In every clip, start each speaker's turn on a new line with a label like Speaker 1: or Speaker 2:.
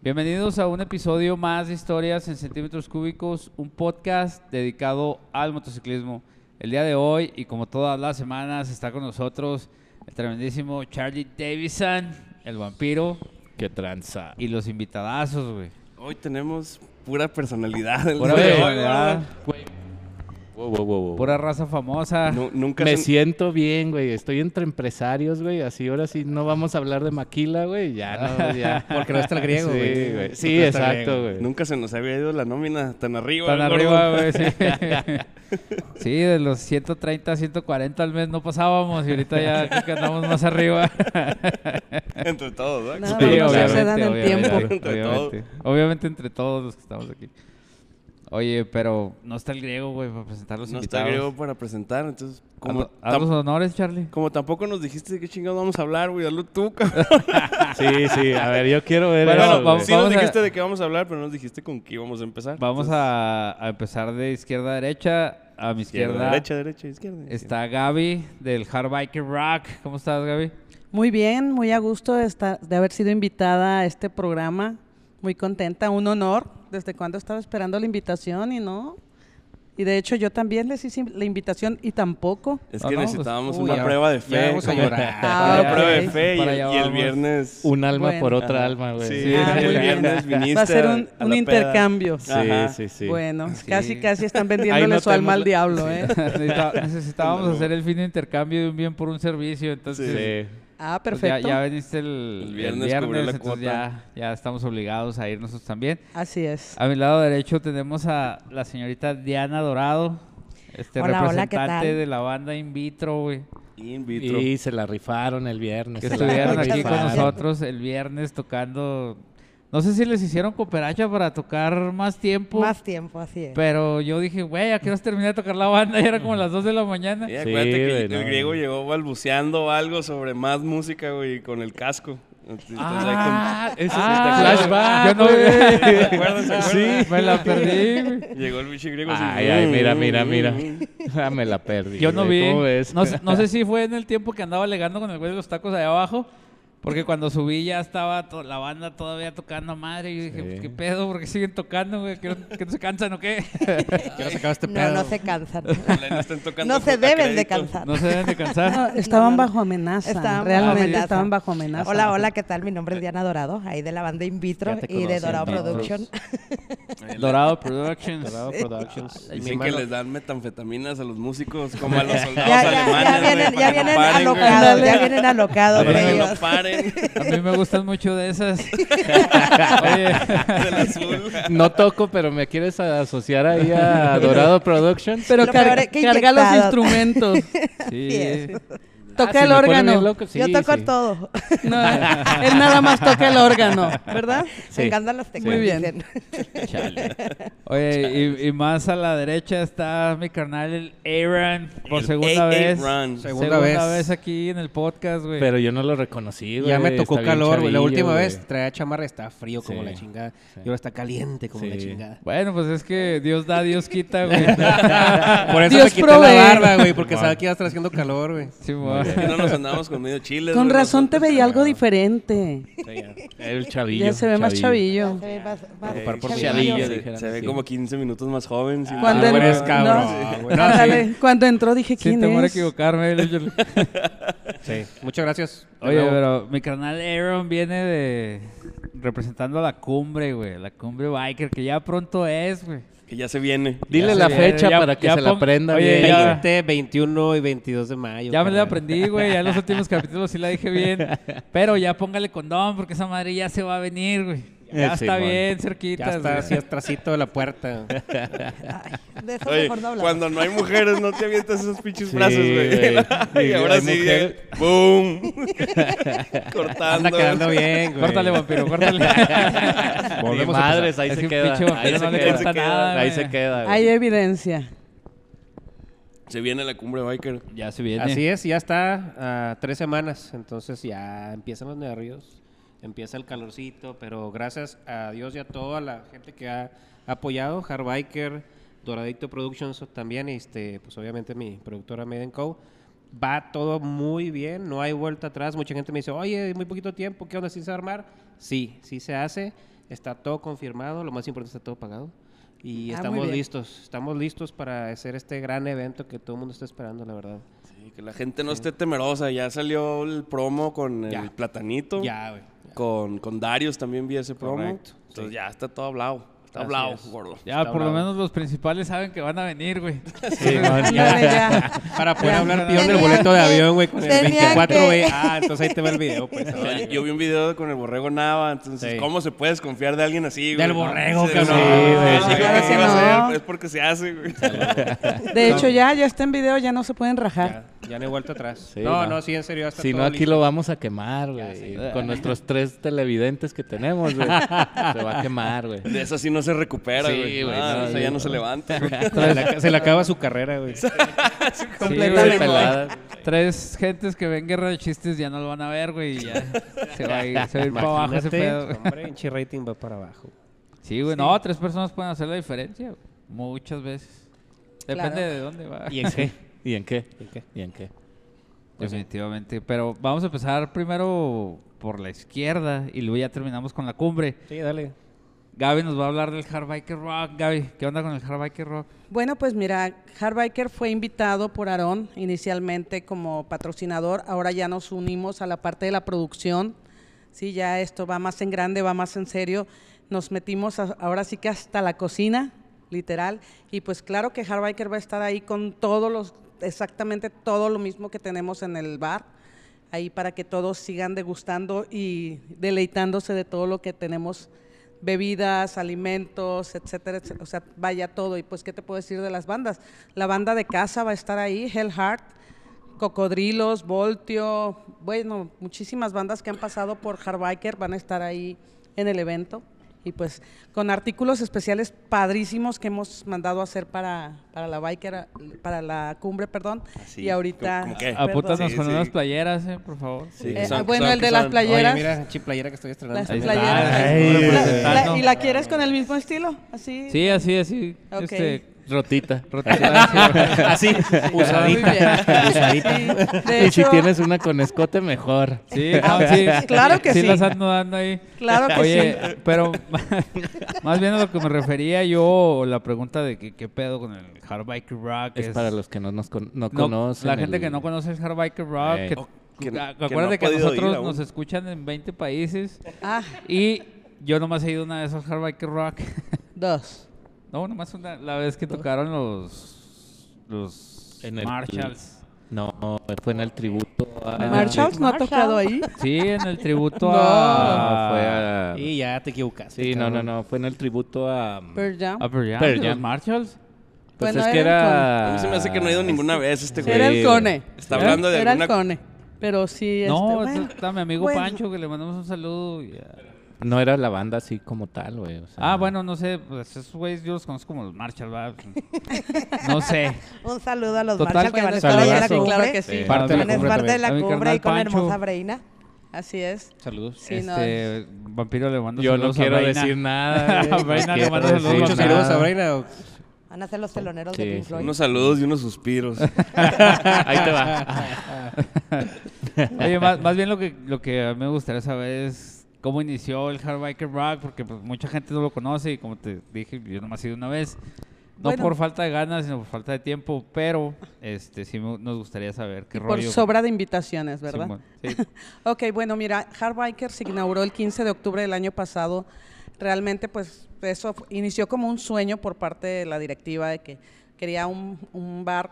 Speaker 1: Bienvenidos a un episodio más de Historias en Centímetros Cúbicos, un podcast dedicado al motociclismo. El día de hoy, y como todas las semanas, está con nosotros el tremendísimo Charlie Davison, el vampiro,
Speaker 2: Qué tranza.
Speaker 1: y los invitadazos, güey.
Speaker 3: Hoy tenemos pura personalidad. el
Speaker 1: Pura
Speaker 3: día de hoy,
Speaker 1: personalidad,
Speaker 3: ¿verdad?
Speaker 2: Wow, wow, wow, wow.
Speaker 1: pura raza famosa.
Speaker 3: Nu- nunca
Speaker 2: Me
Speaker 3: se-
Speaker 2: siento bien, güey. Estoy entre empresarios, güey. Así, ahora sí, no vamos a hablar de maquila, güey. Ya, no, ya.
Speaker 4: Porque no está el griego,
Speaker 2: Sí,
Speaker 4: güey.
Speaker 2: güey.
Speaker 4: No
Speaker 2: Sí,
Speaker 4: está el
Speaker 2: exacto,
Speaker 4: griego.
Speaker 2: güey.
Speaker 3: Nunca se nos había ido la nómina tan arriba.
Speaker 1: Tan
Speaker 3: gordo.
Speaker 1: arriba, güey, sí. sí, de los 130, 140 al mes no pasábamos y ahorita ya creo que andamos más arriba.
Speaker 3: Entre todos, ¿verdad?
Speaker 5: Nada
Speaker 2: Sí,
Speaker 5: más no se
Speaker 2: obviamente,
Speaker 5: dan el
Speaker 1: obviamente,
Speaker 5: tiempo.
Speaker 3: Entre
Speaker 1: obviamente. Obviamente entre todos los que estamos aquí. Oye, pero no está el griego, güey, para presentar los
Speaker 3: No está
Speaker 1: invitados.
Speaker 3: griego para presentar, entonces... Como,
Speaker 1: Haz- haz los
Speaker 3: tam-
Speaker 1: honores, Charlie.
Speaker 3: como tampoco nos dijiste de qué chingados vamos a hablar, güey, hazlo tú, cabrón.
Speaker 2: Sí, sí. A ver, yo quiero ver
Speaker 1: Bueno,
Speaker 2: eso,
Speaker 1: bueno,
Speaker 2: güey.
Speaker 1: vamos-
Speaker 3: sí nos
Speaker 1: a-
Speaker 3: dijiste de qué vamos a hablar, pero no nos dijiste con qué íbamos a empezar.
Speaker 1: Vamos
Speaker 3: Entonces,
Speaker 1: a, a empezar de izquierda a derecha. A mi izquierda,
Speaker 3: Izquierda, derecha, derecha, izquierda. izquierda.
Speaker 1: está Gaby del Hard Biker Rock. ¿Cómo estás, Gaby?
Speaker 5: Muy bien, muy a gusto de, estar, de haber sido invitada a este programa. Muy contenta, un honor. Desde cuando estaba esperando la invitación y no. Y de hecho yo también les hice la invitación y tampoco.
Speaker 3: Es
Speaker 1: Ah,
Speaker 3: que
Speaker 1: no, pues,
Speaker 3: necesitábamos
Speaker 4: uy,
Speaker 3: una
Speaker 4: ya-
Speaker 3: prueba de
Speaker 4: ya
Speaker 3: fe.
Speaker 4: vamos a
Speaker 3: como-
Speaker 4: llorar.
Speaker 5: Ah,
Speaker 3: Una prueba de
Speaker 5: ok.
Speaker 3: fe y,
Speaker 1: Para allá
Speaker 3: y el
Speaker 1: vamos.
Speaker 3: viernes...
Speaker 2: Un alma
Speaker 5: Bueno.
Speaker 2: por otra
Speaker 3: Ajá.
Speaker 2: alma, güey.
Speaker 3: Sí,
Speaker 1: Sí,
Speaker 5: Ah,
Speaker 3: el
Speaker 5: muy bien.
Speaker 3: viernes viniste
Speaker 5: Va a ser un,
Speaker 3: a
Speaker 5: un
Speaker 3: la peda.
Speaker 5: intercambio. Ah,
Speaker 2: Sí,
Speaker 3: Ajá.
Speaker 2: sí, sí.
Speaker 5: Bueno,
Speaker 1: Sí.
Speaker 5: casi casi están
Speaker 2: Ahí
Speaker 5: vendiéndole
Speaker 2: no
Speaker 5: su alma
Speaker 2: tenemos
Speaker 5: al
Speaker 2: la-
Speaker 5: diablo, ¿eh?
Speaker 1: Necesita- necesitábamos
Speaker 3: Ándale.
Speaker 1: hacer el fin de intercambio de un bien por un servicio, entonces...
Speaker 2: Sí.
Speaker 5: Ah,
Speaker 1: Pues ya-
Speaker 5: perfecto.
Speaker 1: ya, veniste el,
Speaker 3: El
Speaker 1: el
Speaker 3: viernes
Speaker 1: viernes,
Speaker 3: cubrió la
Speaker 1: entonces
Speaker 3: cuota.
Speaker 1: ya, ya estamos obligados a ir nosotros también.
Speaker 5: Así es.
Speaker 1: A mi lado derecho tenemos a la señorita Diana Dorado, este
Speaker 5: Hola, hola, ¿qué
Speaker 1: representante
Speaker 5: tal?
Speaker 1: de la banda In Vitro, güey,
Speaker 3: In vitro.
Speaker 2: Y se la rifaron el viernes.
Speaker 1: que
Speaker 2: se la
Speaker 1: estuvieron aquí con
Speaker 2: rifaron.
Speaker 1: nosotros el viernes tocando. No sé si les hicieron cooperacha para tocar más tiempo.
Speaker 6: Más tiempo, así es.
Speaker 1: Pero yo dije, güey, ¿a qué horas terminé de tocar la banda? Y era como las 2 de la mañana.
Speaker 3: Sí,
Speaker 2: Sí,
Speaker 3: acuérdate que
Speaker 2: güey,
Speaker 3: el
Speaker 2: no,
Speaker 3: griego
Speaker 2: güey.
Speaker 3: llegó balbuceando algo sobre más música, güey, con el casco. Entonces,
Speaker 2: Ah, ese es
Speaker 1: Ah,
Speaker 2: flashback.
Speaker 1: yo no-
Speaker 2: güey.
Speaker 3: ¿Se acuerdan? ¿Se acuerdan?
Speaker 1: Me la perdí, güey.
Speaker 3: Llegó el bicho griego. así,
Speaker 2: Ay, ay, mira, mira,
Speaker 3: mm,
Speaker 2: mira.
Speaker 3: mm, mm.
Speaker 2: Ah, me la perdí.
Speaker 1: Yo no
Speaker 2: güey.
Speaker 1: vi.
Speaker 2: ¿Cómo ves?
Speaker 1: No, sé- no sé si fue en el tiempo que andaba alegando con el güey de los tacos allá abajo. Porque cuando subí ya estaba to- la banda todavía tocando a madre. Y yo dije,
Speaker 2: Sí.
Speaker 1: pues, ¿qué pedo? ¿Por qué siguen tocando, güey? ¿Que, no- que no se cansan o qué?
Speaker 4: Quiero sacar este
Speaker 6: no,
Speaker 4: pedo.
Speaker 6: no se cansan.
Speaker 3: Ojalá No, estén tocando
Speaker 6: no se
Speaker 3: a
Speaker 6: deben de
Speaker 3: crédito.
Speaker 6: cansar.
Speaker 1: No se deben de
Speaker 5: No,
Speaker 1: cansar.
Speaker 5: estaban
Speaker 6: no, no.
Speaker 5: bajo amenaza.
Speaker 6: Estaban
Speaker 5: realmente
Speaker 1: bajo amenaza.
Speaker 5: estaban bajo amenaza.
Speaker 6: Hola, hola, ¿qué tal? Mi nombre es Diana Dorado, ahí de la banda In Vitro
Speaker 2: Ya te
Speaker 6: y de
Speaker 2: conocen,
Speaker 6: Dorado
Speaker 2: Vitros.
Speaker 6: Production.
Speaker 1: Dorado Productions.
Speaker 2: Dorado Productions.
Speaker 3: Dicen que les dan metanfetaminas a los músicos como a los soldados
Speaker 6: Ya,
Speaker 3: alemanes.
Speaker 6: ya, ya vienen,
Speaker 3: güey,
Speaker 6: ya
Speaker 3: para que no
Speaker 6: vienen
Speaker 3: paren, güey.
Speaker 6: alocados, ya vienen alocados
Speaker 3: Para que no
Speaker 6: ellos.
Speaker 3: paren
Speaker 1: A mí me gustan mucho de esas. Oye,
Speaker 3: del azul.
Speaker 2: No toco, pero me quieres asociar ahí a Dorado Productions.
Speaker 5: Pero
Speaker 6: Lo
Speaker 5: car-
Speaker 6: peor es que
Speaker 5: carga los
Speaker 6: inyectados.
Speaker 5: instrumentos.
Speaker 6: Así
Speaker 1: sí.
Speaker 6: es.
Speaker 5: Toca
Speaker 2: Ah, si
Speaker 5: el
Speaker 2: me ponen
Speaker 5: órgano.
Speaker 2: bien loco, sí,
Speaker 6: Yo toco
Speaker 2: sí.
Speaker 6: todo.
Speaker 5: No, él nada más toca el órgano, ¿verdad?
Speaker 2: Sí.
Speaker 6: Me encantan las teclas.
Speaker 5: Muy bien.
Speaker 6: dicen.
Speaker 1: Oye, y, y más a la derecha está mi carnal, el Aaron, por
Speaker 3: El
Speaker 1: segunda
Speaker 3: AA
Speaker 1: vez.
Speaker 3: Run.
Speaker 1: Segunda,
Speaker 4: Segunda
Speaker 1: vez.
Speaker 4: vez.
Speaker 1: aquí en el podcast, güey.
Speaker 2: Pero yo no lo reconocí, güey.
Speaker 4: Ya me tocó
Speaker 2: Está bien
Speaker 4: calor, güey. La
Speaker 2: chavillo,
Speaker 4: última
Speaker 2: güey.
Speaker 4: vez traía chamarra, estaba frío como
Speaker 2: Sí,
Speaker 4: la chingada.
Speaker 2: sí.
Speaker 4: Y ahora está caliente como la
Speaker 2: Sí.
Speaker 4: chingada.
Speaker 1: Bueno, pues es que Dios da, Dios quita, güey.
Speaker 4: Por eso
Speaker 5: Dios
Speaker 4: me quité
Speaker 5: provee.
Speaker 4: la barba, güey, porque sabía que iba a estar haciendo calor, güey.
Speaker 1: Simón.
Speaker 3: Que no nos andamos con medio chile.
Speaker 5: Con razón te veía algo diferente.
Speaker 2: El chavillo.
Speaker 5: Ya se ve más chavillo.
Speaker 6: Se ve más- más
Speaker 2: Ocupar por
Speaker 6: chavillo.
Speaker 2: chavillo.
Speaker 3: Se,
Speaker 2: dijeran,
Speaker 3: se ve
Speaker 2: sí. Ah,
Speaker 3: como 15 minutos más joven. sin
Speaker 5: Cuando
Speaker 3: nada,
Speaker 5: en-
Speaker 3: güey.
Speaker 4: eres Ah, cabrón,
Speaker 5: no,
Speaker 4: güey. No,
Speaker 5: ándale, Cuando entró dije
Speaker 1: Sin
Speaker 5: quién
Speaker 1: temor a
Speaker 5: es.
Speaker 1: equivocarme. le- yo-
Speaker 4: Sí. Muchas gracias. De
Speaker 1: Oye,
Speaker 4: nuevo.
Speaker 1: pero mi canal Aaron viene de representando a la cumbre, güey. La cumbre biker, que ya pronto es, güey.
Speaker 3: Que ya se viene.
Speaker 2: Dile
Speaker 1: Ya
Speaker 2: la
Speaker 1: se-
Speaker 2: fecha
Speaker 1: ya-
Speaker 2: para que
Speaker 1: ya
Speaker 2: se la
Speaker 1: pon-
Speaker 2: prenda
Speaker 1: Oye,
Speaker 2: bien.
Speaker 1: ya-
Speaker 2: güey.
Speaker 4: 20, 21 eh, y 22 de mayo.
Speaker 1: Ya me la
Speaker 4: carnal.
Speaker 1: aprendí, güey. Ya en los últimos capítulos sí la dije bien. Pero ya póngale condón porque esa madre ya se va a venir, güey. Ya
Speaker 2: Eh,
Speaker 1: está
Speaker 2: Simón.
Speaker 1: bien
Speaker 4: Ya
Speaker 1: cerquita.
Speaker 4: está así atrasito de la puerta.
Speaker 6: De eso
Speaker 3: Oye,
Speaker 6: mejor no hablamos.
Speaker 3: cuando no hay mujeres, no te avientas esos pinches
Speaker 2: Sí,
Speaker 3: brazos, güey.
Speaker 2: güey.
Speaker 3: y ahora
Speaker 2: Hay
Speaker 3: sí,
Speaker 2: mujer.
Speaker 3: eh, ¡boom! Cortando.
Speaker 4: Anda quedando bien, güey.
Speaker 1: Córtale, vampiro, córtale.
Speaker 2: Ni
Speaker 4: Volvemos a
Speaker 2: madres, ahí
Speaker 1: Es que
Speaker 2: se
Speaker 1: un
Speaker 2: queda.
Speaker 1: pinche
Speaker 2: Ahí
Speaker 1: vampiro
Speaker 2: se
Speaker 1: no le
Speaker 2: queda.
Speaker 1: cuesta nada,
Speaker 2: Ahí
Speaker 1: güey.
Speaker 2: se queda. güey.
Speaker 5: Hay evidencia.
Speaker 3: Se viene la cumbre biker.
Speaker 1: Ya se viene.
Speaker 4: Así es, ya está a tres semanas, entonces ya empiezan los nervios, empieza el calorcito, pero gracias a Dios y a toda la gente que ha apoyado, Hardbiker, Doradito Productions también, este, pues obviamente mi productora Made in Co. Va todo muy bien, no hay vuelta atrás. Mucha gente me dice, oye, muy poquito tiempo, ¿qué onda? ¿Sí se va a armar? Sí, sí se hace. Está todo confirmado, lo más importante está todo pagado.
Speaker 6: Ah,
Speaker 4: Y
Speaker 6: muy
Speaker 4: estamos
Speaker 6: bien.
Speaker 4: listos, estamos listos para hacer este gran evento que todo el mundo está esperando, la verdad.
Speaker 3: Sí, que la gente no esté temerosa. Ya salió el promo con el
Speaker 4: Ya.
Speaker 3: platanito.
Speaker 4: Ya, güey.
Speaker 3: Con, con Darius también vi ese promo.
Speaker 4: Correcto,
Speaker 3: Entonces
Speaker 4: sí.
Speaker 3: ya está todo hablado. Está
Speaker 4: Así
Speaker 3: hablado,
Speaker 4: es.
Speaker 3: gordo.
Speaker 1: Ya,
Speaker 4: Está
Speaker 1: por lo
Speaker 4: bravo.
Speaker 1: menos los principales saben que van a venir, güey.
Speaker 2: Ah,
Speaker 6: Ándale, ya.
Speaker 4: Para poder
Speaker 1: Ya,
Speaker 4: hablar
Speaker 1: ya.
Speaker 4: pidió en el
Speaker 6: Tenían
Speaker 4: boleto de
Speaker 6: que-
Speaker 4: avión, güey, con el
Speaker 6: tenían
Speaker 4: 24B.
Speaker 6: que-
Speaker 4: Ah, entonces ahí te va el video, pues.
Speaker 3: No, yo- Yo vi un video con el borrego Nava, entonces,
Speaker 4: Sí.
Speaker 3: ¿cómo se puede desconfiar de alguien así, güey?
Speaker 4: Del borrego,
Speaker 3: Sí,
Speaker 4: cabrón.
Speaker 2: Sí, güey,
Speaker 3: no,
Speaker 2: sí.
Speaker 3: no,
Speaker 6: Claro
Speaker 3: ¿qué
Speaker 6: que
Speaker 3: va a
Speaker 6: no.
Speaker 3: hacer? Es porque se hace, güey.
Speaker 5: De hecho, ya, ya está en video, ya no se pueden rajar.
Speaker 4: Ya, ya no he vuelto atrás.
Speaker 2: Sí,
Speaker 4: no,
Speaker 2: no.
Speaker 4: no, sí, en serio, hasta
Speaker 2: Si no, aquí lo vamos a quemar, güey.
Speaker 1: sí.
Speaker 2: Con nuestros tres televidentes que tenemos, güey. Se va a quemar, güey.
Speaker 3: De esa sí no se recupera,
Speaker 2: Sí,
Speaker 3: güey.
Speaker 2: güey,
Speaker 3: Ah,
Speaker 2: no,
Speaker 3: esa
Speaker 2: sí,
Speaker 3: ya no
Speaker 2: no.
Speaker 3: se levanta.
Speaker 4: Se le, se le acaba su carrera, güey.
Speaker 1: Completamente.
Speaker 2: pelada.
Speaker 1: Tres gentes que ven guerra de chistes ya no lo van a ver, güey. y Ya se va a ir, se va a ir para abajo ese
Speaker 4: Imagínate,
Speaker 1: pedo. güey.
Speaker 4: Hombre, en rating va para abajo.
Speaker 1: Sí, güey. No, tres personas pueden hacer la diferencia, güey, Muchas veces. Depende
Speaker 6: Claro.
Speaker 1: de dónde va.
Speaker 2: ¿Y en qué? ¿Y en qué?
Speaker 4: ¿Y qué?
Speaker 2: ¿Y en qué?
Speaker 1: Definitivamente. Pero vamos a empezar primero por la izquierda y luego ya terminamos con la cumbre.
Speaker 4: Sí, dale.
Speaker 1: Gaby nos va a hablar del Hard Biker Rock. Gaby, ¿qué onda con el Hard Biker Rock?
Speaker 5: Bueno, pues mira, Hardbiker fue invitado por Aarón inicialmente como patrocinador, ahora ya nos unimos a la parte de la producción, sí, ya esto va más en grande, va más en serio, nos metimos a- ahora sí que hasta la cocina, literal, y pues claro que Hardbiker va a estar ahí con todos los, exactamente todo lo mismo que tenemos en el bar, ahí para que todos sigan degustando y deleitándose de todo lo que tenemos bebidas, alimentos, etcétera, etcétera. O sea, vaya todo. Y pues, ¿qué te puedo decir de las bandas? La banda de casa va a estar ahí, Hell Heart, Cocodrilos, Voltio, bueno, muchísimas bandas que han pasado por Hardbiker van a estar ahí en el evento. Y pues con artículos especiales padrísimos que hemos mandado a hacer para, para la biker, para la cumbre, perdón.
Speaker 3: Así,
Speaker 5: y ahorita...
Speaker 3: ¿cómo- cómo qué?
Speaker 5: Eh, Perdón.
Speaker 1: Apúntanos
Speaker 3: Sí,
Speaker 1: con
Speaker 3: sí.
Speaker 1: unas playeras, eh, por favor.
Speaker 3: Sí,
Speaker 5: Eh,
Speaker 3: que son- que
Speaker 5: bueno,
Speaker 3: son-
Speaker 5: el
Speaker 3: que
Speaker 5: de las
Speaker 3: son-
Speaker 5: playeras.
Speaker 4: Oye, mira, chi playera que estoy estrenando.
Speaker 5: Las
Speaker 1: Ahí está.
Speaker 5: playeras.
Speaker 1: Ay,
Speaker 5: La-
Speaker 1: representando.
Speaker 5: la- ¿Y la quieres con el mismo estilo? Así.
Speaker 1: Sí, así, así.
Speaker 5: Ok.
Speaker 1: Este,
Speaker 2: Rotita.
Speaker 1: rotación.
Speaker 4: Así,
Speaker 5: Muy
Speaker 4: Ah, usadita.
Speaker 5: bien.
Speaker 4: Usadita.
Speaker 5: Sí, de
Speaker 2: Y si
Speaker 5: hecho,
Speaker 2: tienes una con escote, mejor.
Speaker 1: Sí, no, sí.
Speaker 5: Claro que sí.
Speaker 1: Sí, las ando dando ahí.
Speaker 5: Claro que
Speaker 1: Oye,
Speaker 5: sí.
Speaker 1: pero más bien a lo que me refería yo, la pregunta de que, qué pedo con el Hard Biker Rock.
Speaker 2: Es para los que no nos con- no
Speaker 1: No,
Speaker 2: conocen.
Speaker 1: La gente
Speaker 2: el-
Speaker 1: que no conoce el Hard Biker Rock.
Speaker 2: Ey.
Speaker 1: Que,
Speaker 3: O que-
Speaker 1: a-
Speaker 3: que no
Speaker 1: acuérdate
Speaker 3: ha
Speaker 1: que,
Speaker 3: podido ir
Speaker 1: nosotros
Speaker 3: aún.
Speaker 1: nos escuchan en 20 países.
Speaker 5: Ah,
Speaker 1: Y yo nomás he ido una vez al Hard Biker Rock.
Speaker 5: dos.
Speaker 1: no, nomás una, la vez que tocaron los, los
Speaker 2: En el-
Speaker 1: Marshalls.
Speaker 2: No, fue en el tributo a...
Speaker 5: Marshalls no ha
Speaker 6: Marshalls.
Speaker 5: tocado ahí.
Speaker 1: Sí, en el tributo a...
Speaker 5: No.
Speaker 2: No, Ah, fue a...
Speaker 4: Y ya te equivocaste.
Speaker 2: Sí, no, no,
Speaker 4: cabrón.
Speaker 2: no. Fue en el tributo a...
Speaker 5: Pearl Jam.
Speaker 1: Ah, pero ya,
Speaker 2: Pearl
Speaker 1: ¿los
Speaker 2: Jam.
Speaker 1: Marshalls?
Speaker 2: Pues
Speaker 5: Bueno,
Speaker 2: es que
Speaker 5: era
Speaker 2: era...
Speaker 3: A mí se me hace que no he
Speaker 2: Ah,
Speaker 3: ido ninguna vez este güey.
Speaker 5: Era el Cone.
Speaker 3: Está hablando de
Speaker 5: Era el
Speaker 3: alguna...
Speaker 5: Cone. Pero sí,
Speaker 1: No,
Speaker 5: este, bueno.
Speaker 1: está mi amigo
Speaker 6: Bueno.
Speaker 1: Pancho, que le mandamos un saludo. y, ah.
Speaker 2: No era la banda así como tal, güey. o sea.
Speaker 1: Ah, bueno, no sé, pues esos güeyes yo los conozco como los Marshalls, ¿verdad? No sé.
Speaker 6: Un saludo a los
Speaker 1: Total,
Speaker 6: Marshall que van a estar ahí en la
Speaker 2: saludazo.
Speaker 6: cumbre.
Speaker 5: Claro que
Speaker 2: Sí.
Speaker 5: sí.
Speaker 1: Parte de la
Speaker 6: Van a
Speaker 1: cumbre
Speaker 6: estar de
Speaker 1: también. A
Speaker 6: la
Speaker 1: mi
Speaker 6: cumbre
Speaker 1: carnal
Speaker 6: y con la
Speaker 1: Pancho.
Speaker 6: hermosa Breina.
Speaker 5: Así es.
Speaker 4: Saludos.
Speaker 5: Sí, no,
Speaker 1: este, Vampiro le mando
Speaker 2: Yo no
Speaker 1: saludos a
Speaker 2: quiero
Speaker 1: Reina.
Speaker 2: decir nada. güey.
Speaker 1: A Reina
Speaker 2: No
Speaker 1: le
Speaker 2: quiero
Speaker 1: mando saludos.
Speaker 2: decir
Speaker 4: Muchos
Speaker 2: nada.
Speaker 4: saludos a Reina. o-
Speaker 6: Van a ser los teloneros
Speaker 2: Sí,
Speaker 6: de Pink
Speaker 2: sí.
Speaker 6: Floyd.
Speaker 3: Unos saludos y unos suspiros.
Speaker 2: Ahí te va.
Speaker 1: Oye, más, más bien lo que, lo que a mí me gustaría saber es cómo inició el Hard Biker Rock, porque pues, mucha gente no lo conoce y como te dije, yo nomás he ido una vez. No
Speaker 5: Bueno.
Speaker 1: por falta de ganas, sino por falta de tiempo, pero este sí me- nos gustaría saber qué
Speaker 5: Y
Speaker 1: rollo.
Speaker 5: por sobra de invitaciones, ¿verdad?
Speaker 1: Simón, sí.
Speaker 5: Ok, bueno, mira, Hard Biker se inauguró el 15 de octubre del año pasado. Realmente, pues, eso fu- inició como un sueño por parte de la directiva de que quería un, un bar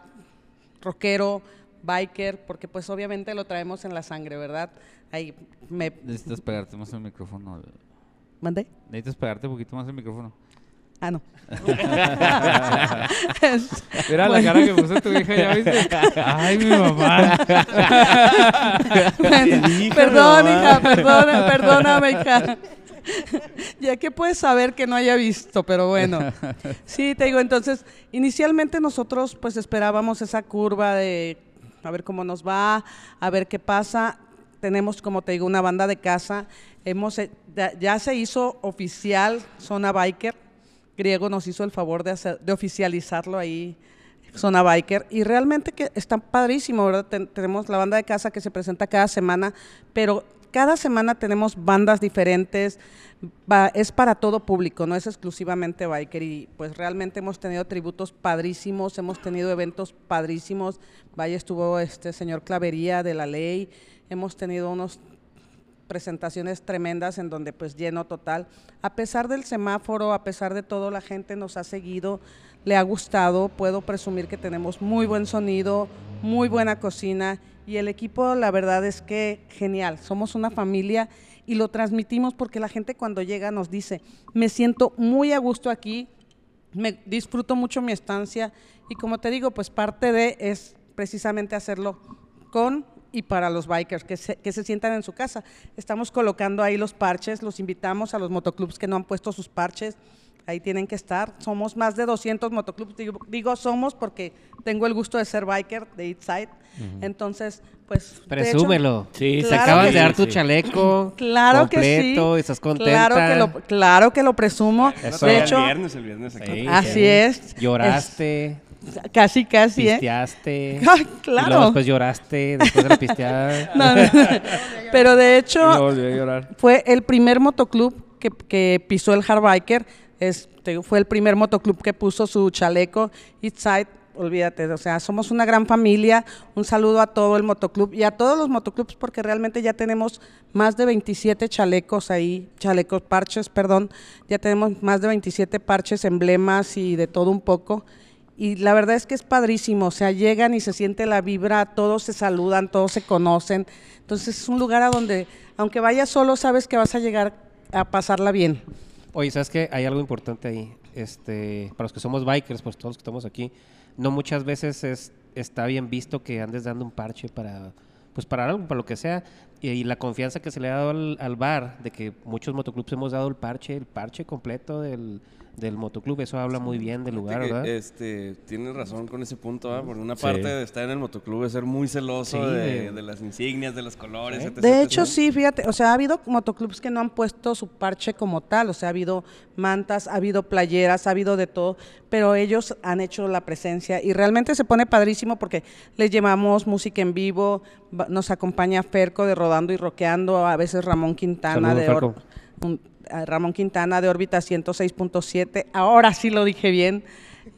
Speaker 5: rockero, biker, porque pues obviamente lo traemos en la sangre, ¿verdad? Ahí me...
Speaker 1: Necesitas pegarte más el micrófono.
Speaker 5: ¿Mandé?
Speaker 1: Necesitas pegarte un poquito más el micrófono.
Speaker 5: Ah, no.
Speaker 1: Mira la cara que puso tu hija, ¿ya viste? Ay, mi mamá.
Speaker 5: Bueno, perdón, hija, perdona, perdóname, hija. Ya que puedes saber que no haya visto, pero bueno. Sí, te digo, entonces, inicialmente nosotros pues esperábamos esa curva de a ver cómo nos va, a ver qué pasa. Tenemos, como te digo, una banda de casa. Hemos, eh, ya- ya se hizo oficial Zona Biker. Griego nos hizo el favor de, hacer- de oficializarlo ahí, Zona Biker, y realmente que está padrísimo, ¿verdad? Ten- tenemos la banda de casa que se presenta cada semana, pero cada semana tenemos bandas diferentes, va- es para todo público, no es exclusivamente biker y pues realmente hemos tenido tributos padrísimos, hemos tenido eventos padrísimos, vaya estuvo este señor Clavería de la Ley, hemos tenido unos presentaciones tremendas en donde pues lleno total. A pesar del semáforo, a pesar de todo, la gente nos ha seguido, le ha gustado, puedo presumir que tenemos muy buen sonido, muy buena cocina y el equipo la verdad es que genial, somos una familia y lo transmitimos porque la gente cuando llega nos dice, me siento muy a gusto aquí, me disfruto mucho mi estancia y como te digo, pues parte de es precisamente hacerlo con y para los bikers que se, que se sientan en su casa. Estamos colocando ahí los parches, los invitamos a los motoclubs que no han puesto sus parches, ahí tienen que estar. Somos más de 200 motoclubs, digo, digo somos porque tengo el gusto de ser biker de Eatside, entonces pues... de hecho-
Speaker 4: Presúmelo.
Speaker 2: Sí,
Speaker 5: se
Speaker 4: te
Speaker 5: Claro
Speaker 4: acabas
Speaker 5: que
Speaker 4: de dar
Speaker 2: sí,
Speaker 4: tu
Speaker 2: sí.
Speaker 4: chaleco.
Speaker 5: Claro que sí.
Speaker 4: completo, Estás contenta.
Speaker 5: Claro que lo, claro que lo presumo.
Speaker 4: Eso.
Speaker 5: de
Speaker 4: El
Speaker 5: hecho,
Speaker 3: el viernes, el viernes aquí.
Speaker 4: Sí,
Speaker 5: así
Speaker 4: sí.
Speaker 5: es.
Speaker 4: Lloraste,
Speaker 5: Es- casi, casi, ¿eh?
Speaker 4: pisteaste.
Speaker 5: Ah,
Speaker 4: Y luego
Speaker 5: claro.
Speaker 4: después lloraste, después de la pisteada.
Speaker 5: No, no. Pero de
Speaker 1: Yo
Speaker 5: hecho,
Speaker 1: volví a llorar.
Speaker 5: fue el primer motoclub que, que pisó el Hardbiker. Es- te digo, fue el primer motoclub que puso su chaleco. Eastside, olvídate. O sea, somos una gran familia. Un saludo a todo el motoclub y a todos los motoclubs porque realmente ya tenemos más de 27 chalecos ahí, chalecos, parches, perdón. Ya tenemos más de 27 parches, emblemas y de todo un poco. Y la verdad es que es padrísimo, o sea, llegan y se siente la vibra, todos se saludan, todos se conocen. Entonces es un lugar a donde, aunque vayas solo, sabes que vas a llegar a pasarla bien.
Speaker 4: Oye, ¿sabes qué? Hay algo importante ahí. Este, para los que somos bikers, pues todos los que estamos aquí, no muchas veces es, está bien visto que andes dando un parche para pues para algo, para lo que sea. Y, y la confianza que se le ha dado al, al bar, de que muchos motoclubs hemos dado el parche, el parche completo del, del motoclub, eso habla muy bien del lugar,
Speaker 3: Fíjate que,
Speaker 4: ¿verdad?
Speaker 3: Este, tienes razón con ese punto, ¿ah? Por una parte de estar en el motoclub es ser muy celoso
Speaker 4: Sí,
Speaker 3: de,
Speaker 4: de-
Speaker 3: de las insignias, de los colores, etc,
Speaker 5: De
Speaker 3: etc,
Speaker 5: hecho,
Speaker 3: ¿no?
Speaker 5: sí, fíjate, o sea, ha habido motoclubs que no han puesto su parche como tal, o sea, ha habido mantas, ha habido playeras, ha habido de todo, pero ellos han hecho la presencia y realmente se pone padrísimo porque les llevamos música en vivo, va- nos acompaña Ferco de Rodando y Roqueando, a veces Ramón Quintana
Speaker 4: Saludos,
Speaker 5: de Or-
Speaker 4: Ferco.
Speaker 5: un- a Ramón Quintana de órbita 106.7. Ahora sí lo dije bien.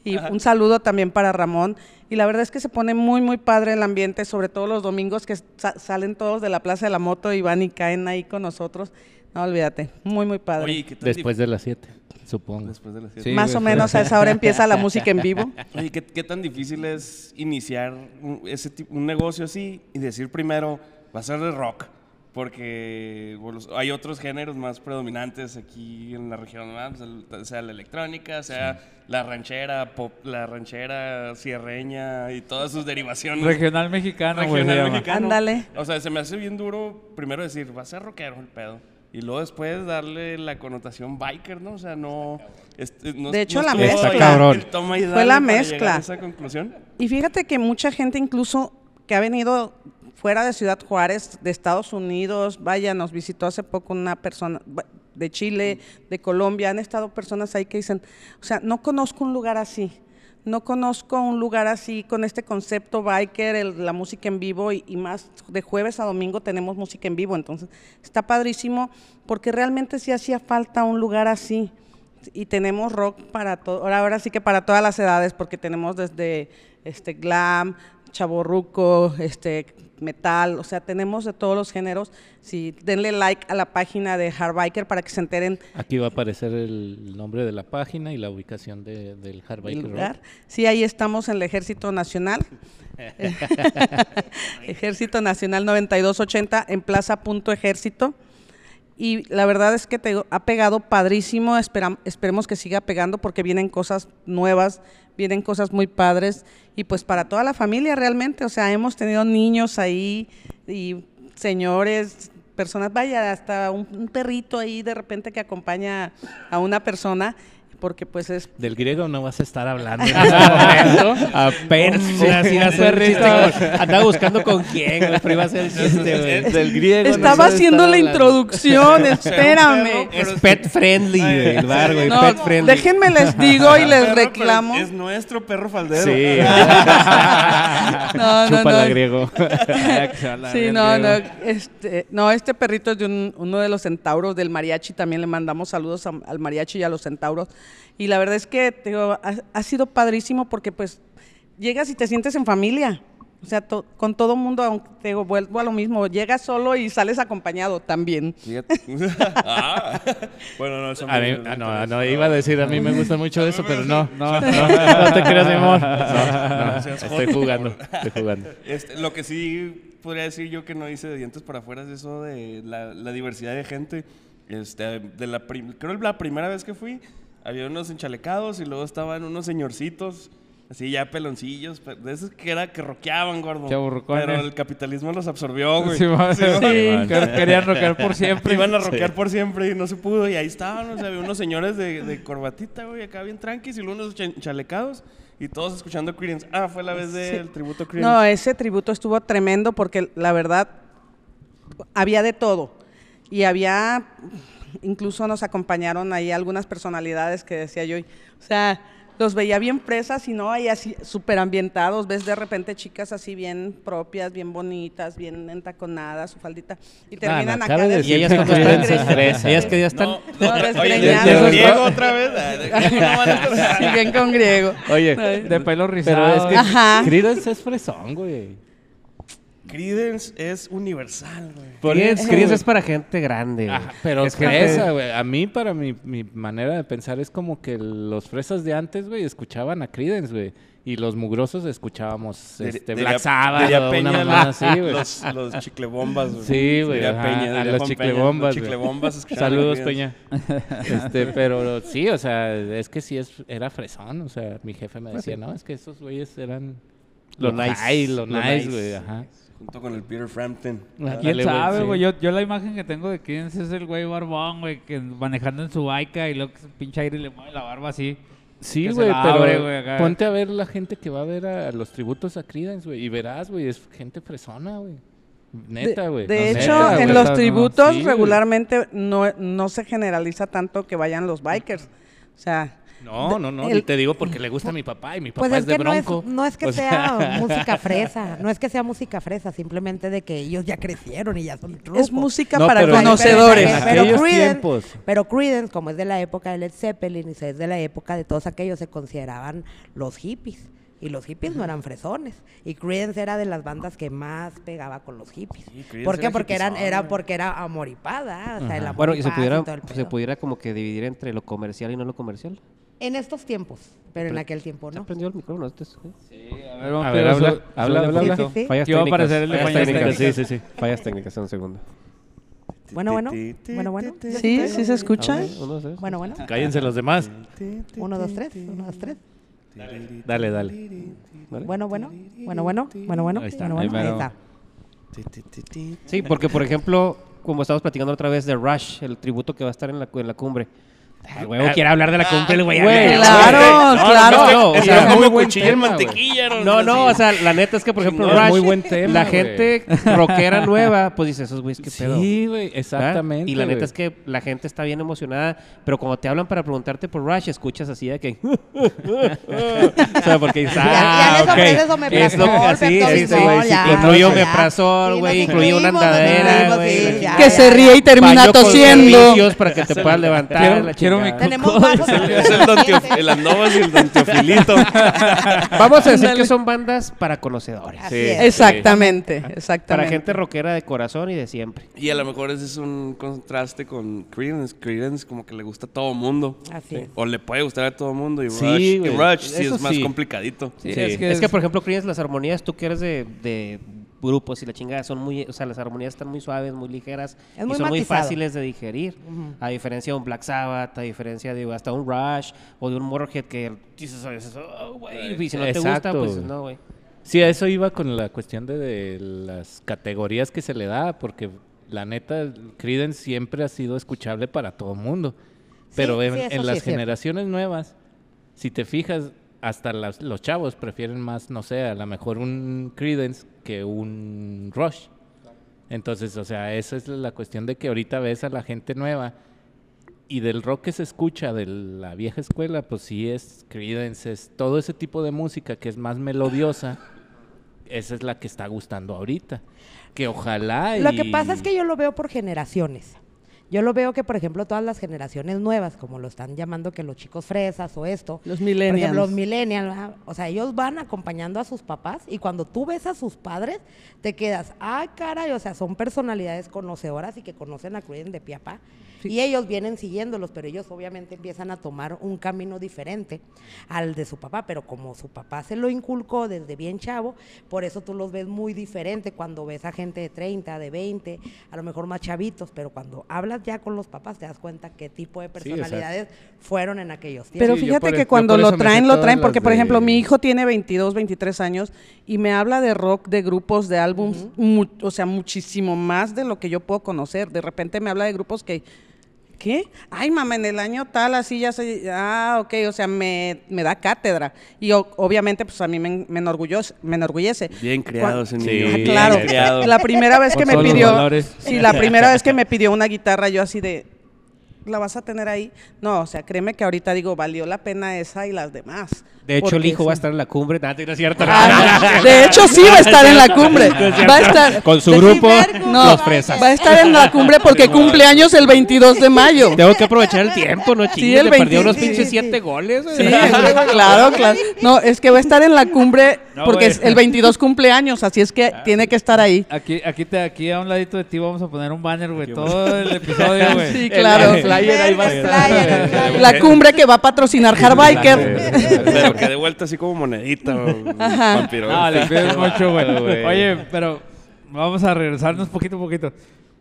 Speaker 5: Y un saludo también para Ramón. Y la verdad es que se pone muy, muy padre el ambiente, sobre todo los domingos que sa- salen todos de la Plaza de la Moto y van y caen ahí con nosotros. No, olvídate, muy, muy padre.
Speaker 3: Oye, ¿qué tan
Speaker 2: Después de las 7, supongo.
Speaker 3: Después de las siete.
Speaker 1: Sí,
Speaker 5: Más
Speaker 1: güey.
Speaker 5: o menos a esa hora empieza la música en vivo.
Speaker 3: Oye, ¿qué, qué tan difícil es iniciar un, ese tipo, un negocio así y decir primero, va a ser de rock? Porque bueno, los- hay otros géneros más predominantes aquí en la región, ¿verdad? Pues el- sea la electrónica, sea la ranchera, pop, la ranchera sierreña y todas sus derivaciones.
Speaker 1: Regional mexicano, güey. se
Speaker 3: Ah, regional
Speaker 1: llama.
Speaker 3: mexicano.
Speaker 5: Ándale.
Speaker 3: O sea, se me hace bien duro primero decir, va a ser rockero el pedo. Y luego después darle la connotación biker, ¿no? O sea, no... este, no-
Speaker 5: De hecho,
Speaker 3: no
Speaker 5: la
Speaker 3: estuvo
Speaker 5: mezcla.
Speaker 3: el-
Speaker 2: Cabrón.
Speaker 3: el toma y
Speaker 5: Fue
Speaker 3: dale
Speaker 5: la
Speaker 3: para llegar
Speaker 5: mezcla.
Speaker 3: a esa conclusión.
Speaker 5: Y fíjate que mucha gente incluso que ha venido fuera de Ciudad Juárez, de Estados Unidos, vaya, nos visitó hace poco una persona va- de Chile, de Colombia, han estado personas ahí que dicen, o sea, no conozco un lugar así, no conozco un lugar así con este concepto biker, el- la música en vivo y, y más de jueves a domingo tenemos música en vivo, entonces está padrísimo porque realmente sí hacía falta un lugar así y tenemos rock para todo, ahora, ahora sí que para todas las edades, porque tenemos desde este glam, chaborruco, este metal, o sea, tenemos de todos los géneros. Si denle like a la página de Hardbiker para que se enteren
Speaker 2: Aquí va a aparecer el nombre de la página y la ubicación de, del Hard
Speaker 5: del
Speaker 2: Biker Road.
Speaker 5: lugar. Sí, ahí estamos en el Ejército Nacional. Ejército Nacional 9280 en Plaza Punto Ejército. Y la verdad es que te digo, ha pegado padrísimo, espera- esperemos que siga pegando porque vienen cosas nuevas, vienen cosas muy padres y pues para toda la familia realmente, o sea, hemos tenido niños ahí y señores, personas, vaya, hasta un, un perrito ahí de repente que acompaña a una persona, porque pues es
Speaker 2: Del griego no vas a estar hablando en este momento.
Speaker 4: Apenas iba a ser el chiste. güey. Andaba buscando con quién, güey, pero iba a ser el chiste, güey.
Speaker 2: Del griego. no
Speaker 5: Estaba
Speaker 2: vas a
Speaker 5: haciendo
Speaker 2: estar
Speaker 5: la
Speaker 2: hablando.
Speaker 5: introducción, espérame.
Speaker 4: Es pet friendly, güey, el bar, güey.
Speaker 5: No,
Speaker 4: pet friendly.
Speaker 5: déjenme les digo y les
Speaker 3: Perro, pero
Speaker 5: reclamo.
Speaker 3: pues, Es nuestro perro faldero.
Speaker 2: Sí.
Speaker 5: No, no,
Speaker 2: Chúpala,
Speaker 5: no.
Speaker 2: griego.
Speaker 5: Sí, no, no. Este, no, este perrito es de un- uno de los centauros del mariachi. También le mandamos saludos a- al mariachi y a los centauros. Y la verdad es que te digo, ha, ha sido padrísimo porque pues llegas y te sientes en familia. O sea, to- con todo mundo, aunque te digo, vuelvo a lo mismo. Llegas solo y sales acompañado también.
Speaker 3: Fíjate. Ah. Bueno, no, eso
Speaker 2: A mí-
Speaker 3: me-
Speaker 2: ah, no, no, iba a decir, a mí me gusta mucho eso, pero no.
Speaker 1: No,
Speaker 2: No,
Speaker 1: no.
Speaker 2: no te creas, mi amor.
Speaker 3: No,
Speaker 2: No,
Speaker 3: no
Speaker 2: no,
Speaker 3: seas
Speaker 2: estoy
Speaker 3: joto,
Speaker 2: jugando,
Speaker 3: por
Speaker 2: estoy jugando.
Speaker 3: Este, lo que sí podría decir yo que no hice de dientes para afuera es eso de la, la diversidad de gente. Este, de la prim- creo que la primera vez que fui, había unos enchalecados y luego estaban unos señorcitos, así ya peloncillos, pe- de esos que era que roqueaban, gordo.
Speaker 1: Chavorrucones.
Speaker 3: Pero el capitalismo los absorbió, güey.
Speaker 1: Sí, va-
Speaker 3: Sí, va-
Speaker 1: sí, que querían roquear por siempre.
Speaker 3: Iban a roquear por siempre y no se pudo. Y ahí estaban, o sea, había unos señores de, de corbatita, güey, acá bien tranquis y luego unos chan- chalecados y todos escuchando Creedence. Ah, fue la vez del tributo Creedence.
Speaker 5: No, ese tributo estuvo tremendo porque la verdad había de todo. Y había, incluso nos acompañaron ahí algunas personalidades que decía yo, y- o sea, los veía bien presas y no, ahí así súper ambientados, ves de repente chicas así bien propias, bien bonitas, bien entaconadas, su faldita, y terminan
Speaker 2: no,
Speaker 5: acá
Speaker 2: cabe
Speaker 5: de-
Speaker 2: decir
Speaker 4: Y ellas cuando
Speaker 2: Cuiden
Speaker 4: están
Speaker 2: sus fresas.
Speaker 4: Ellas que ya están.
Speaker 3: No,
Speaker 5: No,
Speaker 3: otra- oye,
Speaker 5: desgreñadas.
Speaker 3: de- de griego otra vez. ah, de- ¿cómo no van a estar?
Speaker 5: Sí, bien con griego.
Speaker 2: Oye,
Speaker 1: De pelo
Speaker 2: pero es
Speaker 1: rizado.
Speaker 2: que
Speaker 5: Ajá.
Speaker 2: Creedence es fresón, güey.
Speaker 3: Creedence es universal, güey.
Speaker 2: Por
Speaker 4: Creedence-
Speaker 2: eso,
Speaker 4: Creedence
Speaker 2: güey.
Speaker 4: es para gente grande, güey.
Speaker 2: Ajá, pero
Speaker 4: es
Speaker 2: es
Speaker 4: gente-
Speaker 2: fresa, güey. A mí, para mi, mi manera de pensar, es como que los fresas de antes, güey, escuchaban a Creedence, güey. Y los mugrosos escuchábamos
Speaker 3: Dir-
Speaker 2: este,
Speaker 3: diría-
Speaker 2: Black Sabbath
Speaker 3: diría
Speaker 2: o
Speaker 3: Peña,
Speaker 2: una
Speaker 3: los-
Speaker 2: mamada así, güey.
Speaker 3: Los, los chiclebombas, güey.
Speaker 2: Sí, güey,
Speaker 3: Diría
Speaker 2: ajá,
Speaker 3: Peña,
Speaker 2: a
Speaker 3: diría
Speaker 2: los
Speaker 3: Juan Peña,
Speaker 2: chiclebombas, güey.
Speaker 3: Los chiclebombas escuchaban
Speaker 2: Saludos,
Speaker 3: Creedence.
Speaker 2: Peña. Este, pero sí, o sea, es que sí es, era fresón. O sea, mi jefe me decía, no, es que esos güeyes eran...
Speaker 4: Lo
Speaker 2: Lo
Speaker 4: nice,
Speaker 2: nice, lo
Speaker 3: lo
Speaker 2: nice,
Speaker 3: nice.
Speaker 2: güey, ajá.
Speaker 3: Junto con el Peter Frampton.
Speaker 1: ¿Quién
Speaker 2: Ándale, güey,
Speaker 1: sabe,
Speaker 2: sí.
Speaker 1: güey? Yo, yo la imagen que tengo de Creedence es el güey barbón, güey, que manejando en su baica y luego que se pinche aire y le mueve la barba así.
Speaker 2: Sí,
Speaker 1: Que se
Speaker 2: güey,
Speaker 1: la
Speaker 2: pero
Speaker 1: abre, güey, acá.
Speaker 2: ponte a ver la gente que va a ver a, a los tributos a Creedence, güey, y verás, güey, es gente fresona, güey. Neta,
Speaker 5: De-
Speaker 2: güey.
Speaker 5: De,
Speaker 2: No,
Speaker 5: hecho,
Speaker 2: neta, güey.
Speaker 5: en
Speaker 1: Está,
Speaker 5: los
Speaker 1: no,
Speaker 5: tributos
Speaker 2: sí, güey.
Speaker 5: regularmente no, no se generaliza tanto que vayan los bikers. O sea,
Speaker 2: No, no, no,
Speaker 6: el-
Speaker 2: y te digo porque le gusta a mi papá y mi papá
Speaker 6: Pues
Speaker 2: es,
Speaker 6: es
Speaker 2: de
Speaker 6: que no es,
Speaker 2: bronco.
Speaker 6: no es que
Speaker 2: O
Speaker 6: sea,
Speaker 2: sea,
Speaker 6: música fresa, no es que sea música fresa, simplemente de que ellos ya crecieron y ya son truco.
Speaker 5: es música
Speaker 2: No,
Speaker 5: para
Speaker 2: pero-
Speaker 5: conocedores.
Speaker 2: pero-
Speaker 6: Pero,
Speaker 2: Aquellos
Speaker 6: Creedence-
Speaker 2: tiempos.
Speaker 6: pero Creedence, como es de la época de Led Zeppelin y es de la época de todos aquellos, se consideraban los hippies. Y los hippies no eran fresones. Y Creedence era de las bandas que más pegaba con los hippies.
Speaker 3: Sí, Creedence
Speaker 6: ¿Por qué?
Speaker 3: era
Speaker 6: Porque, eran,
Speaker 3: hippisón,
Speaker 6: era,
Speaker 3: güey.
Speaker 6: porque era amoripada. O sea, el amor
Speaker 4: Bueno,
Speaker 6: y
Speaker 4: y se
Speaker 6: paz
Speaker 4: pudiera,
Speaker 6: Ah, todo el
Speaker 4: se
Speaker 6: pedo.
Speaker 4: pudiera como que dividir entre lo comercial y no lo comercial.
Speaker 6: En estos tiempos, pero en aquel tiempo
Speaker 4: ¿No
Speaker 6: no.
Speaker 4: prendió el micrófono? antes, eh?
Speaker 1: A ver, vamos
Speaker 2: A
Speaker 1: a
Speaker 2: ver,
Speaker 1: ver,
Speaker 2: habla, habla, habla,
Speaker 6: Sí,
Speaker 2: habla.
Speaker 6: sí, sí.
Speaker 4: Fallas
Speaker 1: Que iba a
Speaker 4: técnicas.
Speaker 1: aparecer el de
Speaker 4: Fallas
Speaker 1: fallas
Speaker 4: técnicas, sí,
Speaker 1: técnicas.
Speaker 4: sí, sí. Fallas técnicas, un segundo.
Speaker 6: Bueno, bueno. Bueno, bueno.
Speaker 5: Sí, sí se escucha.
Speaker 4: Uno, dos, tres.
Speaker 6: Bueno, bueno.
Speaker 2: Cállense los demás.
Speaker 6: Uno, dos, tres. Uno, dos, tres.
Speaker 2: Dale, dale.
Speaker 4: ¿Vale?
Speaker 6: Bueno, bueno. Bueno, bueno. Bueno, bueno.
Speaker 2: Ahí está,
Speaker 6: Bueno,
Speaker 2: ahí
Speaker 6: bueno. Ahí
Speaker 1: mero.
Speaker 6: está.
Speaker 4: Sí, porque por ejemplo, como estábamos platicando otra vez de Rush, el tributo que va a estar en la, cu- en la cumbre. El huevo quiere hablar de la cumbre, el güey.
Speaker 2: Güey,
Speaker 5: Claro, claro.
Speaker 4: No, no, o
Speaker 2: Es
Speaker 4: sea,
Speaker 2: muy
Speaker 3: como
Speaker 2: buen
Speaker 3: cuchillo en
Speaker 2: tema, güey.
Speaker 3: mantequilla.
Speaker 4: no, no, o sea, la neta es que por ejemplo
Speaker 2: Chingón,
Speaker 4: Rush,
Speaker 2: muy buen tema,
Speaker 4: la
Speaker 2: güey.
Speaker 4: gente rockera nueva, pues dice, esos güeyes qué pedo.
Speaker 2: Sí, güey,
Speaker 4: ¿verdad?
Speaker 2: exactamente.
Speaker 4: Y la neta
Speaker 2: güey.
Speaker 4: es que la gente está bien emocionada, pero cuando te hablan para preguntarte por Rush, escuchas así de que. o sea, porque dices,
Speaker 6: Ya- ya
Speaker 4: ah,
Speaker 6: les
Speaker 4: ok,
Speaker 6: ofreces omeprazol,
Speaker 4: es lo que- sí,
Speaker 6: peptobismol,
Speaker 4: sí, sí, güey, sí,
Speaker 6: ya,
Speaker 4: Incluye
Speaker 6: ya.
Speaker 4: omeprazol,
Speaker 6: Sí,
Speaker 4: güey,
Speaker 6: nos
Speaker 4: incluye una
Speaker 6: incluimos, nos
Speaker 4: andadera,
Speaker 6: incluimos,
Speaker 4: güey.
Speaker 6: sí, ya.
Speaker 5: que se ríe y termina
Speaker 4: baño con
Speaker 5: tosiendo.
Speaker 4: servicios para que te puedas levantar.
Speaker 1: Quiero- quiero
Speaker 4: la
Speaker 1: mi
Speaker 4: chingada.
Speaker 1: coca.
Speaker 6: Tenemos vasos
Speaker 3: Es el, don Teof- el Andobas y el Don Teofilito.
Speaker 4: Vamos a decir que son bandas para conocedores.
Speaker 6: Así es.
Speaker 5: Exactamente,
Speaker 4: Para
Speaker 5: exactamente.
Speaker 4: gente rockera de corazón y de siempre.
Speaker 3: Y a lo mejor ese es un contraste con Creedence. Creedence como que le gusta a todo mundo.
Speaker 6: Así es.
Speaker 3: O le puede gustar a todo mundo. Y
Speaker 2: Sí,
Speaker 3: Rush, y
Speaker 2: güey.
Speaker 3: Rush sí
Speaker 2: Eso
Speaker 3: es más
Speaker 2: sí.
Speaker 3: complicadito.
Speaker 1: Sí,
Speaker 2: Sí.
Speaker 1: Es, que
Speaker 4: Es que,
Speaker 1: es-
Speaker 4: por ejemplo, crees las armonías, tú que eres de, de grupos y la chingada, son muy, o sea, las armonías están muy suaves, muy ligeras
Speaker 6: Es
Speaker 4: y
Speaker 6: muy
Speaker 4: son muy
Speaker 6: matizado.
Speaker 4: fáciles de digerir. A diferencia de un Black Sabbath, a diferencia de hasta un Rush o de un Motorhead que dices a veces, "Oh, güey", y si no te gusta,
Speaker 2: Exacto,
Speaker 4: pues
Speaker 2: güey.
Speaker 4: no, güey.
Speaker 2: Sí, a eso iba con la cuestión de, de las categorías que se le da, porque la neta, Creedence siempre ha sido escuchable para todo mundo. Pero
Speaker 6: Sí,
Speaker 2: en,
Speaker 6: sí, eso
Speaker 2: en
Speaker 6: sí
Speaker 2: las
Speaker 6: es cierto.
Speaker 2: generaciones nuevas, si te fijas, hasta las- los chavos prefieren más, no sé, a lo mejor un Credence que un Rush. Entonces, o sea, esa es la cuestión de que ahorita ves a la gente nueva y del rock que se escucha de la vieja escuela, pues sí es Creedence, es todo ese tipo de música que es más melodiosa. Esa es la que está gustando ahorita. Que ojalá
Speaker 6: Lo
Speaker 2: y-
Speaker 6: que pasa es que yo lo veo por generaciones. Yo lo veo que, por ejemplo, todas las generaciones nuevas, como lo están llamando que los chicos fresas o esto,
Speaker 5: Los
Speaker 6: por
Speaker 5: millennials.
Speaker 6: ejemplo, los millennials, ajá, o sea, ellos van acompañando a sus papás y cuando tú ves a sus padres, te quedas, ah, caray, o sea, son personalidades conocedoras y que conocen a Cruden de pie a pa. Y ellos vienen siguiéndolos, pero ellos obviamente empiezan a tomar un camino diferente al de su papá, pero como su papá se lo inculcó desde bien chavo, por eso tú los ves muy diferente cuando ves a gente de 30, de 20, a lo mejor más chavitos, pero cuando hablas ya con los papás te das cuenta qué tipo de
Speaker 2: exacto.
Speaker 6: personalidades fueron en aquellos tiempos.
Speaker 5: Pero
Speaker 2: Sí, yo
Speaker 5: fíjate
Speaker 2: por
Speaker 5: que
Speaker 2: eso- yo
Speaker 5: cuando
Speaker 2: por
Speaker 5: lo
Speaker 2: eso me sé
Speaker 5: traen, lo
Speaker 2: todas
Speaker 5: traen,
Speaker 2: las
Speaker 5: porque por
Speaker 2: de-
Speaker 5: ejemplo mi hijo tiene 22, 23 años y me habla de rock, de grupos, de álbums, mu- o sea, muchísimo más de lo que yo puedo conocer. De repente me habla de grupos que, ¿qué? Ay, mamá, en el año tal, así ya se, ah, ok, o sea, me, me da cátedra. Y o- obviamente, pues a mí me, en- me, enorgullece, me enorgullece.
Speaker 3: Bien criado ese
Speaker 2: Sí,
Speaker 3: niño.
Speaker 2: Ah,
Speaker 3: bien
Speaker 5: Claro,
Speaker 3: criado.
Speaker 5: la primera vez que
Speaker 1: Con
Speaker 5: me
Speaker 1: todos los
Speaker 5: pidió,
Speaker 1: valores.
Speaker 5: sí, la primera vez que me pidió una guitarra, yo así de, ¿la vas a tener ahí? No, o sea, créeme que ahorita digo, valió la pena esa y las demás.
Speaker 4: De hecho, el
Speaker 5: Porque
Speaker 4: hijo va a
Speaker 5: sí.
Speaker 4: estar en la cumbre. Nada, no es cierto.
Speaker 5: Ah, de hecho, sí va a estar en la cumbre. Va a estar.
Speaker 4: Con su
Speaker 5: Sí,
Speaker 4: grupo,
Speaker 5: vergo,
Speaker 4: los
Speaker 5: va a-
Speaker 4: fresas.
Speaker 5: Va a estar en la cumbre porque cumple años el 22 de mayo.
Speaker 4: Tengo que aprovechar el tiempo, ¿no, chingues?
Speaker 5: el
Speaker 4: Le perdió
Speaker 5: 20,
Speaker 4: unos
Speaker 5: sí,
Speaker 4: pinches
Speaker 5: sí.
Speaker 4: siete goles.
Speaker 5: Sí,
Speaker 4: güey.
Speaker 5: claro, claro. No, es que va a estar en la cumbre
Speaker 1: No,
Speaker 5: porque
Speaker 1: güey.
Speaker 5: es el 22 cumple años, así es que tiene que estar ahí.
Speaker 1: Aquí, aquí, te, aquí a un ladito de ti vamos a poner un banner, güey. Todo el episodio, güey.
Speaker 5: Ah, Sí, claro.
Speaker 2: El flyer ahí va a estar.
Speaker 6: Flyer, el flyer.
Speaker 5: La cumbre que va a patrocinar Hardbiker.
Speaker 3: Pero que de vuelta así como monedita. o- vampiro.
Speaker 1: No, le pides mucho, güey.
Speaker 2: güey.
Speaker 1: Oye, pero vamos a regresarnos poquito a poquito.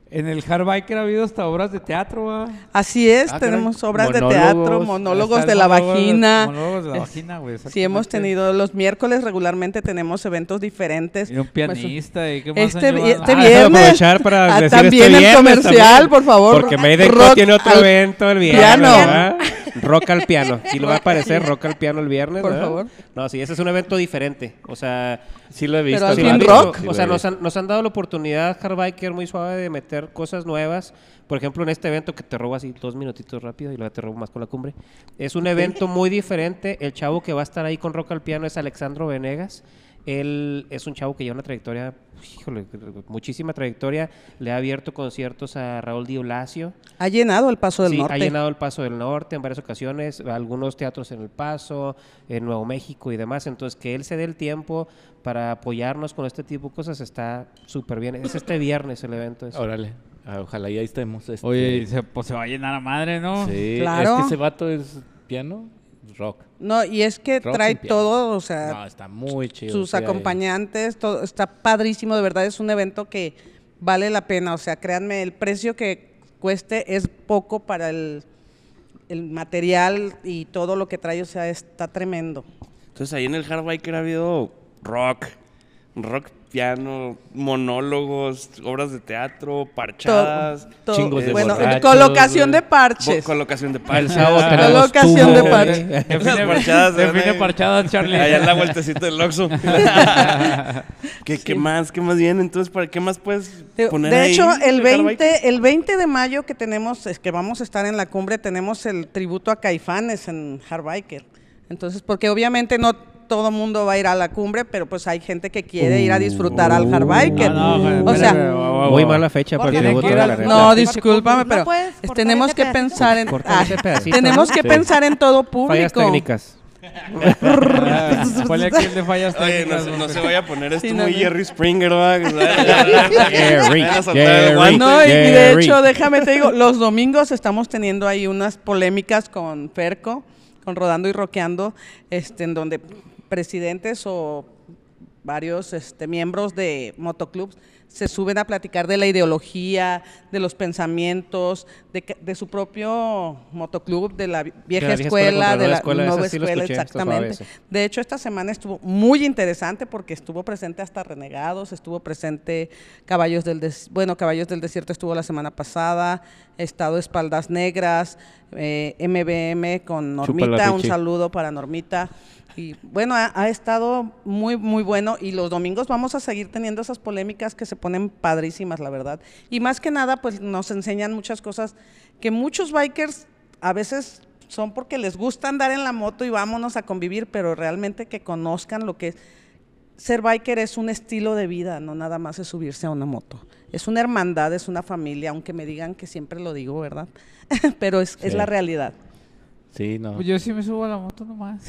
Speaker 1: En el Hard Biker ha habido hasta obras de teatro, ¿va?
Speaker 5: Así es,
Speaker 1: Ah, caray.
Speaker 5: tenemos obras de
Speaker 2: Monólogos,
Speaker 5: teatro, monólogos
Speaker 1: Está
Speaker 5: de
Speaker 1: el
Speaker 5: la
Speaker 1: monólogo-
Speaker 5: vagina.
Speaker 1: Monólogos de la
Speaker 5: Es-
Speaker 1: vagina, güey.
Speaker 5: Sí, hemos tenido los miércoles regularmente tenemos eventos diferentes.
Speaker 1: Y un pianista, ¿y qué más han
Speaker 5: Este,
Speaker 1: llevado?
Speaker 5: este
Speaker 1: Ah,
Speaker 4: déjame
Speaker 5: viernes.
Speaker 4: aprovechar para decir
Speaker 5: Ah, también
Speaker 4: este
Speaker 5: el
Speaker 4: viernes
Speaker 5: comercial,
Speaker 4: también,
Speaker 5: por favor.
Speaker 4: Porque Maiden Co
Speaker 5: Rock
Speaker 4: tiene otro
Speaker 5: al-
Speaker 4: evento el viernes.
Speaker 5: piano.
Speaker 4: ¿verdad? Rock al piano. Sí, lo va a aparecer Rock al piano el viernes.
Speaker 5: Por
Speaker 4: ¿verdad?
Speaker 5: favor.
Speaker 4: No, sí, ese es un evento diferente. O sea,
Speaker 2: Sí lo he visto.
Speaker 5: Pero
Speaker 4: Sí,
Speaker 5: así
Speaker 4: lo
Speaker 5: en
Speaker 4: han
Speaker 2: ¿no?
Speaker 4: visto.
Speaker 5: rock.
Speaker 2: Sí lo
Speaker 4: O
Speaker 2: he
Speaker 4: sea,
Speaker 2: visto.
Speaker 4: nos han, nos han dado la oportunidad, Hardbiker, muy suave, de meter cosas nuevas. Por ejemplo, en este evento que te robo así dos minutitos rápido y luego te robo más con la cumbre. Es un evento muy diferente. El chavo que va a estar ahí con rock al piano es Alexandro Venegas. Él es un chavo que lleva una trayectoria, híjole, muchísima trayectoria. Le ha abierto conciertos a Raúl Di Blasio.
Speaker 5: Ha llenado el Paso del
Speaker 4: Sí,
Speaker 5: Norte.
Speaker 4: ha llenado el Paso del Norte en varias ocasiones, algunos teatros en El Paso, en Nuevo México y demás. Entonces, que él se dé el tiempo para apoyarnos con este tipo de cosas está súper bien. Es este viernes el evento. es-
Speaker 2: Órale. Ah, Ojalá ya estemos. este,
Speaker 1: Oye, y se, pues se va a llenar a madre, ¿no?
Speaker 2: Sí,
Speaker 5: Claro.
Speaker 2: es que ese vato es piano, rock.
Speaker 5: No, y es que
Speaker 2: Rock
Speaker 5: trae
Speaker 2: sin piano.
Speaker 5: todo, o sea,
Speaker 2: No, está muy chido.
Speaker 5: Ah, sus
Speaker 2: sí, ahí.
Speaker 5: acompañantes, todo está padrísimo, de verdad es un evento que vale la pena, o sea, créanme, el precio que cueste es poco para el, el material y todo lo que trae, o sea, está tremendo.
Speaker 3: Entonces ahí en el Hard Biker ha habido rock, rock piano, monólogos, obras de teatro, parchadas,
Speaker 5: Todo-
Speaker 2: chingos de
Speaker 5: bueno,
Speaker 2: borrachos,
Speaker 5: colocación
Speaker 2: güey.
Speaker 5: de
Speaker 3: bo-
Speaker 5: parches.
Speaker 3: colocación de
Speaker 4: El
Speaker 3: parches.
Speaker 4: sábado
Speaker 5: la
Speaker 4: tenemos
Speaker 5: locación
Speaker 4: tubo,
Speaker 5: de
Speaker 4: güey.
Speaker 5: París.
Speaker 1: Define
Speaker 3: Esas parchadas,
Speaker 1: parchadas, define
Speaker 3: ¿verdad?
Speaker 1: parchadas, Charlie.
Speaker 3: Allá en la vueltecita del Oxxo. ¿Qué, ¿Qué más? ¿Qué más viene? Entonces, ¿para qué más puedes
Speaker 5: De,
Speaker 3: poner
Speaker 5: de
Speaker 3: ahí
Speaker 5: hecho, el
Speaker 3: Hard Biker?
Speaker 5: 20, el 20 de mayo que tenemos, es que vamos a estar en la cumbre, tenemos el tributo a Caifanes en Hardbiker. Entonces, porque obviamente no todo mundo va a ir a la cumbre, pero pues hay gente que quiere
Speaker 4: Uh,
Speaker 5: ir a disfrutar al Hardbiker.
Speaker 1: No, no,
Speaker 5: o
Speaker 1: espérate,
Speaker 5: sea,
Speaker 1: espérate, guau, guau,
Speaker 4: Muy
Speaker 1: guau.
Speaker 4: mala fecha para el
Speaker 1: Tiene que
Speaker 4: tributo.
Speaker 1: ir
Speaker 4: la
Speaker 1: al-
Speaker 4: neta.
Speaker 5: no, discúlpame,
Speaker 6: ¿No
Speaker 5: pero
Speaker 6: puedes
Speaker 5: es-
Speaker 6: cortar
Speaker 5: tenemos
Speaker 6: ese
Speaker 5: que
Speaker 6: pedacito?
Speaker 5: pensar en
Speaker 4: Corta ese
Speaker 5: ah,
Speaker 4: pedacito,
Speaker 5: tenemos
Speaker 4: ¿no?
Speaker 5: que
Speaker 4: Sí.
Speaker 5: pensar en todo público.
Speaker 4: Fallas técnicas.
Speaker 1: Ah, Ponle aquí el de fallas
Speaker 3: Oye, no,
Speaker 1: técnicas,
Speaker 3: se-
Speaker 1: ¿no?
Speaker 3: no se vaya a poner esto
Speaker 5: no,
Speaker 3: muy
Speaker 5: no.
Speaker 3: Jerry Springer, ¿va?
Speaker 2: Jerry,
Speaker 3: Van a soltar el
Speaker 2: Jerry.
Speaker 3: guante.
Speaker 5: No, y, y de
Speaker 2: Jerry.
Speaker 5: hecho, déjame te digo, los domingos estamos teniendo ahí unas polémicas con Ferco, con Rodando y Roqueando, este, en donde presidentes o varios este, miembros de motoclubs se suben a platicar de la ideología, de los pensamientos, de, ca- de su propio motoclub, de la vi- vieja,
Speaker 4: vieja
Speaker 5: escuela,
Speaker 4: escuela contra
Speaker 5: de
Speaker 4: nueva
Speaker 5: la
Speaker 4: escuela,
Speaker 5: nueva
Speaker 4: esa sí lo
Speaker 5: escuela,
Speaker 4: escuché, está suave
Speaker 5: exactamente. De hecho, esta semana estuvo muy interesante porque estuvo presente hasta Renegados, estuvo presente Caballos del Des- bueno, Caballos del Desierto estuvo la semana pasada, Estado Espaldas Negras, eh, MBM con
Speaker 2: Chúpala,
Speaker 5: Normita, un
Speaker 2: Richie.
Speaker 5: saludo para Normita. Y bueno, ha, ha estado muy, muy bueno. Y los domingos vamos a seguir teniendo esas polémicas que se ponen padrísimas, la verdad. Y más que nada, pues nos enseñan muchas cosas que muchos bikers a veces son porque les gusta andar en la moto y vámonos a convivir, pero realmente que conozcan lo que es. Ser biker es un estilo de vida, no nada más es subirse a una moto. Es una hermandad, es una familia, aunque me digan que siempre lo digo, ¿verdad? pero es, es
Speaker 2: Sí.
Speaker 5: la realidad.
Speaker 2: Sí, no.
Speaker 1: Pues
Speaker 2: Yo,
Speaker 1: yo sí me subo a la moto nomás.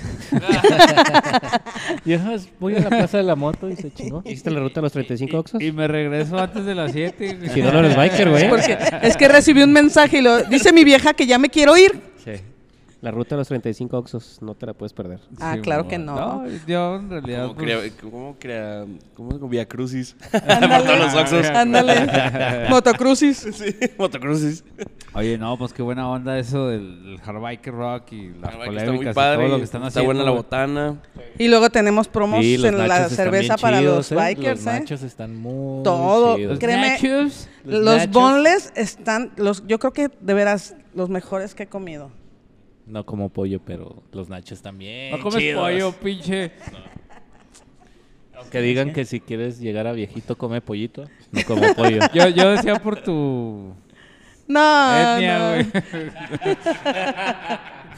Speaker 2: voy a la plaza de la moto y se chingó.
Speaker 4: ¿Hiciste la ruta a los 35 Oxos?
Speaker 1: Y me regreso antes de las 7.
Speaker 4: Si no, no eres biker, güey.
Speaker 5: Porque es que recibí un mensaje y lo dice mi vieja que ya me quiero ir.
Speaker 2: Sí.
Speaker 4: La ruta a los 35 Oxos, no te la puedes perder.
Speaker 5: Ah, claro que no.
Speaker 1: yo en realidad.
Speaker 3: Como
Speaker 1: pues,
Speaker 3: crea, como crea, como con Via Crucis.
Speaker 5: Ándale.
Speaker 3: Por los Oxxos.
Speaker 5: Ándale. Motocrucis.
Speaker 3: sí, motocrucis.
Speaker 1: Oye, no, pues qué buena onda eso del, del Hardbiker Rock y las
Speaker 3: La verdad que
Speaker 1: polémicas
Speaker 3: Está muy
Speaker 1: y
Speaker 3: padre.
Speaker 1: todo lo que están
Speaker 3: está
Speaker 1: haciendo.
Speaker 3: buena la
Speaker 1: güey.
Speaker 3: botana.
Speaker 5: Y luego tenemos promos
Speaker 2: Sí, los
Speaker 5: en la
Speaker 2: nachos están
Speaker 5: cerveza
Speaker 2: bien
Speaker 5: para los
Speaker 2: chidos, ¿eh?
Speaker 5: bikers,
Speaker 2: Los
Speaker 5: ¿eh?
Speaker 2: nachos están muy
Speaker 5: Todo.
Speaker 2: chidos.
Speaker 5: Cre- créeme,
Speaker 1: nachos,
Speaker 2: los
Speaker 5: Los
Speaker 2: nachos.
Speaker 5: bonles están, los, yo creo que de veras los mejores que he comido.
Speaker 2: No como pollo, pero los nachos también.
Speaker 1: No comes pollo, pinche.
Speaker 2: Que digan que si quieres llegar a viejito, come pollito. No como pollo.
Speaker 1: Yo, yo decía por tu
Speaker 5: No, no.
Speaker 1: etnia, güey.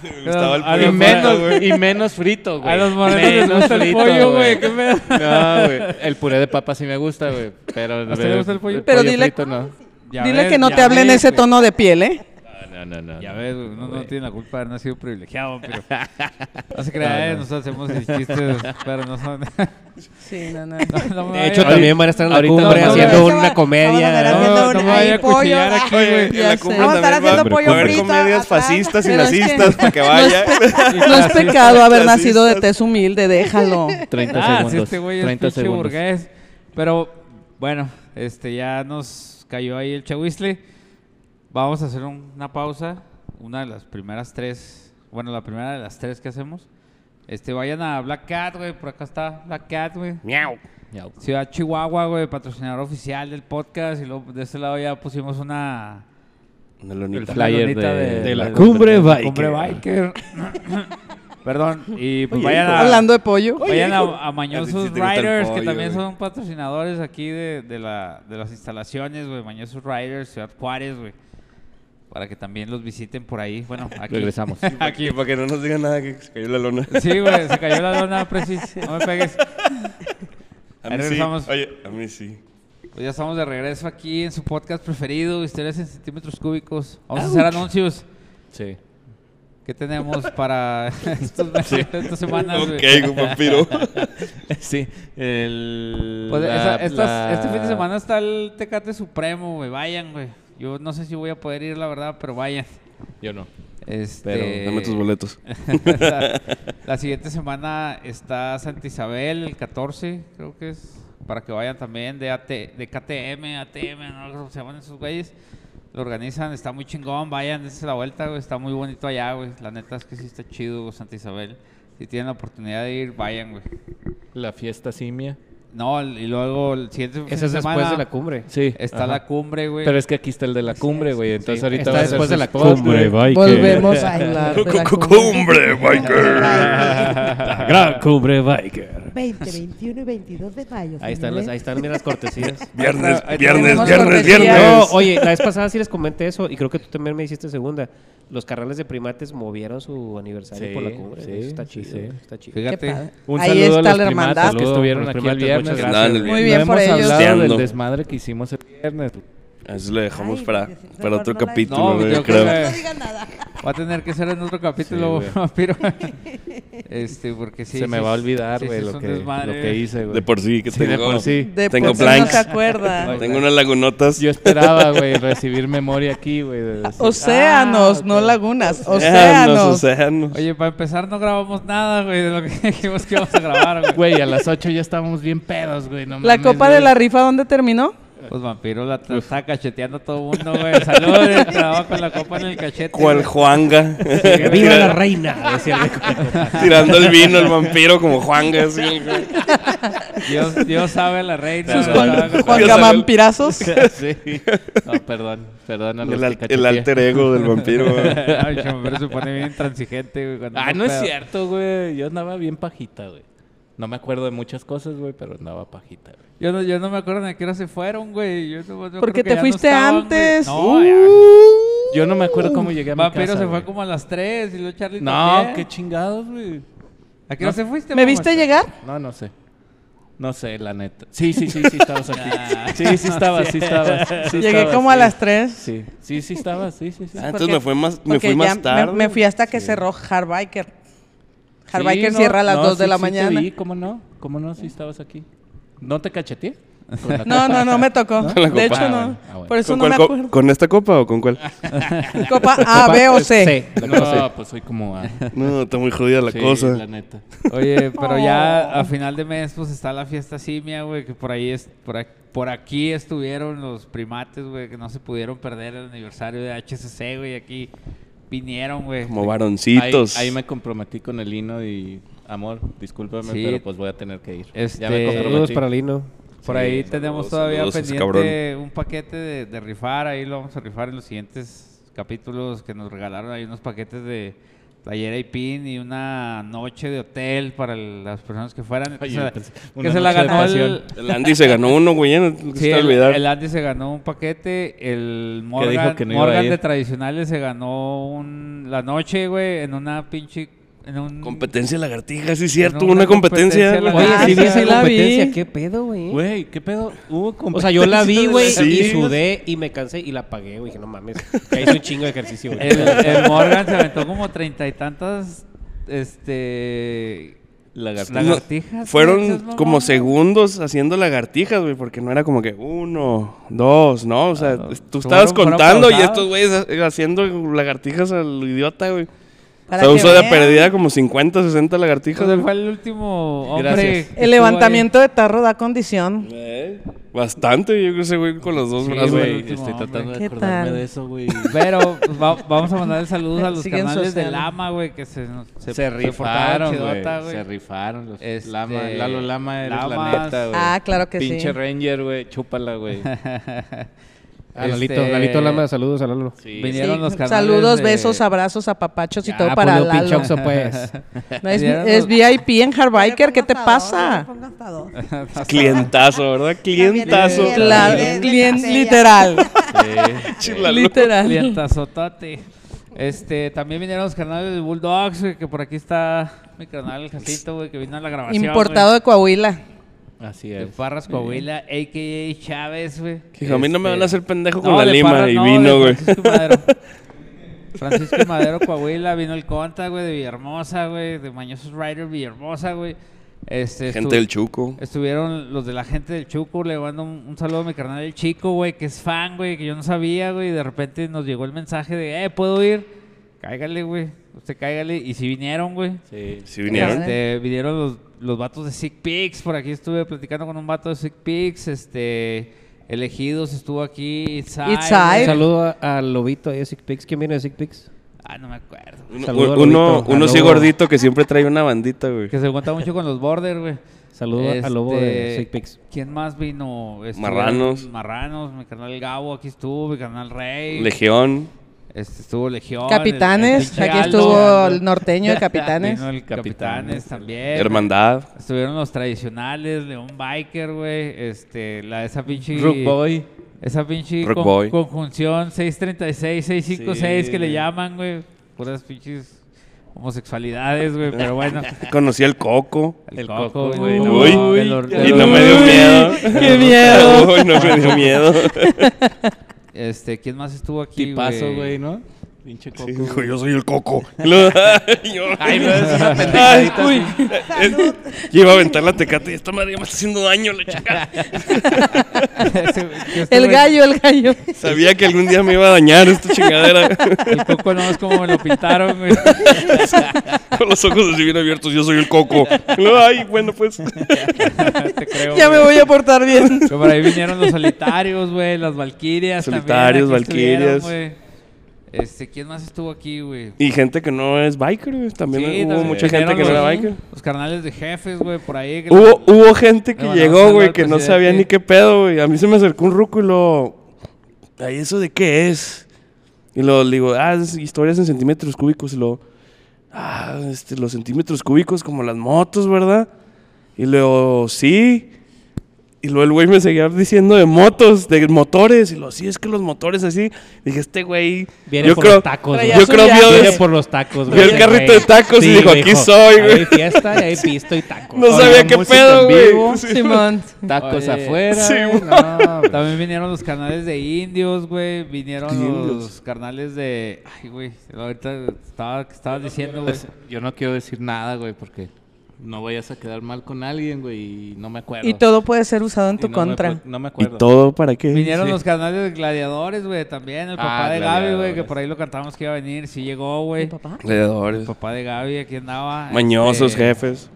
Speaker 3: Me gustaba el
Speaker 1: A
Speaker 2: y,
Speaker 1: los
Speaker 3: pollo.
Speaker 2: menos,
Speaker 1: morenos,
Speaker 2: y menos frito, güey.
Speaker 1: A los morenos les
Speaker 2: Menos
Speaker 1: gusta el
Speaker 2: frito,
Speaker 1: pollo, güey. ¿Qué pedo?
Speaker 2: No, güey. El puré de papa sí me gusta, güey. Pero
Speaker 1: ¿A usted le gusta el pollo?
Speaker 5: Pero dile-
Speaker 2: frito, no.
Speaker 1: Ya
Speaker 5: Dile
Speaker 1: ves,
Speaker 5: que no
Speaker 1: ya
Speaker 5: te hablen en
Speaker 1: ves,
Speaker 5: ese
Speaker 1: güey.
Speaker 5: tono de piel, ¿eh?
Speaker 2: No, no, no.
Speaker 1: Ya
Speaker 2: no.
Speaker 1: ves, güey, uno no
Speaker 2: Güey.
Speaker 1: tiene la culpa de haber nacido privilegiado, pero. No se crea, eh, nosotros hacemos esos chistes, pero no son.
Speaker 5: Sí, no, no.
Speaker 1: No, no me
Speaker 4: De hecho,
Speaker 1: vaya-
Speaker 4: también van a estar en la
Speaker 2: ahorita
Speaker 4: cumbre
Speaker 1: no, no,
Speaker 4: haciendo
Speaker 1: no,
Speaker 5: no,
Speaker 4: una
Speaker 5: no, no, no,
Speaker 4: comedia.
Speaker 5: no,
Speaker 1: No,
Speaker 5: haciendo
Speaker 1: no
Speaker 5: un-
Speaker 1: me vaya eh, a
Speaker 5: ahí, pollo,
Speaker 1: cuchillar
Speaker 5: ah.
Speaker 1: aquí, güey.
Speaker 5: Ya sé.
Speaker 3: cumbre
Speaker 5: Vamos a estar
Speaker 3: también
Speaker 5: haciendo pollo
Speaker 3: va a haber
Speaker 5: frito
Speaker 3: comedias
Speaker 5: atrás.
Speaker 3: fascistas y
Speaker 5: Pero es que-
Speaker 3: nazistas para que vaya.
Speaker 5: No es pecado haber
Speaker 3: Clasistas.
Speaker 5: nacido de tez humilde, déjalo.
Speaker 2: 30
Speaker 1: Ah, sí,
Speaker 2: segundos.
Speaker 1: este güey es
Speaker 2: 30
Speaker 1: pinche
Speaker 2: segundos.
Speaker 1: burgués. Pero bueno, este ya nos cayó ahí el chahuizle. Vamos a hacer un- una pausa. Una de las primeras tres. Bueno, la primera de las tres que hacemos. Este, vayan a Black Cat, güey. Por acá está Black Cat, güey.
Speaker 3: Miau.
Speaker 2: Ya,
Speaker 1: Ciudad Chihuahua, güey, patrocinador oficial del podcast. Y luego de este lado ya pusimos una.
Speaker 3: Una
Speaker 1: una
Speaker 3: lonita.
Speaker 2: flyer
Speaker 1: lonita
Speaker 2: de- de la
Speaker 4: Cumbre
Speaker 1: conferencia,
Speaker 4: Biker.
Speaker 1: Cumbre Biker. Perdón. Y pues vayan a.
Speaker 5: Hablando de pollo.
Speaker 1: Vayan a, a Mañosos
Speaker 3: Así sí te gusta el
Speaker 1: Riders, que
Speaker 3: pollo,
Speaker 1: también
Speaker 3: güey.
Speaker 1: son patrocinadores aquí de, de la- de las instalaciones, güey. Mañosos Riders, Ciudad Juárez, güey. Para que también los visiten por ahí. Bueno, aquí.
Speaker 2: Regresamos.
Speaker 3: Aquí, para que no nos digan nada que se cayó la lona.
Speaker 1: Sí, güey, se cayó la lona, precis. No me pegues.
Speaker 3: A
Speaker 1: Ahí
Speaker 3: mí sí.
Speaker 1: regresamos.
Speaker 3: Oye, a mí sí.
Speaker 1: Pues ya estamos de regreso aquí en su podcast preferido, Historias en Centímetros Cúbicos. Vamos a hacer anuncios.
Speaker 2: Sí.
Speaker 1: que tenemos para estos meses, estas semanas, güey?
Speaker 3: Ok, un vampiro.
Speaker 2: Sí. el-
Speaker 1: Pues,
Speaker 2: la-
Speaker 1: esa- estas-
Speaker 2: la-
Speaker 1: Este fin de semana está el Tecate Supremo, güey. Vayan, güey. Yo no sé si voy a poder ir, la verdad, pero vayan.
Speaker 2: Yo no.
Speaker 1: Este,
Speaker 2: Pero
Speaker 3: Dame tus boletos.
Speaker 1: la, la siguiente semana está Santa Isabel, el 14, creo que es. Para que vayan también de, AT de KTM, ATM, no sé cómo se llaman esos güeyes. Lo organizan, está muy chingón. Vayan, dense la vuelta, güey. Está muy bonito allá, güey. La neta es que sí está chido, güey, Santa Isabel. Si tienen la oportunidad de ir, vayan, güey.
Speaker 2: La fiesta simia.
Speaker 1: No, el- y luego el siguiente fin
Speaker 4: Esa es
Speaker 1: semana
Speaker 4: después de la cumbre.
Speaker 2: Sí.
Speaker 1: está
Speaker 2: ajá.
Speaker 1: la cumbre, güey.
Speaker 2: Pero es que aquí está el de la cumbre, güey. Entonces pues ahorita
Speaker 4: Está
Speaker 2: va a ser
Speaker 4: después
Speaker 2: su
Speaker 4: de la
Speaker 2: spot,
Speaker 4: cumbre
Speaker 2: güey.
Speaker 5: Volvemos a hablar. de la
Speaker 3: Cumbre, biker.
Speaker 4: La gran cumbre biker.
Speaker 6: 20, 21 y 22 de mayo.
Speaker 4: Ahí están las, ahí
Speaker 6: señores.
Speaker 4: están bien las cortesías.
Speaker 3: Viernes,
Speaker 1: Ahí
Speaker 3: viernes,
Speaker 5: tenemos
Speaker 3: viernes,
Speaker 5: cortesía.
Speaker 4: No,
Speaker 3: viernes.
Speaker 4: oye, la vez pasada sí les comenté eso y creo que tú también me hiciste segunda. Los carrales de primates movieron su aniversario
Speaker 2: Sí,
Speaker 4: por la cumbre.
Speaker 2: sí,
Speaker 4: eso está
Speaker 2: sí,
Speaker 4: chido,
Speaker 2: sí.
Speaker 4: está chido.
Speaker 5: Qué
Speaker 1: Fíjate.
Speaker 5: padre.
Speaker 2: Un
Speaker 5: Ahí
Speaker 2: saludo a
Speaker 5: está
Speaker 2: los
Speaker 5: la
Speaker 2: primatas
Speaker 5: hermandad.
Speaker 2: que estuvieron
Speaker 4: Los
Speaker 2: aquí el
Speaker 4: primates,
Speaker 2: viernes.
Speaker 4: muchas
Speaker 3: gracias. Muy
Speaker 5: bien
Speaker 2: no
Speaker 5: por
Speaker 2: hemos
Speaker 5: ellos.
Speaker 2: hablado del
Speaker 3: Pisteando.
Speaker 2: desmadre que hicimos el viernes.
Speaker 3: Eso lo dejamos
Speaker 6: Ay,
Speaker 3: para,
Speaker 6: porque si no,
Speaker 3: para
Speaker 6: no
Speaker 3: otro
Speaker 6: la-
Speaker 3: capítulo,
Speaker 1: No,
Speaker 3: güey,
Speaker 1: yo creo
Speaker 3: creo.
Speaker 1: que-
Speaker 6: No digan nada.
Speaker 1: Va a tener que ser en otro capítulo,
Speaker 2: Sí, güey.
Speaker 1: vampiro. Este, porque sí.
Speaker 2: Se me
Speaker 1: sí
Speaker 2: va a
Speaker 1: es-
Speaker 2: olvidar,
Speaker 1: sí,
Speaker 2: güey,
Speaker 1: sí es
Speaker 2: lo,
Speaker 1: un
Speaker 2: que, lo
Speaker 1: desmadre.
Speaker 2: que hice, güey.
Speaker 3: De por sí, que
Speaker 2: Sí, de
Speaker 3: tengo,
Speaker 2: por sí.
Speaker 5: De
Speaker 3: Tengo
Speaker 5: por sí no se
Speaker 3: planks.
Speaker 5: acuerda.
Speaker 3: tengo unas lagunotas.
Speaker 2: Yo esperaba, güey, recibir memoria aquí, güey. de decir,
Speaker 5: Océanos,
Speaker 2: "Ah,
Speaker 5: no
Speaker 2: ok".
Speaker 5: lagunas.
Speaker 3: Océanos,
Speaker 5: Océanos.
Speaker 3: océanos.
Speaker 1: Oye, para empezar, no grabamos nada, güey, de lo que dijimos que íbamos a grabar, güey.
Speaker 2: Güey, a las 8 ya estábamos bien pedos, güey. No
Speaker 5: La
Speaker 2: mames,
Speaker 5: copa
Speaker 2: güey.
Speaker 5: de la rifa, ¿dónde terminó?
Speaker 1: Pues vampiro la tra- está cacheteando a todo el mundo, güey. Salud, el trabajo con la copa en el cachete.
Speaker 3: Cual
Speaker 1: güey.
Speaker 3: Juanga.
Speaker 1: Que
Speaker 4: ¡Viva
Speaker 3: Tira-
Speaker 4: la reina! Decía el
Speaker 3: Tirando el vino, el vampiro como Juanga. así, güey.
Speaker 1: Dios, Dios sabe la reina.
Speaker 2: Sus
Speaker 1: güey,
Speaker 2: Juan-
Speaker 1: estaba con-
Speaker 5: Juan
Speaker 3: Yo sabía-
Speaker 5: Gamampirazos.
Speaker 2: Sí. No, perdón, perdón a los
Speaker 3: El,
Speaker 2: que
Speaker 3: al- el
Speaker 2: cacheteé.
Speaker 3: alter ego del vampiro. güey.
Speaker 1: Ay, chamo, pero se pone bien intransigente, güey. cuando
Speaker 2: Ah, no es
Speaker 1: pedo.
Speaker 2: cierto, güey. Yo andaba bien pajita, güey. No me acuerdo de muchas cosas, güey, pero andaba pajita, güey.
Speaker 1: Yo no, yo no me acuerdo de qué hora se fueron, güey. Yo no, yo
Speaker 5: Porque
Speaker 1: creo que
Speaker 5: te
Speaker 1: ya no
Speaker 5: fuiste
Speaker 1: estaban, güey.
Speaker 5: antes.
Speaker 1: No, ya.
Speaker 2: Yo no me acuerdo cómo llegué a Uh, mi
Speaker 1: Vampiro
Speaker 2: casa,
Speaker 1: se
Speaker 2: güey.
Speaker 1: fue como a las 3 y luego Charlie
Speaker 2: No,
Speaker 1: también.
Speaker 2: qué chingados, güey.
Speaker 1: ¿A qué hora
Speaker 2: no.
Speaker 1: se fuiste,
Speaker 5: ¿Me
Speaker 1: mamá?
Speaker 5: viste llegar?
Speaker 2: No, no sé. No sé, la neta. Sí, sí, sí, sí estabas aquí. Sí, sí estabas, sí estabas. sí
Speaker 5: Llegué
Speaker 2: estabas,
Speaker 5: como a
Speaker 2: sí.
Speaker 5: las 3.
Speaker 2: Sí, sí, sí estabas, sí, sí, sí.
Speaker 3: Ah, entonces me fui más, me fui
Speaker 5: porque
Speaker 3: más
Speaker 5: ya me-
Speaker 3: tarde.
Speaker 5: Me, fui hasta que cerró Hardbiker. Hardbiker
Speaker 2: Sí,
Speaker 5: cierra a las
Speaker 2: no,
Speaker 5: 2 de
Speaker 2: sí,
Speaker 5: la
Speaker 2: sí te
Speaker 5: mañana.
Speaker 2: vi, ¿Cómo no? ¿Cómo no? Sí estabas aquí. ¿No te cacheteé? Con la
Speaker 5: No,
Speaker 2: copa.
Speaker 5: no, no me tocó.
Speaker 3: La copa.
Speaker 5: De hecho,
Speaker 2: Ah,
Speaker 5: no.
Speaker 2: bueno, ah, bueno.
Speaker 5: Por eso
Speaker 3: ¿Con,
Speaker 5: no
Speaker 3: cuál
Speaker 5: me
Speaker 3: co-
Speaker 5: acuerdo.
Speaker 3: ¿Con esta copa o con cuál?
Speaker 5: Copa A, B o C.
Speaker 2: La cosa- pues soy como... ah,
Speaker 3: No, está muy jodida la
Speaker 2: sí,
Speaker 3: cosa.
Speaker 2: la neta.
Speaker 1: Oye, pero ya a final de mes pues está la fiesta simia, güey, que por ahí es por, ac- por aquí estuvieron los primates, güey, que no se pudieron perder el aniversario de HCC, güey, aquí vinieron, güey.
Speaker 3: Como
Speaker 2: Ahí,
Speaker 3: varoncitos.
Speaker 2: ahí me comprometí con el hino y... Amor, discúlpame,
Speaker 1: Sí.
Speaker 2: pero pues voy a tener que ir.
Speaker 1: Este,
Speaker 2: ya me
Speaker 4: Saludos
Speaker 2: comprometí.
Speaker 4: para Lino.
Speaker 1: Por
Speaker 2: Sí,
Speaker 1: ahí
Speaker 2: saludos,
Speaker 1: tenemos todavía
Speaker 3: saludos, ese
Speaker 1: pendiente un paquete de, de rifar, ahí lo vamos a rifar en los siguientes capítulos que nos regalaron, hay unos paquetes de playera y pin y una noche de hotel para el- las personas que fueran.
Speaker 2: Ay,
Speaker 1: Entonces,
Speaker 2: yo pensé,
Speaker 1: que
Speaker 2: una
Speaker 1: se la
Speaker 2: noche de
Speaker 1: ganó el,
Speaker 2: pasión.
Speaker 3: El Andy se ganó uno, güey. ya No
Speaker 1: Sí,
Speaker 3: se te
Speaker 1: el,
Speaker 3: olvidar.
Speaker 1: el Andy se ganó un paquete, el
Speaker 2: Que
Speaker 1: Morgan,
Speaker 2: dijo que no iba a
Speaker 1: Morgan
Speaker 2: ir.
Speaker 1: de tradicionales se ganó un, la noche, güey, en una pinche... En un,
Speaker 3: Competencia de lagartija, sí es cierto.
Speaker 1: una
Speaker 3: Una,
Speaker 1: competencia
Speaker 3: competencia.
Speaker 1: de
Speaker 3: güey.
Speaker 1: lagartija.
Speaker 5: Ah,
Speaker 1: sí vi esa
Speaker 4: competencia, ¿Qué pedo, güey?
Speaker 2: Güey, ¿qué pedo? Hubo
Speaker 4: O sea, yo la vi, güey,
Speaker 3: Sí.
Speaker 4: y sudé y me cansé y la pagué, güey. Dije, no mames, ya hice un chingo de ejercicio, güey.
Speaker 1: El, el Morgan se aventó como treinta y tantas este,
Speaker 2: Lagartija.
Speaker 1: lagartijas. güey, esas
Speaker 3: Fueron
Speaker 1: mamadas.
Speaker 3: como segundos haciendo lagartijas, güey, porque no era como que uno, dos, no, o sea,
Speaker 1: no.
Speaker 3: tú estabas
Speaker 1: Fueron- fueron
Speaker 3: contando y
Speaker 1: pausadas.
Speaker 3: estos güeyes ha- haciendo lagartijas al idiota, güey. O
Speaker 5: Para
Speaker 3: sea,
Speaker 5: que
Speaker 3: usó de
Speaker 5: vean.
Speaker 3: perdida como 50, 60
Speaker 1: O
Speaker 3: lagartijas.
Speaker 1: sea, Pues fue el último hombre.
Speaker 2: Gracias.
Speaker 1: que estuvo ahí.
Speaker 5: El levantamiento de tarro da condición.
Speaker 3: Eh, Bastante, yo creo que ese güey con los dos
Speaker 1: Sí,
Speaker 3: brazos.
Speaker 1: güey.
Speaker 2: güey,
Speaker 1: último
Speaker 2: estoy
Speaker 1: hombre.
Speaker 2: tratando de
Speaker 5: ¿Qué
Speaker 2: acordarme
Speaker 5: tal?
Speaker 2: de eso, güey.
Speaker 1: Pero pues, va- vamos a mandar saludos a los
Speaker 5: Siguen
Speaker 1: canales de
Speaker 5: social.
Speaker 1: Lama, güey, que se, nos-
Speaker 2: Se,
Speaker 1: portaron
Speaker 2: rifaron, güey.
Speaker 1: chidota,
Speaker 2: Se rifaron los
Speaker 1: Este,
Speaker 2: Lama, Lalo Lama eres
Speaker 1: Lamas.
Speaker 2: la neta, güey.
Speaker 5: Ah, claro que
Speaker 2: Pinche
Speaker 5: sí.
Speaker 2: Ranger, güey, chúpala, güey.
Speaker 4: A Lalito,
Speaker 1: Este,
Speaker 4: Lalito Lama, saludos a Lalo.
Speaker 2: Sí.
Speaker 1: Vinieron los canales
Speaker 5: Saludos,
Speaker 1: de-
Speaker 5: besos, abrazos, apapachos y
Speaker 4: Ya,
Speaker 5: todo para
Speaker 4: ponle un pinche
Speaker 5: Lalo.
Speaker 4: oxo, pues.
Speaker 5: No, es,
Speaker 1: Vieron
Speaker 5: es
Speaker 1: los-
Speaker 5: VIP en Hardbiker, ¿qué te
Speaker 6: Ponga
Speaker 5: pasa?
Speaker 6: hasta dos, ponga hasta dos.
Speaker 3: Clientazo, ¿verdad? Clientazo.
Speaker 6: También
Speaker 3: cabrón.
Speaker 5: Claro,
Speaker 6: Bien,
Speaker 5: clien-
Speaker 6: bien.
Speaker 5: literal,
Speaker 2: Sí,
Speaker 3: Chila-
Speaker 5: literal.
Speaker 1: Clientazotote. Este, también vinieron los canales de Bulldogs, güey, que por aquí está mi canal, el Jacinto, güey, que vino a la grabación. güey.
Speaker 5: Importado de Coahuila.
Speaker 2: Así
Speaker 1: De
Speaker 2: es.
Speaker 1: Parras Coahuila, a.k.a. Chávez, güey.
Speaker 3: Que a mí no me
Speaker 1: Este,
Speaker 3: van a hacer pendejo con
Speaker 1: no,
Speaker 3: la
Speaker 1: de
Speaker 3: lima
Speaker 1: Parras
Speaker 3: y
Speaker 1: no,
Speaker 3: vino,
Speaker 1: de
Speaker 3: güey.
Speaker 1: Francisco y Madero. Francisco y Madero, Coahuila, vino el Conta, güey, de Villahermosa, güey, de Mañosos Rider, Villahermosa, güey. Este, estu-
Speaker 3: Gente del Chuco.
Speaker 1: Estuvieron los de la gente del Chuco, le mando un, un saludo a mi carnal el Chico, güey, que es fan, güey, que yo no sabía, güey, y de repente nos llegó el mensaje de, eh, ¿puedo ir? Cáigale, güey, usted cáigale, y si vinieron, güey.
Speaker 2: Sí.
Speaker 3: Sí vinieron.
Speaker 1: Este, vinieron los, los vatos de Sick Pigs. Por aquí estuve platicando con un vato de Sick Pigs. Este, elegidos estuvo aquí. Itzai,
Speaker 5: Itzai.
Speaker 1: güey.
Speaker 4: Un saludo a- al lobito ahí de Sick Pics. ¿Quién viene de Sick Pics?
Speaker 1: Ah, no me acuerdo.
Speaker 3: Uno,
Speaker 4: Saludo al
Speaker 3: uno,
Speaker 4: Lobito.
Speaker 3: uno
Speaker 4: Al
Speaker 3: sí
Speaker 4: Lobo.
Speaker 3: gordito que siempre trae una bandita, güey.
Speaker 1: Que se cuenta mucho con los Border, güey.
Speaker 4: Saludo
Speaker 1: Este,
Speaker 4: al lobo de Sick Pics.
Speaker 1: ¿Quién más vino? Estuvieron
Speaker 3: Marranos.
Speaker 1: Marranos, mi canal Gabo aquí estuvo, mi canal Rey.
Speaker 3: Legión.
Speaker 1: este, estuvo Legión. el- el
Speaker 5: Capitanes,
Speaker 1: pinche
Speaker 5: aquí
Speaker 1: Aldo.
Speaker 5: estuvo el norteño de Capitanes.
Speaker 1: Vino el Capitanes también.
Speaker 3: Hermandad.
Speaker 1: Estuvieron los tradicionales, León Biker, güey. Este, la esa pinche.
Speaker 2: Rook Boy.
Speaker 1: Esa pinche
Speaker 3: Rock
Speaker 1: con-
Speaker 3: Boy.
Speaker 1: conjunción 636, 656
Speaker 2: Sí,
Speaker 1: que le
Speaker 2: güey.
Speaker 1: llaman, güey. Puras pinches homosexualidades, güey. Pero bueno.
Speaker 3: Conocí al Coco.
Speaker 1: El,
Speaker 2: El
Speaker 1: coco,
Speaker 2: Coco,
Speaker 1: güey.
Speaker 2: güey,
Speaker 1: no,
Speaker 3: Uy,
Speaker 1: de lo- de
Speaker 3: y
Speaker 1: lo-
Speaker 3: no me dio
Speaker 5: Uy,
Speaker 3: miedo.
Speaker 5: ¡Qué miedo!
Speaker 3: Uy, no me dio miedo.
Speaker 1: Este, ¿quién más estuvo aquí,
Speaker 2: Tipazo, güey, ¿no? Pinche coco.
Speaker 3: Sí,
Speaker 2: güey.
Speaker 3: dijo, yo soy el coco. Y luego- y yo-
Speaker 2: Ay, no, es una
Speaker 3: Ay,
Speaker 2: pendejadita
Speaker 3: uy.
Speaker 2: así.
Speaker 6: Salud.
Speaker 3: Yo iba a aventar la tecate y esta madre ya me está haciendo daño, la chica.
Speaker 1: Ese güey, que este
Speaker 5: El
Speaker 1: güey-
Speaker 5: gallo, el gallo.
Speaker 3: Sabía que algún día me iba a dañar esta chingadera.
Speaker 1: El coco no es como me lo pintaron, güey.
Speaker 3: Con los ojos así bien abiertos, yo soy el coco. Y luego, Ay, bueno, pues.
Speaker 1: Te creo,
Speaker 5: Ya me
Speaker 1: güey.
Speaker 5: voy a portar bien.
Speaker 1: Pero por ahí vinieron los solitarios, güey, las valquirias. también,
Speaker 3: Solitarios,
Speaker 1: aquí estuvieron,
Speaker 3: valquirias.
Speaker 1: güey. Este, ¿quién más estuvo aquí, güey?
Speaker 3: Y gente que no es biker, güey. También
Speaker 1: Sí,
Speaker 3: hubo
Speaker 1: también
Speaker 3: mucha gente
Speaker 1: vinieron
Speaker 3: que no era
Speaker 1: los-
Speaker 3: biker.
Speaker 1: Los carnales de jefes, güey, por ahí. que-
Speaker 3: Hubo, hubo gente que
Speaker 1: Le mandamos
Speaker 3: llegó,
Speaker 1: saludo
Speaker 3: güey,
Speaker 1: al
Speaker 3: que no
Speaker 1: presidente.
Speaker 3: sabía ni qué pedo, güey. A mí se me acercó un ruco y lo... Ay, ¿eso de qué es? Y lo le digo, ah, es historias en centímetros cúbicos. Y lo... Ah, este, los centímetros cúbicos como las motos, ¿verdad? Y luego, sí. Y luego el güey me seguía diciendo de motos, de motores. Y lo, sí, es que los motores así. Dije, este güey...
Speaker 4: Viene
Speaker 3: yo
Speaker 4: por
Speaker 3: creo,
Speaker 4: los tacos,
Speaker 5: Traía
Speaker 3: yo
Speaker 4: güey.
Speaker 5: su
Speaker 3: creo
Speaker 5: viaje.
Speaker 3: vio
Speaker 4: Viene
Speaker 3: des-
Speaker 4: por los tacos,
Speaker 3: vio el
Speaker 4: ese
Speaker 3: carrito
Speaker 4: güey.
Speaker 3: de tacos y dijo, "Aquí soy, güey".
Speaker 4: Hay fiesta, y hay pisto y tacos.
Speaker 3: No
Speaker 4: Con
Speaker 3: sabía
Speaker 4: la
Speaker 3: qué
Speaker 4: música
Speaker 3: pedo,
Speaker 4: en
Speaker 3: güey.
Speaker 4: vivo,
Speaker 3: Sí.
Speaker 5: Simón.
Speaker 2: Tacos
Speaker 1: Oye.
Speaker 2: afuera.
Speaker 3: Sí,
Speaker 2: güey,
Speaker 3: güey.
Speaker 2: no, güey.
Speaker 1: También vinieron los carnales de indios, güey. Vinieron
Speaker 3: Indios.
Speaker 1: los carnales de. Ay, güey. Ahorita estaba, estabas diciendo, güey.
Speaker 2: Pues, yo no quiero decir nada, güey, porque no vayas a quedar mal con alguien, güey, y no me acuerdo.
Speaker 5: Y todo puede ser usado en
Speaker 2: Y no
Speaker 5: tu
Speaker 2: me
Speaker 5: contra.
Speaker 2: acu- no me
Speaker 3: ¿Y
Speaker 2: acuerdo.
Speaker 3: todo para qué?
Speaker 1: Vinieron
Speaker 2: Sí.
Speaker 1: los canales de gladiadores, güey, también. El papá
Speaker 2: Ah,
Speaker 1: de Gaby, güey, que
Speaker 2: Gladiadores.
Speaker 1: por ahí lo cantamos que iba a venir. Sí llegó, güey.
Speaker 6: ¿Mi papá?
Speaker 1: El
Speaker 3: Alrededores.
Speaker 1: papá de Gaby, aquí andaba.
Speaker 3: Mañosos,
Speaker 1: Este,
Speaker 3: jefes.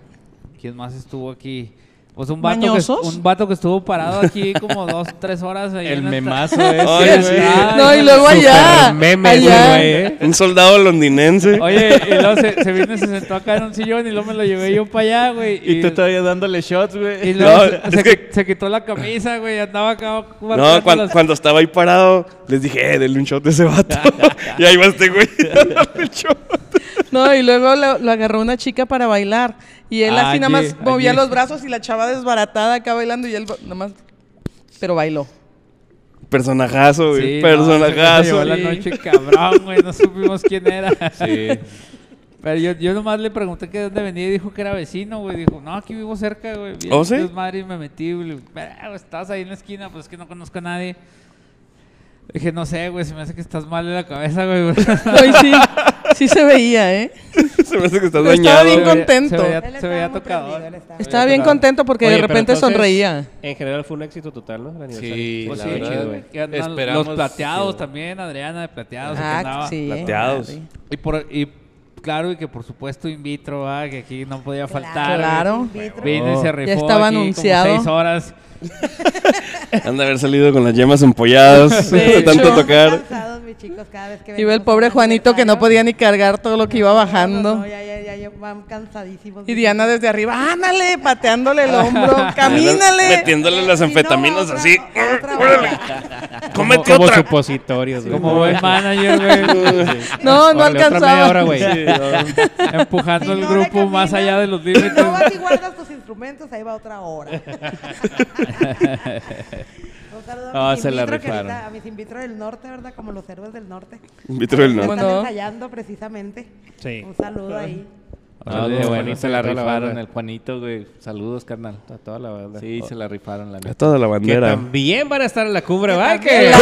Speaker 1: ¿Quién más estuvo aquí? Pues un vato, que,
Speaker 5: ¿Mañosos?
Speaker 1: un vato que estuvo parado aquí como dos, tres horas. Ahí
Speaker 2: El
Speaker 1: en la entra-
Speaker 2: memazo eh, ese, güey.
Speaker 3: Ay, sí.
Speaker 1: Ay,
Speaker 5: No, y luego
Speaker 4: Súper
Speaker 5: allá.
Speaker 4: meme,
Speaker 5: allá.
Speaker 4: güey, eh.
Speaker 3: Un soldado londinense.
Speaker 1: Oye, y luego se, se vino y se sentó acá en un sillón y luego me lo llevé yo para allá, güey.
Speaker 2: Y tú todavía dándole shots,
Speaker 1: y
Speaker 2: güey.
Speaker 1: luego
Speaker 3: No,
Speaker 1: se,
Speaker 3: es
Speaker 1: se-
Speaker 3: que-
Speaker 1: se quitó la camisa, güey, y andaba acá.
Speaker 3: No, cuan-
Speaker 1: las-
Speaker 3: cuando estaba ahí parado, les dije, eh, denle un shot a ese vato. y ahí va este güey. dándole el shot.
Speaker 5: No, y luego lo, lo agarró una chica para bailar. Y él
Speaker 1: Ah,
Speaker 5: así nada
Speaker 1: ye,
Speaker 5: más movía
Speaker 1: ye.
Speaker 5: los brazos y la chava desbaratada acá bailando y él ba- nada más. Pero bailó.
Speaker 3: Personajazo, güey.
Speaker 1: Sí, no, se
Speaker 3: personajazo.
Speaker 1: llevó la noche cabrón, güey, no supimos quién era.
Speaker 2: Sí.
Speaker 1: Pero yo, yo nomás le pregunté que de dónde venía y dijo que era vecino, güey. Dijo, no, aquí vivo cerca, güey. Bien,
Speaker 3: ¿Oh, sí?
Speaker 1: madre, y me metí, güey. Le digo, "Pero, Estabas ahí en la esquina, pues es que no conozco a nadie. Dije, no sé, güey, se me hace que estás mal de la cabeza, güey.
Speaker 5: No, y sí, sí se veía, ¿eh?
Speaker 3: Se me hace que estás
Speaker 5: Pero estaba
Speaker 3: dañado.
Speaker 5: bien
Speaker 3: güey.
Speaker 5: contento.
Speaker 1: Se veía,
Speaker 6: Él
Speaker 1: se veía
Speaker 6: estaba muy
Speaker 1: tocado.
Speaker 6: prendido, él estaba.
Speaker 5: Estaba bien contento porque
Speaker 4: Oye,
Speaker 5: de
Speaker 4: pero
Speaker 5: repente
Speaker 4: entonces,
Speaker 5: sonreía.
Speaker 4: En general fue un éxito total, ¿no? El aniversario.
Speaker 2: Sí,
Speaker 1: Pues
Speaker 2: la
Speaker 1: sí,
Speaker 2: verdad,
Speaker 1: chido,
Speaker 2: güey.
Speaker 1: que andan
Speaker 2: Esperamos
Speaker 1: los plateados
Speaker 2: que-
Speaker 1: también, Adriana de plateados. que
Speaker 5: Ah,
Speaker 1: andaba.
Speaker 5: sí.
Speaker 3: Plateados.
Speaker 1: Y, por, y claro, y que por supuesto in vitro, ¿verdad? que aquí no podía faltar.
Speaker 5: Claro.
Speaker 6: in vitro.
Speaker 1: Vino y se rifó
Speaker 5: estaba
Speaker 1: aquí como
Speaker 5: anunciado.
Speaker 1: seis horas.
Speaker 3: Han de haber salido con las yemas empolladas.
Speaker 5: De
Speaker 3: de tanto
Speaker 5: hecho.
Speaker 3: tocar.
Speaker 6: Cansados, mis chicos, cada vez que
Speaker 5: Iba el
Speaker 6: venimos a
Speaker 5: pobre
Speaker 6: un
Speaker 5: Juanito que no
Speaker 6: aniversario.
Speaker 5: podía ni cargar todo lo que iba
Speaker 6: No, no,
Speaker 5: bajando.
Speaker 6: no, ya, ya, ya, ya van cansadísimos.
Speaker 5: Y Diana desde arriba, ándale, pateándole el hombro, camínale.
Speaker 3: Metiéndole las
Speaker 6: Si no,
Speaker 3: anfetaminas
Speaker 6: otra-
Speaker 3: así.
Speaker 6: otra
Speaker 3: Órale.
Speaker 4: Como,
Speaker 3: Cómete
Speaker 4: como
Speaker 3: otra.
Speaker 4: supositorios, güey.
Speaker 1: Como buen manager, güey.
Speaker 5: No, no
Speaker 4: Órale, otra media hora,
Speaker 5: alcanzaba.
Speaker 4: güey.
Speaker 1: empujando
Speaker 6: Si
Speaker 1: el
Speaker 6: no le
Speaker 1: grupo más
Speaker 6: caminas,
Speaker 1: allá de los
Speaker 6: Si
Speaker 1: límites.
Speaker 6: no vas y guardas tus instrumentos, ahí va otra hora. Un saludo
Speaker 1: Ah,
Speaker 2: No,
Speaker 6: a mis
Speaker 2: se la
Speaker 6: in vitro, que
Speaker 2: rifaron.
Speaker 6: ahorita- a mis in vitro del norte, ¿verdad? Como los héroes del norte.
Speaker 3: Vitro del norte.
Speaker 5: Bueno.
Speaker 6: Están ensayando precisamente.
Speaker 4: Sí.
Speaker 6: Un saludo ahí.
Speaker 2: No,
Speaker 1: Órale,
Speaker 2: no,
Speaker 1: bueno,
Speaker 2: Juanito,
Speaker 4: se
Speaker 2: Ah, se la
Speaker 4: la
Speaker 2: rifaron,
Speaker 4: banda.
Speaker 2: el Juanito, güey. Saludos, carnal.
Speaker 4: A toda la banda.
Speaker 2: Sí, se la rifaron, la
Speaker 3: A
Speaker 2: neta.
Speaker 3: toda la
Speaker 4: que
Speaker 3: bandera.
Speaker 4: también van a estar en la cumbre, Eh, biker.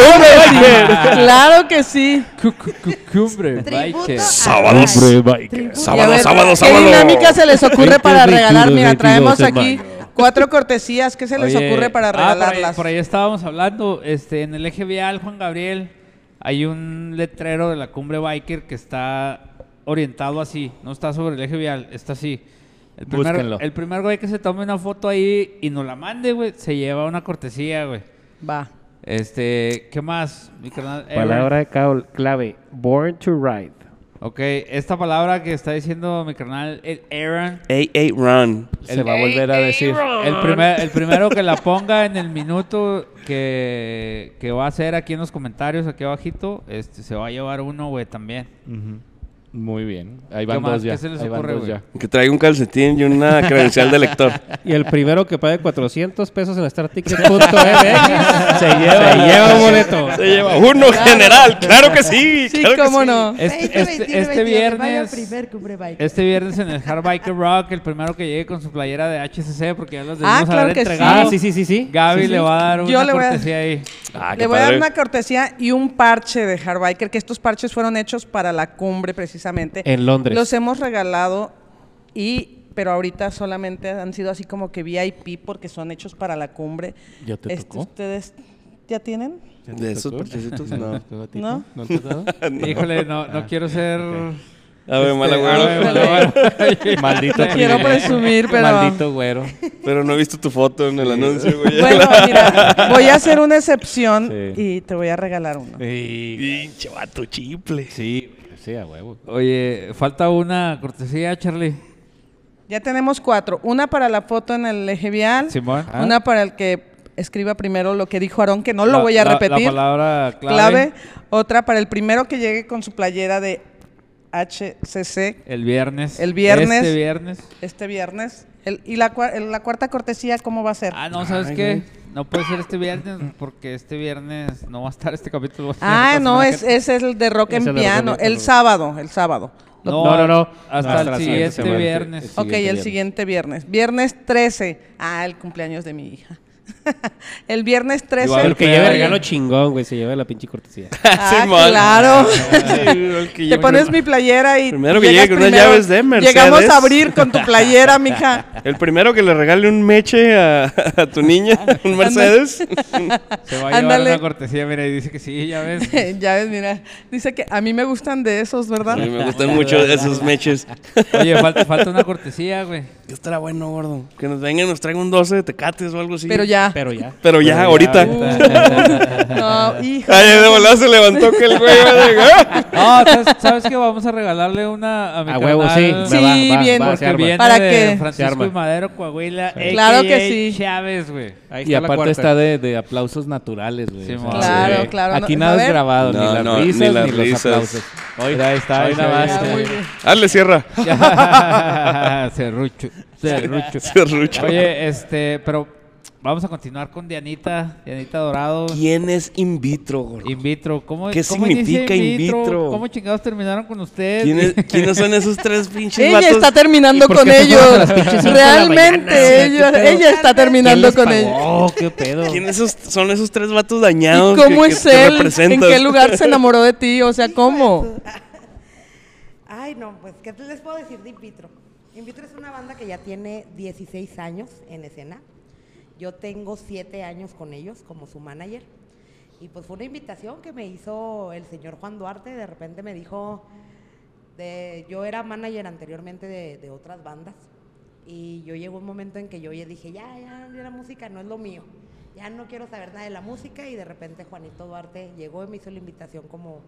Speaker 5: Claro que sí.
Speaker 1: Cu- cu- cu- Cumbre, biker.
Speaker 6: Tributo
Speaker 3: Sábado,
Speaker 6: Sábado.
Speaker 3: Sábado.
Speaker 5: Y a ver,
Speaker 3: sábado.
Speaker 5: ¿Qué dinámica se les ocurre
Speaker 4: 20,
Speaker 5: para
Speaker 4: 22,
Speaker 5: regalar? Mira,
Speaker 4: 22
Speaker 5: traemos
Speaker 4: de
Speaker 5: aquí cuatro cortesías. ¿Qué se les
Speaker 1: Oye,
Speaker 5: ocurre para
Speaker 1: ah, por ahí-
Speaker 5: regalarlas?
Speaker 1: por ahí estábamos hablando, este, en el eje vial Juan Gabriel hay un letrero de la cumbre biker que está orientado así, no está sobre el eje vial, está así. El primer,
Speaker 2: Búsquenlo.
Speaker 1: el primer güey que se tome una foto ahí y nos la mande, güey, se lleva una cortesía, güey.
Speaker 5: Va.
Speaker 1: Este, ¿qué más? Mi carnal Ever.
Speaker 4: Palabra de cau- clave, born to ride.
Speaker 1: Ok, esta palabra que está diciendo mi canal, el Aaron,
Speaker 3: AA Run.
Speaker 2: Se va a volver a decir.
Speaker 1: el, primer, el primero que la ponga en el minuto que, que va a hacer aquí en los comentarios, aquí abajito, este, se va a llevar uno, güey, también.
Speaker 2: Muy bien. Ahí van
Speaker 1: más?
Speaker 2: dos ya.
Speaker 1: ¿Qué se les
Speaker 2: ahí van
Speaker 1: ocurre,
Speaker 2: dos
Speaker 1: güey?
Speaker 2: ya.
Speaker 3: Que traiga un calcetín y una credencial de lector.
Speaker 4: Y el primero que pague 400 pesos en starticket.mx se lleva, se lleva un boleto.
Speaker 3: Se lleva uno general, claro que sí.
Speaker 5: Sí,
Speaker 3: claro que
Speaker 5: cómo
Speaker 3: sí.
Speaker 5: no.
Speaker 1: Este,
Speaker 6: 20,
Speaker 1: este-
Speaker 6: 21,
Speaker 1: este
Speaker 6: 22, vaya
Speaker 1: viernes.
Speaker 6: primer cumbre bike.
Speaker 1: Este viernes en el Hard Biker Rock, el primero que llegue con su playera de HCC, porque ya las
Speaker 5: Ah,
Speaker 1: debemos
Speaker 5: claro
Speaker 1: haber
Speaker 5: que sí.
Speaker 1: entregado.
Speaker 4: Ah, sí, sí, sí, sí.
Speaker 1: Gaby le va a dar una
Speaker 5: Yo le voy a-
Speaker 1: cortesía ahí.
Speaker 3: Ah, qué
Speaker 5: Le voy a dar
Speaker 3: padre.
Speaker 5: una cortesía y un parche de Hardbiker, que estos parches fueron hechos para la cumbre precisamente.
Speaker 4: En Londres.
Speaker 5: Los hemos regalado y pero ahorita solamente han sido así como que VIP porque son hechos para la cumbre.
Speaker 2: ¿Ya te
Speaker 5: Este,
Speaker 2: tocó?
Speaker 5: ¿Ustedes ya tienen?
Speaker 3: De esos parchecitos, no.
Speaker 2: ¿Tú a ti
Speaker 5: ¿No?
Speaker 2: ¿No Ah. te has dado?
Speaker 1: Híjole, no, no quiero ser.
Speaker 3: A ver, mal
Speaker 1: este, ave, mal
Speaker 3: agüero.
Speaker 1: agüero.
Speaker 2: Maldito
Speaker 5: No quiero
Speaker 2: privilegio.
Speaker 5: presumir, pero-
Speaker 2: Maldito güero.
Speaker 3: Pero no he visto tu foto en el anuncio, güey.
Speaker 5: Bueno, mira, voy a hacer una excepción
Speaker 2: Sí.
Speaker 5: y te voy a regalar uno.
Speaker 3: Pinche vato chiple.
Speaker 2: Sí, sí, a huevo.
Speaker 1: Oye, falta una cortesía, Charlie.
Speaker 5: Ya tenemos cuatro. Una para la foto en el eje vial.
Speaker 1: Simón. Ah.
Speaker 5: Una para el que escriba primero lo que dijo Aarón, que no lo
Speaker 1: La-
Speaker 5: voy a
Speaker 1: la-
Speaker 5: repetir.
Speaker 1: La, palabra clave,
Speaker 5: clave. Otra para el primero que llegue con su playera de HCC
Speaker 1: El viernes.
Speaker 5: El viernes.
Speaker 1: Este viernes.
Speaker 5: este viernes. El- y la, cua- el- la cuarta cortesía, ¿cómo va a ser?
Speaker 1: Ah, no, ¿sabes qué? No puede ser este viernes porque este viernes no va a estar este capítulo. va a estar
Speaker 5: Ah,
Speaker 1: la
Speaker 5: no,
Speaker 1: semana
Speaker 5: es,
Speaker 1: que-
Speaker 5: es el de rock
Speaker 4: Es el
Speaker 5: en
Speaker 4: de rock en
Speaker 5: piano.
Speaker 4: piano.
Speaker 5: El sábado, el sábado.
Speaker 1: No,
Speaker 4: No, no, no.
Speaker 1: Hasta,
Speaker 4: Hasta la
Speaker 1: el
Speaker 4: siguiente
Speaker 1: siguiente
Speaker 4: semana.
Speaker 1: viernes.
Speaker 5: ok, el
Speaker 2: viernes.
Speaker 5: siguiente viernes. Viernes 13. Ah, el cumpleaños de mi hija. el viernes 13.
Speaker 1: Igual
Speaker 4: El que
Speaker 1: Pero
Speaker 4: lleve el
Speaker 1: oigan.
Speaker 4: regalo chingón, güey, se lleva la pinche cortesía.
Speaker 5: Ah,
Speaker 3: Simón.
Speaker 5: claro.
Speaker 3: Sí, Ah, que
Speaker 5: Te
Speaker 3: yo-
Speaker 5: pones mi playera y
Speaker 3: Primero que
Speaker 5: llegas
Speaker 3: llegue con unas llaves de Mercedes.
Speaker 5: Llegamos a abrir con tu playera, mija.
Speaker 3: El primero que le regale un meche a, a tu niña, un Mercedes.
Speaker 1: Se va a llevar
Speaker 5: Ándale.
Speaker 1: una cortesía, mira, y dice que sí, ya ves.
Speaker 5: ya ves, mira. Dice que a mí me gustan de esos,
Speaker 3: A
Speaker 5: ¿verdad?
Speaker 3: mí me gustan mucho esos meches.
Speaker 1: Oye, falta, falta una cortesía, güey.
Speaker 3: ¿Qué estará bueno, gordo? Que nos vengan y nos traigan un 12 de tecates o algo así.
Speaker 5: Pero ya. Uh.
Speaker 4: Pero ya.
Speaker 3: Pero ya, ahorita.
Speaker 5: No, hijo.
Speaker 3: Ay, de volada se levantó que el güey va de... ¡Ah!
Speaker 1: No, ¿sabes, sabes que vamos a regalarle una a mi
Speaker 4: A huevo, sí.
Speaker 1: carnal?
Speaker 5: Sí,
Speaker 4: Va, va, va,
Speaker 5: bien.
Speaker 4: va, se
Speaker 1: Porque
Speaker 4: arma.
Speaker 1: viene
Speaker 5: ¿Para
Speaker 1: de
Speaker 5: qué?
Speaker 4: Se
Speaker 1: Francisco
Speaker 4: arma.
Speaker 1: y Madero, Coahuila.
Speaker 5: Claro
Speaker 1: AKA
Speaker 5: que sí.
Speaker 1: Chávez, güey.
Speaker 2: Y
Speaker 4: Ahí está la
Speaker 2: aparte
Speaker 4: cuarta.
Speaker 2: está de, de aplausos naturales, güey.
Speaker 1: Sí,
Speaker 2: O sea,
Speaker 5: claro,
Speaker 2: sí.
Speaker 5: claro.
Speaker 2: Aquí
Speaker 5: No, a
Speaker 2: nada es
Speaker 5: ver.
Speaker 2: grabado,
Speaker 3: No,
Speaker 2: ni las
Speaker 3: no, ni
Speaker 2: risas, ni,
Speaker 3: las
Speaker 2: los
Speaker 3: risas.
Speaker 2: aplausos. Hoy, ahí está,
Speaker 1: ahí
Speaker 2: hoy
Speaker 1: está,
Speaker 2: nada
Speaker 5: Ah,
Speaker 1: ahí
Speaker 2: más. eh.
Speaker 1: está.
Speaker 2: güey.
Speaker 3: Hazle cierra.
Speaker 1: Cerrucho. Cerrucho.
Speaker 3: Cerrucho.
Speaker 1: Oye, este, pero vamos a continuar con Dianita, Dianita Dorado.
Speaker 3: ¿Quién es in vitro, gordo?
Speaker 1: In vitro, ¿cómo
Speaker 3: ¿Qué
Speaker 1: cómo inicia
Speaker 3: significa in vitro?
Speaker 1: ¿Cómo chingados terminaron con ustedes?
Speaker 3: ¿Quién es- ¿Quiénes son esos tres pinches
Speaker 5: Ella
Speaker 3: vatos?
Speaker 5: está terminando
Speaker 4: por qué
Speaker 5: con
Speaker 4: se fueron a
Speaker 5: ellos.
Speaker 4: las pinches cinco de la
Speaker 5: Realmente,
Speaker 4: mañana?
Speaker 5: ella,
Speaker 4: ¿Qué pedo?
Speaker 5: ella está terminando con ellos.
Speaker 4: Oh, qué pedo.
Speaker 3: ¿Quiénes esos- son esos tres vatos
Speaker 5: ¿Y
Speaker 3: dañados que-
Speaker 5: cómo
Speaker 3: que
Speaker 5: es
Speaker 3: te
Speaker 5: él? ¿En
Speaker 3: representas?
Speaker 5: qué lugar se enamoró de ti? O sea,
Speaker 6: Hijo
Speaker 5: ¿cómo?
Speaker 6: de su- Ay, no, pues, ¿qué les puedo decir de In Vitro? In Vitro es una banda que ya tiene 16 años en escena. Yo tengo 7 años con ellos como su manager. Y pues fue una invitación que me hizo el señor Juan Duarte. De repente me dijo, de- yo era manager anteriormente de, de otras bandas. Y yo llegó un momento en que yo ya dije, ya, ya, ya la música no es lo mío. Ya no quiero saber nada de la música. Y de repente Juanito Duarte llegó y me hizo la invitación como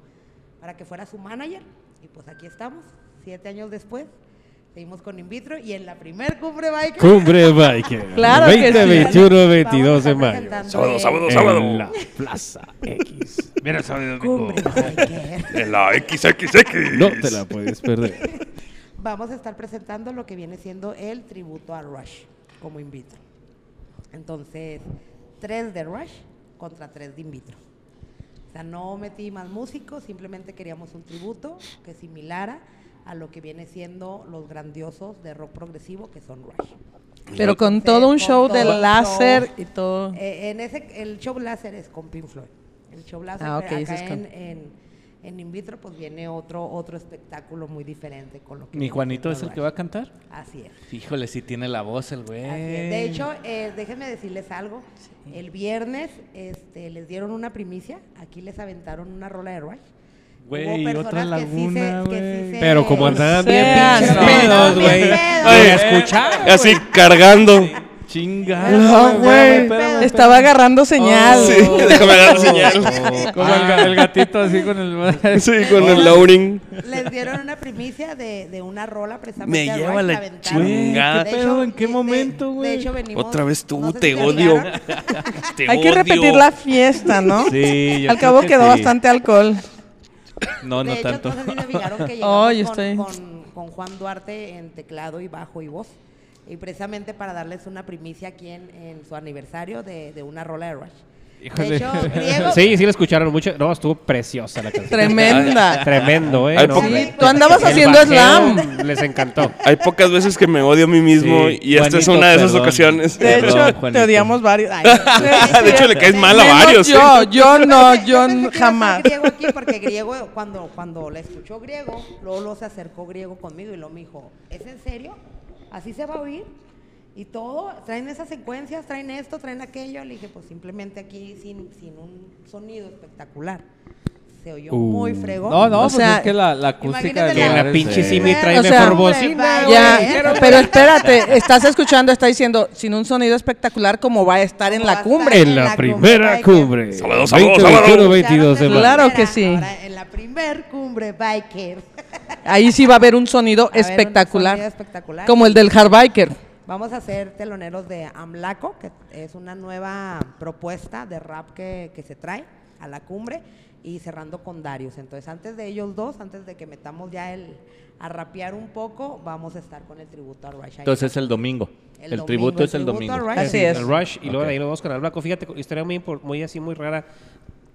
Speaker 6: para que fuera su manager. Y pues aquí estamos, siete años después. Seguimos con In Vitro y en la primer cumbre bike.
Speaker 4: Cumbre Biker.
Speaker 5: Claro que
Speaker 4: 20,
Speaker 5: sí.
Speaker 4: 21, 22 de mayo.
Speaker 6: Sábado, sábado,
Speaker 4: En la Plaza X.
Speaker 6: Cumbre Biker.
Speaker 7: En la XXX.
Speaker 4: No te la puedes perder.
Speaker 6: Vamos a estar presentando lo que viene siendo el tributo a Rush como In Vitro. Entonces, tres de Rush contra tres de In Vitro. O sea, no metí más músicos, simplemente queríamos un tributo que similara a lo que viene siendo los grandiosos de rock progresivo que son Rush.
Speaker 5: Pero con
Speaker 6: Sí,
Speaker 5: todo un
Speaker 6: con
Speaker 5: show
Speaker 6: todo
Speaker 5: de
Speaker 6: un show.
Speaker 5: láser y todo.
Speaker 6: Eh, en ese, el show láser es con Pink Floyd. El show láser
Speaker 5: Ah,
Speaker 6: pero
Speaker 5: ok, ese
Speaker 6: acá
Speaker 5: es con-
Speaker 6: en, en, en In Vitro pues viene otro otro espectáculo muy diferente con lo que...
Speaker 2: ¿Mi
Speaker 6: viene
Speaker 2: Juanito
Speaker 6: siendo
Speaker 2: es el
Speaker 6: Rush.
Speaker 2: que va a cantar?
Speaker 6: Así es.
Speaker 2: Híjole, sí tiene la voz el güey.
Speaker 6: Así es. De hecho, eh, déjenme decirles algo. El viernes este, les dieron una primicia. Aquí les aventaron una rola de Rush. Hubo
Speaker 2: Güey,
Speaker 6: personas
Speaker 2: otra
Speaker 6: que sí se-
Speaker 2: laguna,
Speaker 6: que sí
Speaker 2: güey.
Speaker 6: se-
Speaker 4: Pero como andaban bien
Speaker 5: sea,
Speaker 4: pinches
Speaker 5: no.
Speaker 4: pedos,
Speaker 6: Bien
Speaker 4: güey.
Speaker 6: pedos.
Speaker 4: Ni
Speaker 5: Eh,
Speaker 3: Oye.
Speaker 4: escucharon.
Speaker 3: Así, cargando.
Speaker 2: Chinga.
Speaker 6: No,
Speaker 3: güey.
Speaker 5: Estaba agarrando señal.
Speaker 3: Sí, déjame dar señal.
Speaker 5: Ah.
Speaker 1: Como el, ga- el gatito así con el...
Speaker 3: Sí, con el loading.
Speaker 6: Les dieron una primicia de, de una rola
Speaker 3: Me
Speaker 6: precisamente. a
Speaker 3: lleva
Speaker 6: Rush,
Speaker 3: la
Speaker 6: aventaron.
Speaker 3: chingada.
Speaker 6: De
Speaker 2: ¿Qué
Speaker 6: hecho,
Speaker 2: pedo? ¿En qué
Speaker 6: de- de-
Speaker 2: momento,
Speaker 6: de
Speaker 2: güey?
Speaker 6: hecho, venimos-
Speaker 3: Otra vez tú,
Speaker 6: no sé
Speaker 3: te
Speaker 6: si se
Speaker 3: odio.
Speaker 6: fijaron.
Speaker 3: Te
Speaker 5: Hay que
Speaker 3: odio.
Speaker 5: repetir la fiesta, ¿no?
Speaker 2: Sí, yo
Speaker 5: Al
Speaker 2: creo
Speaker 5: cabo
Speaker 2: que
Speaker 5: quedó
Speaker 2: sí.
Speaker 5: bastante alcohol.
Speaker 2: No, no
Speaker 6: de hecho,
Speaker 2: tanto.
Speaker 6: no sé si se fijaron que
Speaker 5: Ay,
Speaker 6: llegamos con,
Speaker 5: estoy-
Speaker 6: con- con Juan Duarte en teclado y bajo y voz. Y precisamente para darles una primicia aquí en, en su aniversario de, de una rola de Rush.
Speaker 1: Híjole.
Speaker 6: De hecho, Diego,
Speaker 4: Sí, sí la escucharon mucho. No, estuvo preciosa la canción.
Speaker 5: Tremenda.
Speaker 4: Tremendo, ¿eh?
Speaker 3: Al
Speaker 4: No,
Speaker 3: poco-
Speaker 6: Sí,
Speaker 4: hombre.
Speaker 5: Tú andabas
Speaker 4: El
Speaker 5: haciendo
Speaker 4: bajeo
Speaker 5: slam.
Speaker 4: Les encantó.
Speaker 3: Hay pocas veces que me odio a mí mismo
Speaker 2: Sí,
Speaker 3: y esta es
Speaker 2: Juanito,
Speaker 3: una de esas
Speaker 2: perdón.
Speaker 3: ocasiones.
Speaker 5: De
Speaker 2: Perdón,
Speaker 5: hecho, te
Speaker 2: Juanito.
Speaker 5: odiamos varios. Ay,
Speaker 3: de hecho, le caes mal a
Speaker 5: Menos
Speaker 3: varios. ¿eh?
Speaker 5: Yo, yo no, yo
Speaker 6: pensé- pensé que iba a estar
Speaker 5: jamás.
Speaker 6: Griego aquí porque griego cuando cuando la escuchó griego, luego, luego se acercó griego conmigo y lo me dijo, ¿es en serio? Así se va a oír y todo traen esas secuencias, traen esto, traen aquello. Le dije, pues simplemente aquí sin sin un sonido espectacular. Se oyó muy fregón.
Speaker 1: No, no,
Speaker 5: O
Speaker 1: pues
Speaker 5: sea,
Speaker 1: es que la, la acústica
Speaker 6: imagínate
Speaker 1: del
Speaker 6: la-
Speaker 1: lugar
Speaker 4: Que la
Speaker 1: es,
Speaker 4: pinche
Speaker 1: eh,
Speaker 4: Simi trae
Speaker 5: O sea,
Speaker 4: mejor
Speaker 5: hombre,
Speaker 4: bocina,
Speaker 6: vaya.
Speaker 4: güey.
Speaker 5: Ya, pero espérate, estás escuchando, está diciendo, sin un sonido espectacular como va a estar en
Speaker 6: Como va
Speaker 5: la
Speaker 6: a
Speaker 5: cumbre.
Speaker 6: estar En la primera cumbre.
Speaker 3: Sábado, sábado, sábado.
Speaker 6: Escucharon de
Speaker 5: Claro
Speaker 6: primera,
Speaker 5: que sí.
Speaker 6: ahora en la primer cumbre biker.
Speaker 5: Ahí sí va a haber un sonido
Speaker 6: haber un
Speaker 5: espectacular,
Speaker 6: sonido espectacular.
Speaker 5: como el del Hardbiker.
Speaker 6: Vamos a ser teloneros de Amlaco, que es una nueva propuesta de rap que, que se trae a la cumbre y cerrando con Darius. Entonces, antes de ellos dos, antes de que metamos ya el a rapear un poco, vamos a estar con el tributo a Rush.
Speaker 2: Entonces el domingo. El,
Speaker 6: domingo,
Speaker 2: tributo es el
Speaker 6: tributo a
Speaker 2: domingo.
Speaker 6: Rush.
Speaker 5: Así es.
Speaker 4: El Rush y luego
Speaker 2: Ok.
Speaker 4: de ahí lo vamos con Amblaco. Fíjate, historia muy, impor- muy así, muy rara.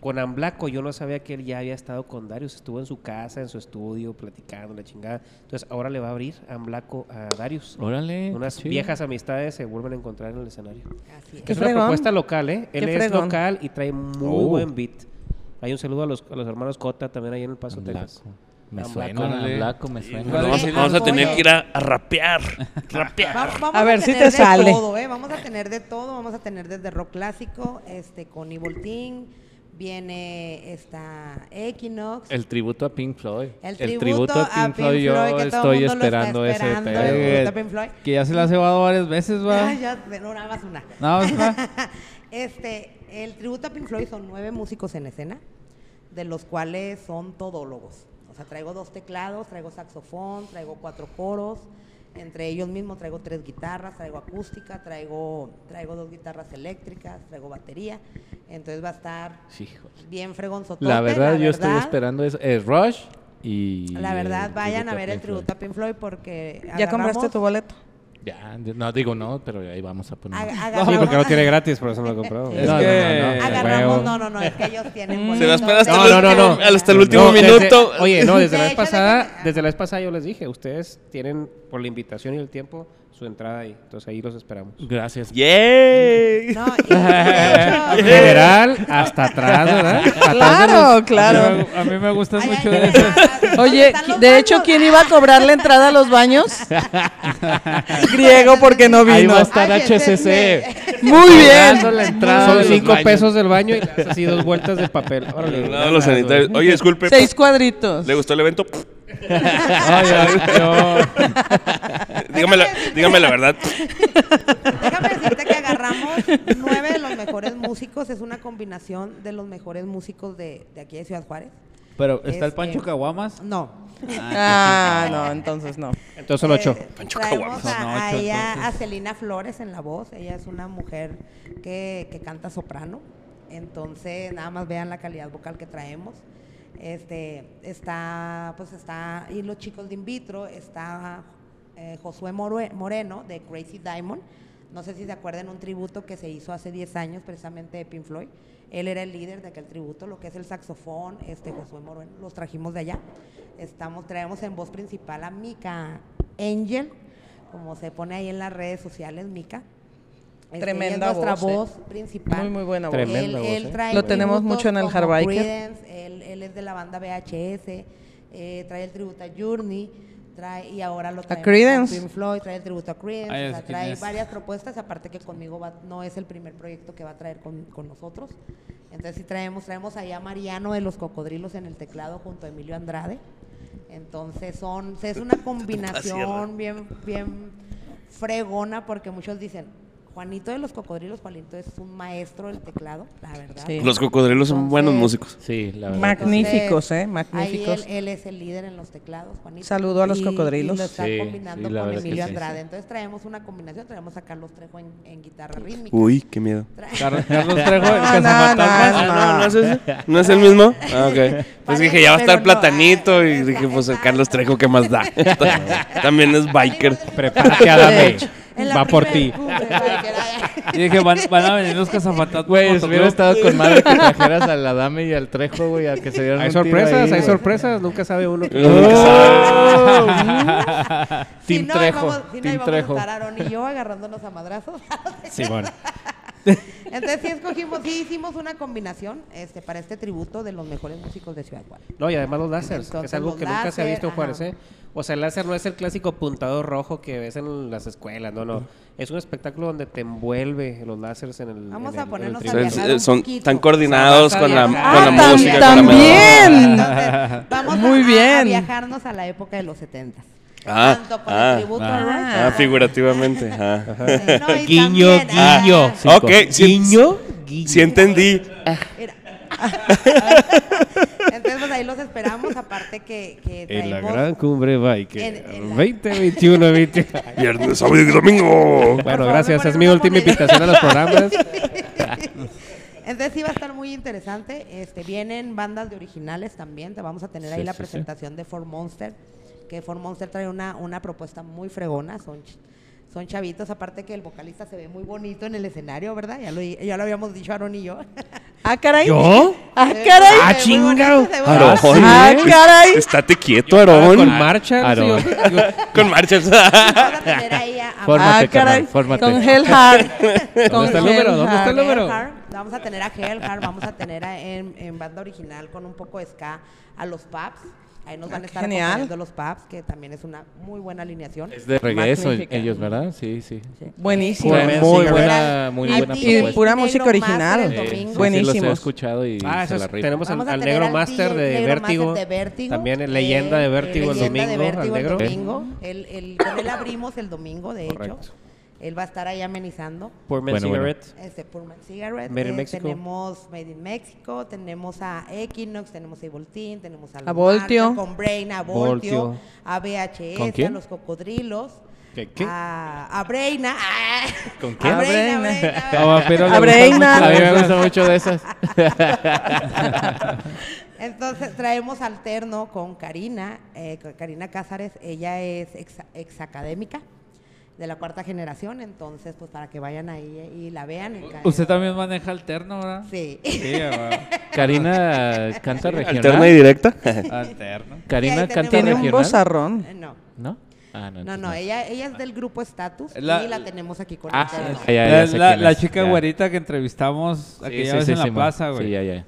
Speaker 4: Con Amblaco yo no sabía que él ya había estado con Darius. Estuvo en su casa, en su estudio, platicando, la chingada. Entonces ahora le va a abrir Amblaco a Darius.
Speaker 2: Órale. qué
Speaker 4: Unas
Speaker 2: chido.
Speaker 4: viejas amistades se vuelven a encontrar en el escenario.
Speaker 6: Así
Speaker 5: Qué
Speaker 4: es una
Speaker 5: fregón.
Speaker 4: propuesta local, ¿eh? Él
Speaker 5: Qué
Speaker 4: es
Speaker 5: fregón.
Speaker 4: local y trae muy
Speaker 2: Oh.
Speaker 4: buen beat. Hay un saludo a los, a los hermanos Cota también ahí en El Paso, Texas.
Speaker 2: Blanco. Me
Speaker 4: Blanco,
Speaker 2: suena,
Speaker 1: órale.
Speaker 2: Blanco, me
Speaker 1: Híjole.
Speaker 2: suena.
Speaker 3: Vamos,
Speaker 6: Oye,
Speaker 3: vamos a tener
Speaker 6: oye.
Speaker 3: que ir a, a rapear.
Speaker 6: Va-
Speaker 3: rapear.
Speaker 6: Vamos
Speaker 5: A ver si
Speaker 6: tener
Speaker 5: te
Speaker 6: de
Speaker 5: sale.
Speaker 6: todo, ¿eh? Vamos a tener de todo, vamos a tener desde rock clásico, este con Evil Teen, viene esta Equinox.
Speaker 2: El tributo a Pink Floyd.
Speaker 6: El tributo a Pink Floyd,
Speaker 2: yo
Speaker 6: que todo
Speaker 2: estoy
Speaker 6: mundo lo está
Speaker 2: esperando ese
Speaker 6: esperando,
Speaker 2: pedo.
Speaker 6: el
Speaker 1: Eh,
Speaker 6: tributo a Pink Floyd.
Speaker 1: que ya se la ha cebado varias veces, va.
Speaker 6: Ay, ya, no, nada más una.
Speaker 1: Nada más una.
Speaker 6: este, el tributo a Pink Floyd son nueve músicos en escena, de los cuales son todólogos. O sea, traigo dos teclados, traigo saxofón, traigo cuatro coros. Entre ellos mismos traigo tres guitarras, traigo acústica, traigo, traigo dos guitarras eléctricas, traigo batería. Entonces va a estar
Speaker 2: Hijo.
Speaker 6: bien fregonzotote.
Speaker 2: La verdad, yo estoy
Speaker 6: verdad.
Speaker 2: esperando eso. Eh, Rush y.
Speaker 6: La verdad,
Speaker 2: el
Speaker 6: vayan a ver el
Speaker 2: Pink Floyd.
Speaker 6: tributo a Pink Floyd porque
Speaker 5: ¿Ya compraste tu boleto?
Speaker 2: Ya, de- no digo no, pero ahí vamos a poner.
Speaker 4: Sí, porque no
Speaker 6: no
Speaker 4: tiene gratis, por eso no lo compró.
Speaker 1: Es
Speaker 2: No, no,
Speaker 1: que-
Speaker 2: no, no.
Speaker 6: Agarramos,
Speaker 4: Huevo. Mm.
Speaker 6: no, no, no, es que ellos tienen.
Speaker 3: Se va a
Speaker 6: boleto.
Speaker 3: esperar hasta
Speaker 4: No,
Speaker 3: el
Speaker 4: no, no,
Speaker 3: último-
Speaker 4: no.
Speaker 3: hasta el último
Speaker 4: Eh, No, desde-
Speaker 3: minuto.
Speaker 4: oye, no, desde
Speaker 6: De
Speaker 4: la vez
Speaker 6: hecho,
Speaker 4: pasada,
Speaker 6: déjame-
Speaker 4: desde la vez pasada yo les dije, ustedes tienen por la invitación y el tiempo su entrada ahí. Entonces ahí los esperamos.
Speaker 2: Gracias.
Speaker 3: ¡Yay!
Speaker 6: No, y de hecho-
Speaker 4: General hasta atrás, ¿verdad? Atrás
Speaker 1: A mí
Speaker 5: Claro,
Speaker 4: de
Speaker 5: claro.
Speaker 1: me- A mí me gustan
Speaker 6: Ay, ay,
Speaker 1: mucho
Speaker 6: ay,
Speaker 1: de esas.
Speaker 6: ay, ay, ¿dónde
Speaker 5: Oye,
Speaker 6: están los
Speaker 5: de hecho,
Speaker 6: baños?
Speaker 5: ¿quién iba a cobrar la entrada a los baños? Griego, porque no
Speaker 2: Ahí
Speaker 5: vino.
Speaker 2: va a estar
Speaker 6: Ay, este
Speaker 2: HCC.
Speaker 5: Muy
Speaker 2: Dando la
Speaker 5: bien.
Speaker 2: entrada
Speaker 4: Son
Speaker 2: de los
Speaker 4: cinco
Speaker 2: baños.
Speaker 4: pesos del baño y le das así dos vueltas de papel. Órale.
Speaker 3: No, los sanitarios. Oye, disculpe.
Speaker 5: Seis cuadritos.
Speaker 3: ¿Le gustó el evento?
Speaker 1: Ay, ay, yo-
Speaker 3: dígame, la, dígame la verdad.
Speaker 6: Déjame decirte que agarramos nueve de los mejores músicos. Es una combinación de los mejores músicos de, de aquí de Ciudad Juárez.
Speaker 1: Pero está el
Speaker 6: Este-
Speaker 1: Pancho Caguamas.
Speaker 6: No.
Speaker 5: Ah, no, entonces no.
Speaker 4: Entonces son ocho.
Speaker 6: Eh,
Speaker 3: Pancho
Speaker 1: Caguamas.
Speaker 6: traemos
Speaker 1: Son
Speaker 6: a, a
Speaker 1: ocho,
Speaker 6: ella, a
Speaker 1: entonces.
Speaker 6: Celina Flores en la voz. Ella es una mujer que, que canta soprano. Entonces, nada más vean la calidad vocal que traemos. Este, está, pues está, y los chicos de in vitro, está eh, Josué Morue- Moreno de Crazy Diamond. No sé si se acuerdan un tributo que se hizo hace 10 años precisamente de Pink Floyd. Él era el líder de aquel tributo, lo que es el saxofón, este Josué Moreno, los trajimos de allá. Estamos, traemos en voz principal a Mika Angel, como se pone ahí en las redes sociales, Mika. Este, ella es
Speaker 5: Tremenda
Speaker 6: nuestra
Speaker 5: voz, ¿eh?
Speaker 6: principal.
Speaker 5: Muy, muy buena voz.
Speaker 6: Él,
Speaker 4: Tremendo. Tremenda voz,
Speaker 6: él
Speaker 4: ¿eh?
Speaker 6: trae
Speaker 5: Lo tenemos
Speaker 6: tributos
Speaker 5: mucho en el
Speaker 6: como
Speaker 5: Hardbiker.
Speaker 6: Creedence, él, él es de la banda VHS, eh, trae el tributo a Journey, trae, y ahora lo trae
Speaker 5: Creedence.
Speaker 6: Pink Floyd, trae el tributo a Creedence,
Speaker 1: Ay,
Speaker 6: o
Speaker 1: es
Speaker 6: sea,
Speaker 1: que
Speaker 6: trae
Speaker 1: es-
Speaker 6: varias propuestas, aparte que conmigo va- no es el primer proyecto que va a traer con, con nosotros. Entonces sí traemos, traemos allá a Mariano de los Cocodrilos en el teclado junto a Emilio Andrade. Entonces son, es una
Speaker 3: Sierra.
Speaker 6: combinación bien, bien fregona porque muchos dicen, Juanito de los Cocodrilos, Juanito es un maestro del teclado, la verdad.
Speaker 5: Sí.
Speaker 3: Los cocodrilos son buenos músicos.
Speaker 2: Sí, la verdad.
Speaker 6: Entonces,
Speaker 5: Magníficos, ¿eh?
Speaker 6: ahí
Speaker 5: Magníficos.
Speaker 6: él, él es el líder en los teclados, Juanito.
Speaker 5: Saludo a los
Speaker 6: Y-
Speaker 5: cocodrilos.
Speaker 6: Y lo está
Speaker 2: Sí,
Speaker 6: combinando
Speaker 2: sí, la
Speaker 6: con
Speaker 2: verdad es que
Speaker 6: Emilio
Speaker 2: sí.
Speaker 6: Andrade. Entonces traemos una combinación, traemos a Carlos Trejo en, en guitarra rítmica.
Speaker 3: Uy, qué miedo.
Speaker 6: Tra-
Speaker 1: Carlos Trejo, el
Speaker 5: No, no,
Speaker 1: cazafantasmas.
Speaker 5: no,
Speaker 3: Ah, no,
Speaker 5: no.
Speaker 3: no es ese. ¿No es el mismo? Ah, ok. Pues
Speaker 6: Parece,
Speaker 3: dije, ya va a
Speaker 6: pero
Speaker 3: estar
Speaker 6: no.
Speaker 3: platanito. Y
Speaker 6: Ah,
Speaker 3: dije, pues el
Speaker 6: está-
Speaker 3: Carlos Trejo, ¿qué más da? También es biker.
Speaker 2: Prepárate, Adame.
Speaker 6: En la
Speaker 2: Va por ti.
Speaker 6: primera- Uy, cualquiera.
Speaker 1: Y dije, van, van a venir los cazafantasmas.
Speaker 2: Güey,
Speaker 1: Motoclub.
Speaker 2: hubiera estado con madre que trajeras al Adame y al Trejo, güey, al que se dieron
Speaker 4: Hay
Speaker 2: un tiro
Speaker 4: sorpresas,
Speaker 2: ahí,
Speaker 4: hay
Speaker 2: güey.
Speaker 4: sorpresas, nunca sabe uno.
Speaker 3: Uno nunca
Speaker 1: ¡Oh!
Speaker 3: sabe.
Speaker 6: Si
Speaker 2: Team
Speaker 6: no, ahí
Speaker 2: Trejo,
Speaker 6: vamos- si no,
Speaker 2: Team
Speaker 6: ahí vamos a
Speaker 2: Trejo.
Speaker 6: estar Aarón y yo agarrándonos a madrazos.
Speaker 2: Sí, bueno.
Speaker 6: Entonces sí escogimos, sí hicimos una combinación este, para este tributo de los mejores músicos de Ciudad Juárez.
Speaker 4: No, y además los láseres, que
Speaker 6: Entonces,
Speaker 4: es algo
Speaker 6: los
Speaker 4: que nunca se ha
Speaker 6: láser,
Speaker 4: visto en Juárez,
Speaker 6: ajá.
Speaker 4: ¿eh? O sea, el láser no es el clásico puntado rojo que ves en las escuelas, no, no. Es un espectáculo donde te envuelve los láseres en el.
Speaker 6: Vamos
Speaker 4: en
Speaker 6: a
Speaker 4: el- en el
Speaker 6: ponernos
Speaker 3: Son,
Speaker 4: tributo.
Speaker 3: eh,
Speaker 6: viajar un
Speaker 3: son
Speaker 6: poquito.
Speaker 3: tan coordinados
Speaker 4: Ah,
Speaker 3: con la,
Speaker 4: ah,
Speaker 3: con la
Speaker 5: tam-
Speaker 3: música. con la melodía.
Speaker 5: también.
Speaker 6: Entonces, vamos
Speaker 5: Muy
Speaker 6: a- a,
Speaker 5: bien.
Speaker 6: a viajarnos a la época de los 70
Speaker 3: Ah,
Speaker 6: Tanto con
Speaker 3: ah,
Speaker 6: el tributo
Speaker 5: ah.
Speaker 6: a Rush.
Speaker 3: Ah, figurativamente. ah.
Speaker 6: Sí, no, y
Speaker 2: Guiño,
Speaker 6: también, ah,
Speaker 2: guiño.
Speaker 3: Ok, sí, sí entendí.
Speaker 6: Era. Entonces, pues ahí los esperamos, aparte que, que
Speaker 4: En la
Speaker 6: traemos-
Speaker 4: gran cumbre
Speaker 6: En-
Speaker 4: Biker.
Speaker 6: en la-
Speaker 4: 20, 21, 20.
Speaker 3: Viernes, sábado y domingo.
Speaker 4: Bueno,
Speaker 6: favor,
Speaker 4: gracias.
Speaker 6: me
Speaker 4: Es mi
Speaker 6: ponen una
Speaker 4: última
Speaker 6: moneda.
Speaker 4: invitación a los programas.
Speaker 6: Entonces sí va a estar muy interesante. Este, vienen bandas de originales también. Te vamos a tener ahí la presentación de Four Monster, que Four Monster trae una, una propuesta muy fregona. Son, ch- son chavitos, aparte que el vocalista se ve muy bonito en el escenario, ¿verdad? Ya lo, ya lo habíamos dicho Aaron y yo.
Speaker 5: Ah, caray.
Speaker 2: ¿Yo?
Speaker 5: Ah,
Speaker 6: Se ve-
Speaker 5: caray.
Speaker 2: Ah,
Speaker 6: se ve muy
Speaker 2: chingado.
Speaker 6: bonito, se ve
Speaker 3: Aarón.
Speaker 6: bonito.
Speaker 5: Ah, caray.
Speaker 3: Pues Estate quieto,
Speaker 4: Ah, Con
Speaker 3: Aarón.
Speaker 4: marcha.
Speaker 2: Aarón.
Speaker 3: Con marchas.
Speaker 6: Vamos a tener ahí a- a
Speaker 2: Forma- Fórmate,
Speaker 5: ah, caray.
Speaker 2: carnal, fórmate.
Speaker 5: Con Hellhard. Con
Speaker 4: está el número? ¿Dónde
Speaker 5: Hellhard.
Speaker 4: está el número?
Speaker 6: Hellhard, Vamos a tener a Hellhard, vamos a tener a- en, en banda original con un poco de ska a los Paps. Ahí nos van a estar
Speaker 5: Ah, Genial.
Speaker 6: acompañando los Paps, que también es una muy buena alineación.
Speaker 2: Es de regreso
Speaker 5: Magnífica.
Speaker 2: ellos, ¿verdad? Sí, sí.
Speaker 5: Buenísimo.
Speaker 2: Muy, muy buena, muy
Speaker 6: Y-
Speaker 2: buena
Speaker 6: y-
Speaker 2: propuesta.
Speaker 5: Y pura
Speaker 6: Negro
Speaker 5: música
Speaker 6: Master
Speaker 5: original.
Speaker 6: el
Speaker 2: Sí,
Speaker 6: domingo.
Speaker 2: sí,
Speaker 5: Buenísimos.
Speaker 2: Sí, los he escuchado y
Speaker 4: Ah,
Speaker 2: se
Speaker 4: esos-
Speaker 2: la rifan.
Speaker 4: tenemos al,
Speaker 6: Vamos a
Speaker 4: al
Speaker 6: tener
Speaker 4: negro
Speaker 6: al
Speaker 4: master
Speaker 6: DJ
Speaker 4: de,
Speaker 6: Negro
Speaker 4: vértigo,
Speaker 6: Master de Vértigo,
Speaker 4: También el
Speaker 6: eh,
Speaker 4: lértigo, leyenda de vértigo el
Speaker 6: leyenda de
Speaker 4: domingo. al
Speaker 6: Vértigo el
Speaker 4: negro.
Speaker 6: domingo. El, el- con él abrimos el domingo, de
Speaker 4: Correcto.
Speaker 6: hecho. Él va a estar ahí amenizando.
Speaker 4: Por Men's
Speaker 2: Bueno, bueno.
Speaker 4: Cigarette.
Speaker 6: Este, Pullman Cigarette.
Speaker 4: Made in
Speaker 6: eh,
Speaker 4: Mexico.
Speaker 6: Tenemos Made in Mexico, tenemos a Equinox, tenemos a Voltin, tenemos a, La
Speaker 5: A Voltio.
Speaker 6: Marca, con Brain, a Voltio,
Speaker 4: Voltio.
Speaker 6: a VHS,
Speaker 2: ¿Con quién?
Speaker 6: a Los Cocodrilos.
Speaker 4: ¿Qué- qué?
Speaker 6: Ah, A, a Breina. ah,
Speaker 2: ¿Con
Speaker 6: a
Speaker 2: quién?
Speaker 5: A Breina.
Speaker 6: Breina, Breina,
Speaker 1: No, a Piro le
Speaker 5: A
Speaker 1: gusta
Speaker 5: Breina.
Speaker 1: mucho
Speaker 2: A mí
Speaker 1: esa.
Speaker 2: me gusta mucho de esas.
Speaker 6: Entonces traemos alterno con Karina, eh, con Karina Cázares, ella es ex, académica de la cuarta generación, entonces pues para que vayan ahí eh, y la vean. en ca-
Speaker 1: Usted también maneja alterno, ¿verdad?
Speaker 6: Sí.
Speaker 1: Sí, ¿verdad?
Speaker 2: Karina canta
Speaker 3: Alterna y
Speaker 2: regional.
Speaker 3: directa.
Speaker 1: alterno.
Speaker 6: Sí,
Speaker 2: Karina
Speaker 6: ahí
Speaker 2: canta
Speaker 5: Tiene un
Speaker 2: regional.
Speaker 5: bozarrón.
Speaker 6: Eh, No,
Speaker 2: ¿No? Ah, no.
Speaker 6: no,
Speaker 2: entonces
Speaker 6: no, ella, ella es del grupo Status
Speaker 1: La-
Speaker 6: y la tenemos aquí con
Speaker 2: Ah,
Speaker 6: nosotros.
Speaker 2: ya, ya,
Speaker 1: la,
Speaker 2: ya sé
Speaker 1: la-
Speaker 2: quién
Speaker 1: la
Speaker 2: es,
Speaker 1: chica
Speaker 2: ya.
Speaker 1: güerita que entrevistamos
Speaker 2: Sí,
Speaker 1: aquella
Speaker 2: sí,
Speaker 1: vez
Speaker 2: sí,
Speaker 1: en la
Speaker 2: Simón.
Speaker 1: plaza, güey.
Speaker 2: Sí, ya, ya.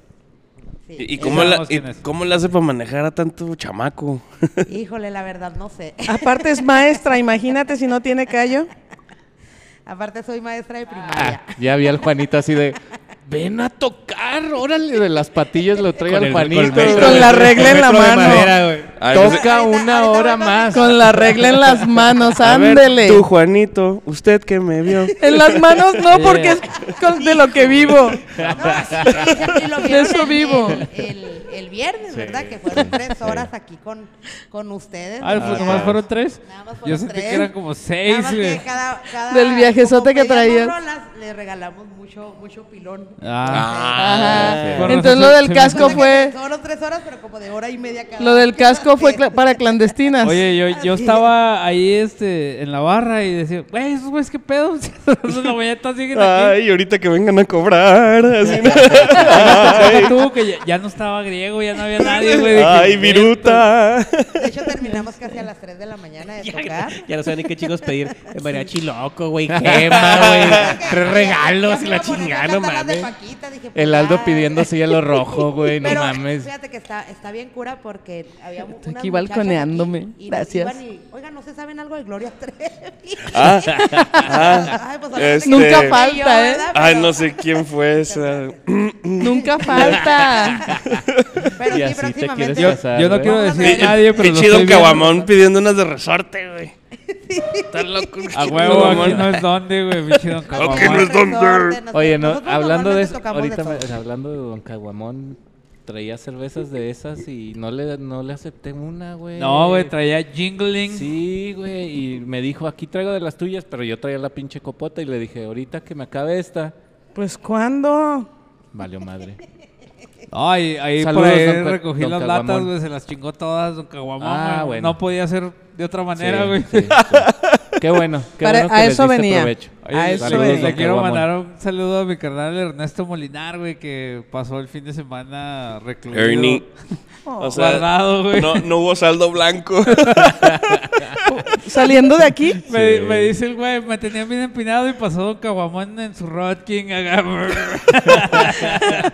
Speaker 6: Sí.
Speaker 3: ¿Y, y
Speaker 6: Eh,
Speaker 3: cómo, la,
Speaker 1: sabemos
Speaker 3: y
Speaker 1: quién es.
Speaker 3: cómo la hace para manejar a tanto chamaco?
Speaker 6: Híjole, la verdad no sé.
Speaker 5: Aparte es maestra, imagínate si no tiene callo.
Speaker 6: Aparte soy maestra de primaria.
Speaker 2: Ah, ya vi al Juanito así de. Ven a tocar, órale, de las patillas lo trae
Speaker 4: Con
Speaker 2: al
Speaker 4: el-
Speaker 2: Juanito.
Speaker 4: con el
Speaker 2: güey.
Speaker 4: metro-
Speaker 5: Con la regla en la
Speaker 4: metro de
Speaker 5: mano.
Speaker 4: madera, güey.
Speaker 3: Ay, pues,
Speaker 2: Toca
Speaker 6: Ahorita-
Speaker 2: una
Speaker 6: ahorita
Speaker 2: hora
Speaker 6: voy con-
Speaker 2: más.
Speaker 5: Con la regla en las manos,
Speaker 3: a ver,
Speaker 5: ándele.
Speaker 3: tú, Juanito, usted que me vio.
Speaker 5: En las manos no, porque es con- de lo que vivo.
Speaker 6: No, sí, y lo
Speaker 5: De
Speaker 6: vieron
Speaker 5: eso
Speaker 6: el-
Speaker 5: vivo.
Speaker 6: El, el- el viernes, ¿verdad? Que fueron tres horas aquí con, con ustedes.
Speaker 1: Ah,
Speaker 6: Ya.
Speaker 1: pues, nomás fueron tres.
Speaker 6: Nada más
Speaker 1: Yo
Speaker 6: fueron
Speaker 1: sentí
Speaker 6: tres.
Speaker 1: que eran como
Speaker 6: Nada
Speaker 1: seis,
Speaker 6: más que
Speaker 1: güey.
Speaker 6: cada- cada-
Speaker 5: Del viajezote
Speaker 6: como
Speaker 5: que
Speaker 6: pedíamos
Speaker 5: traías.
Speaker 6: rolas, le regalamos mucho, mucho pilón.
Speaker 2: Ah.
Speaker 1: Ah,
Speaker 5: Ajá.
Speaker 1: Con
Speaker 5: Entonces
Speaker 1: razón
Speaker 5: lo
Speaker 1: se-
Speaker 5: del
Speaker 1: se me-
Speaker 5: casco
Speaker 6: Cosa que
Speaker 5: fue,
Speaker 6: Fueron tres horas, pero como de hora y media cada
Speaker 5: lo del casco fue cla- para clandestinas.
Speaker 1: Oye, yo, yo
Speaker 6: Así
Speaker 1: estaba ahí este, en la barra y decía, güey, esos güeyes, qué pedo. la mañana siguen aquí.
Speaker 3: Ay, ahorita que vengan a cobrar. así, ¿no?
Speaker 1: Deja tú, que ya, ya no estaba griego, ya no había nadie, güey. Dije,
Speaker 3: Ay,
Speaker 1: "Güey,
Speaker 3: viruta.
Speaker 6: De hecho, terminamos casi a las 3 de la mañana de tocar.
Speaker 4: Ya no saben ni qué chicos pedir. El mariachi loco, güey. Gema,
Speaker 2: Ah,
Speaker 6: "Pues,
Speaker 4: güey. Tres regalos y la chingada, no mames.
Speaker 2: El Aldo pidiendo
Speaker 6: sí
Speaker 2: cielo rojo, güey, no
Speaker 6: "Pues, Pero
Speaker 2: mames.
Speaker 6: fíjate que está, está bien cura porque había mu- unas
Speaker 5: aquí
Speaker 6: muchachas
Speaker 5: balconeándome.
Speaker 6: aquí y nos
Speaker 5: Gracias.
Speaker 6: iban y, Oigan, ¿no se saben algo de Gloria Trevi?
Speaker 3: Ah,
Speaker 6: Ay, pues, ahora
Speaker 3: este-
Speaker 6: no sé qué
Speaker 5: Nunca
Speaker 6: yo,
Speaker 5: falta, ¿eh?
Speaker 6: ¿verdad?
Speaker 3: Ay,
Speaker 6: Pero-
Speaker 3: no sé quién fue esa.
Speaker 5: Nunca falta.
Speaker 6: Pero
Speaker 2: Y
Speaker 6: sí,
Speaker 2: así te
Speaker 6: próximamente.
Speaker 2: quieres
Speaker 1: Yo,
Speaker 2: casar,
Speaker 1: yo no
Speaker 2: güey.
Speaker 1: quiero decir
Speaker 6: Vamos a
Speaker 1: nadie, pero
Speaker 3: Qué
Speaker 1: lo
Speaker 3: chido
Speaker 1: estoy
Speaker 3: un
Speaker 1: viendo.
Speaker 3: caguamón pidiendo unas de resorte, güey. Está loco.
Speaker 1: A huevo, aquí no es donde, güey. pinche don
Speaker 3: Aquí no
Speaker 1: Caguamón.
Speaker 3: es donde.
Speaker 2: Oye, no, hablando de eso, ahorita me- hablando de Don Caguamón, traía cervezas de esas y no le, no le acepté una, güey.
Speaker 1: No, güey, traía jingling.
Speaker 2: Sí, güey, y me dijo, aquí traigo de las tuyas, pero yo traía la pinche copota y le dije, ahorita que me acabe esta,
Speaker 5: Pues cuándo.
Speaker 2: valió madre.
Speaker 1: Ay, ahí
Speaker 2: Saludos,
Speaker 1: por ahí
Speaker 2: don Ca-
Speaker 1: recogí
Speaker 2: don
Speaker 1: las
Speaker 2: Caguamón.
Speaker 1: latas, güey, se las chingó todas, don Caguamón.
Speaker 2: Ah,
Speaker 1: güey.
Speaker 2: bueno.
Speaker 1: No podía ser de otra manera,
Speaker 2: Sí,
Speaker 1: güey.
Speaker 2: sí, sí. Qué bueno, qué
Speaker 5: Para-
Speaker 2: bueno
Speaker 5: a
Speaker 2: que les
Speaker 5: eso
Speaker 2: diste
Speaker 5: venía.
Speaker 2: provecho.
Speaker 1: Oye,
Speaker 5: A
Speaker 1: le-
Speaker 5: eso
Speaker 1: le-
Speaker 5: venía.
Speaker 1: le,
Speaker 2: Ah, don
Speaker 1: quiero
Speaker 2: Caguamón.
Speaker 1: mandar un saludo a mi carnal Ernesto Molinar, güey, que pasó el fin de semana recluido.
Speaker 3: Ernie.
Speaker 5: Oh.
Speaker 3: O sea,
Speaker 1: Guardado, güey.
Speaker 3: no, no hubo saldo blanco.
Speaker 5: Saliendo de aquí.
Speaker 1: Me,
Speaker 2: Sí.
Speaker 1: me dice el güey, me tenía bien empinado y pasó Don Caguamón en su Rod King. acá.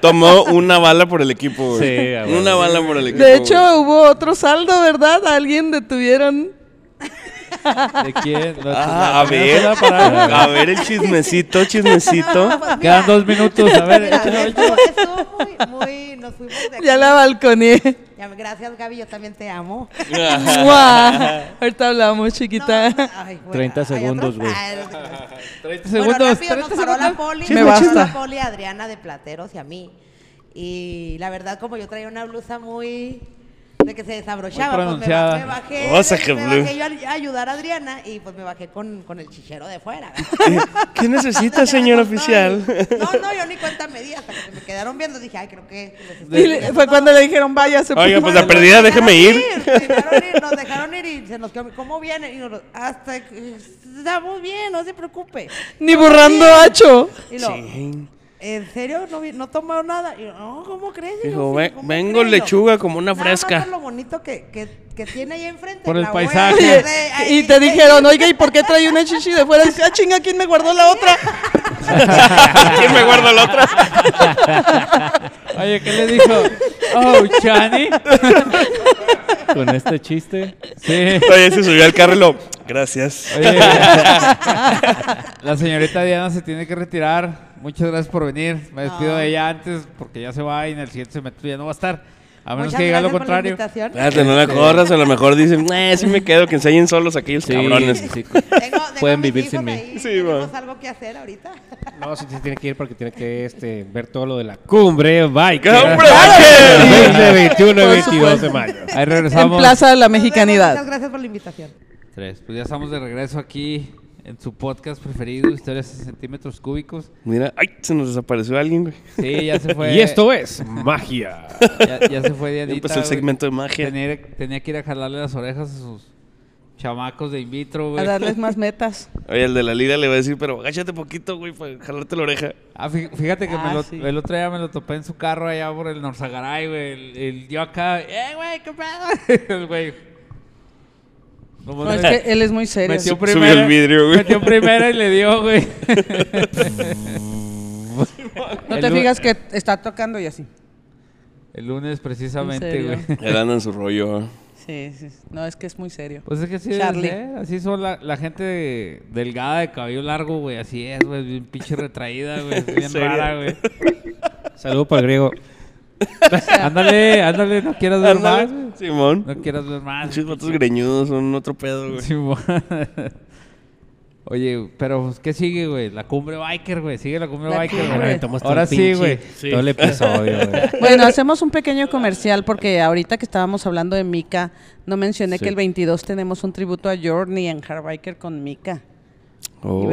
Speaker 3: Tomó una bala por el equipo,
Speaker 2: Sí,
Speaker 3: güey.
Speaker 2: a
Speaker 3: una
Speaker 2: huevo.
Speaker 3: bala por el equipo.
Speaker 5: De
Speaker 3: güey.
Speaker 5: hecho, hubo otro saldo, ¿verdad? A alguien detuvieron.
Speaker 1: ¿De quién? No,
Speaker 3: Ah,
Speaker 1: no,
Speaker 3: a
Speaker 1: no,
Speaker 3: ver,
Speaker 1: no, para-
Speaker 3: a ver el chismecito, chismecito.
Speaker 1: Quedan dos minutos, a ver. échale, échale.
Speaker 6: pues Estuvo muy, muy, nos fuimos de
Speaker 5: Ya
Speaker 6: aquí.
Speaker 5: la balconeé.
Speaker 6: Ya, gracias, Gaby, yo también te amo.
Speaker 5: ¡Mua! Ahorita hablamos, chiquita.
Speaker 6: No, ay, güey,
Speaker 2: 30
Speaker 6: hay
Speaker 2: segundos,
Speaker 6: otros-
Speaker 2: güey.
Speaker 6: Ay, no sé.
Speaker 1: 30
Speaker 6: bueno,
Speaker 1: segundos.
Speaker 6: rápido nos
Speaker 1: 30
Speaker 6: paró
Speaker 1: segundos.
Speaker 6: la poli,
Speaker 5: Chisme,
Speaker 6: nos paró
Speaker 5: basta.
Speaker 6: la poli a Adriana de Plateros y a mí. Y la verdad, como yo traía una blusa muy de que se desabrochaba,
Speaker 1: Muy
Speaker 6: pues me,
Speaker 1: pronunciada.
Speaker 6: ba- me bajé,
Speaker 3: O sea,
Speaker 6: me
Speaker 3: que
Speaker 6: bajé
Speaker 3: blue.
Speaker 6: yo a, a ayudar a Adriana y pues me bajé con, con el chichero de fuera.
Speaker 3: ¿Qué necesita,
Speaker 6: Entonces,
Speaker 3: señor
Speaker 6: con todo
Speaker 3: oficial?
Speaker 6: el- No, no, yo ni cuenta me di hasta que se me quedaron viendo. Dije, ay, creo que les estoy
Speaker 5: Y le- fue cuando le dijeron, vaya, se
Speaker 3: Oiga, pues la
Speaker 5: puso-
Speaker 3: perdida, déjeme ir.
Speaker 6: nos dejaron ir, nos dejaron ir y se nos quedó. ¿Cómo viene? Y nos- hasta que- estamos bien, no se preocupe.
Speaker 5: Ni borrando hacho.
Speaker 6: Y lo, ¿en serio? No, vi- no tomado nada. Y yo, no, ¿cómo crees? Y yo,
Speaker 3: Dijo,
Speaker 6: "Sí,
Speaker 3: "Ve-
Speaker 6: ¿cómo
Speaker 3: vengo
Speaker 6: crees?" Y yo,
Speaker 3: lechuga como una
Speaker 6: "Nada más
Speaker 3: fresca.
Speaker 6: por lo bonito que, que, que tiene ahí enfrente.
Speaker 1: Por el
Speaker 6: la voy a
Speaker 1: paisaje.
Speaker 5: Oye,
Speaker 6: hacer de-
Speaker 5: y
Speaker 6: ahí
Speaker 5: te
Speaker 6: de-
Speaker 5: dijeron, oiga, ¿y por qué trae una chichi de fuera? Y dice, ah, chinga, ¿quién me guardó la otra?
Speaker 3: ¿Quién me guarda la otra?
Speaker 1: Oye, ¿qué le dijo? Oh, Chani.
Speaker 2: Con este chiste,
Speaker 1: Sí.
Speaker 3: Oye, se subió al carro y lo, gracias.
Speaker 1: Oye, Eh, la señorita Diana se tiene que retirar. Muchas gracias por venir. Me despido de ella antes porque ya se va y en el siguiente semestre ya no va a estar. A menos
Speaker 6: Muchas
Speaker 1: que diga lo
Speaker 6: gracias por la
Speaker 1: contrario.
Speaker 6: invitación.
Speaker 3: Espérate, no la corras, a lo mejor dicen, eh, sí me quedo, que ensayen solos aquellos
Speaker 2: sí,
Speaker 3: cabrones.
Speaker 2: sí,
Speaker 6: Tengo- tengo
Speaker 2: pueden
Speaker 6: a mis
Speaker 2: vivir
Speaker 6: hijos
Speaker 2: sin mí.
Speaker 6: ahí,
Speaker 3: Sí,
Speaker 6: Tenemos
Speaker 3: va.
Speaker 6: algo que hacer ahorita.
Speaker 4: No, sí, sí tiene que ir porque tiene que este, ver todo lo de la cumbre bike.
Speaker 3: ¡Hombre, vaquero!
Speaker 4: 20, 21 y
Speaker 5: Por
Speaker 4: 22 de mayo.
Speaker 1: Ahí
Speaker 5: En
Speaker 1: regresamos.
Speaker 5: Plaza de la
Speaker 6: Nos vemos, Muchas
Speaker 5: Mexicanidad.
Speaker 6: gracias por la invitación.
Speaker 1: Tres. Pues ya estamos de regreso aquí en su podcast preferido, Historias en Centímetros Cúbicos.
Speaker 3: Mira, ay, se nos desapareció alguien, güey.
Speaker 1: Sí, ya se fue.
Speaker 4: Y esto es magia.
Speaker 1: Ya, ya se fue
Speaker 3: Ya
Speaker 1: Dianita.
Speaker 3: Empezó el
Speaker 1: güey.
Speaker 3: segmento de magia.
Speaker 1: Tenía, tenía que ir a jalarle las orejas a sus chamacos de in vitro,
Speaker 5: A
Speaker 1: güey.
Speaker 5: darles más metas.
Speaker 3: Oye, el de la liga le va a decir, pero agáchate poquito, güey, para jalarte la oreja.
Speaker 1: Ah, fí- fíjate que me
Speaker 5: Ah,
Speaker 1: lo,
Speaker 5: sí.
Speaker 1: el otro día me lo topé en su carro allá por el Norzagaray, güey. El, el- yo acá, ¡eh, güey, qué pedo! El güey. Como
Speaker 5: No, es
Speaker 1: le-
Speaker 5: que él es muy serio.
Speaker 1: metió
Speaker 3: Subió
Speaker 1: primera,
Speaker 3: el vidrio, güey.
Speaker 1: Metió primera y le dio, güey.
Speaker 5: No
Speaker 1: el
Speaker 5: te
Speaker 1: lu-
Speaker 5: fijas que está tocando y así.
Speaker 1: El lunes precisamente,
Speaker 5: serio?
Speaker 1: güey.
Speaker 3: Ya andan en su rollo. ¿eh?
Speaker 5: Sí, sí. sí. No, es que es muy serio.
Speaker 1: Pues es que así es,
Speaker 5: Charlie.
Speaker 1: ¿eh? Así son la, la gente de- delgada de cabello largo, güey. Así es, güey. Bien pinche retraída, güey. es Bien
Speaker 3: serio?
Speaker 1: rara, güey.
Speaker 4: Saludo para el griego.
Speaker 1: Ándale, ándale, no quieras ver más, güey.
Speaker 3: Ándale, Simón.
Speaker 1: No quieras ver más.
Speaker 3: Muchos vatos greñudos son otro pedo, güey.
Speaker 1: Simón. Oye, pero pues, ¿qué sigue, güey? La cumbre biker, güey. Sigue la cumbre
Speaker 5: La
Speaker 1: biker,
Speaker 5: cumbre.
Speaker 4: Ahora
Speaker 1: güey.
Speaker 5: Güey,
Speaker 4: metamos todo
Speaker 1: Ahora
Speaker 4: el
Speaker 1: sí,
Speaker 4: pinche-
Speaker 1: güey.
Speaker 4: Todo el episodio, güey.
Speaker 5: Bueno, hacemos un pequeño comercial porque ahorita que estábamos hablando de Mika, no mencioné que el 22 tenemos un tributo a Journey en Hardbiker con Mika. Y va a
Speaker 4: Oh.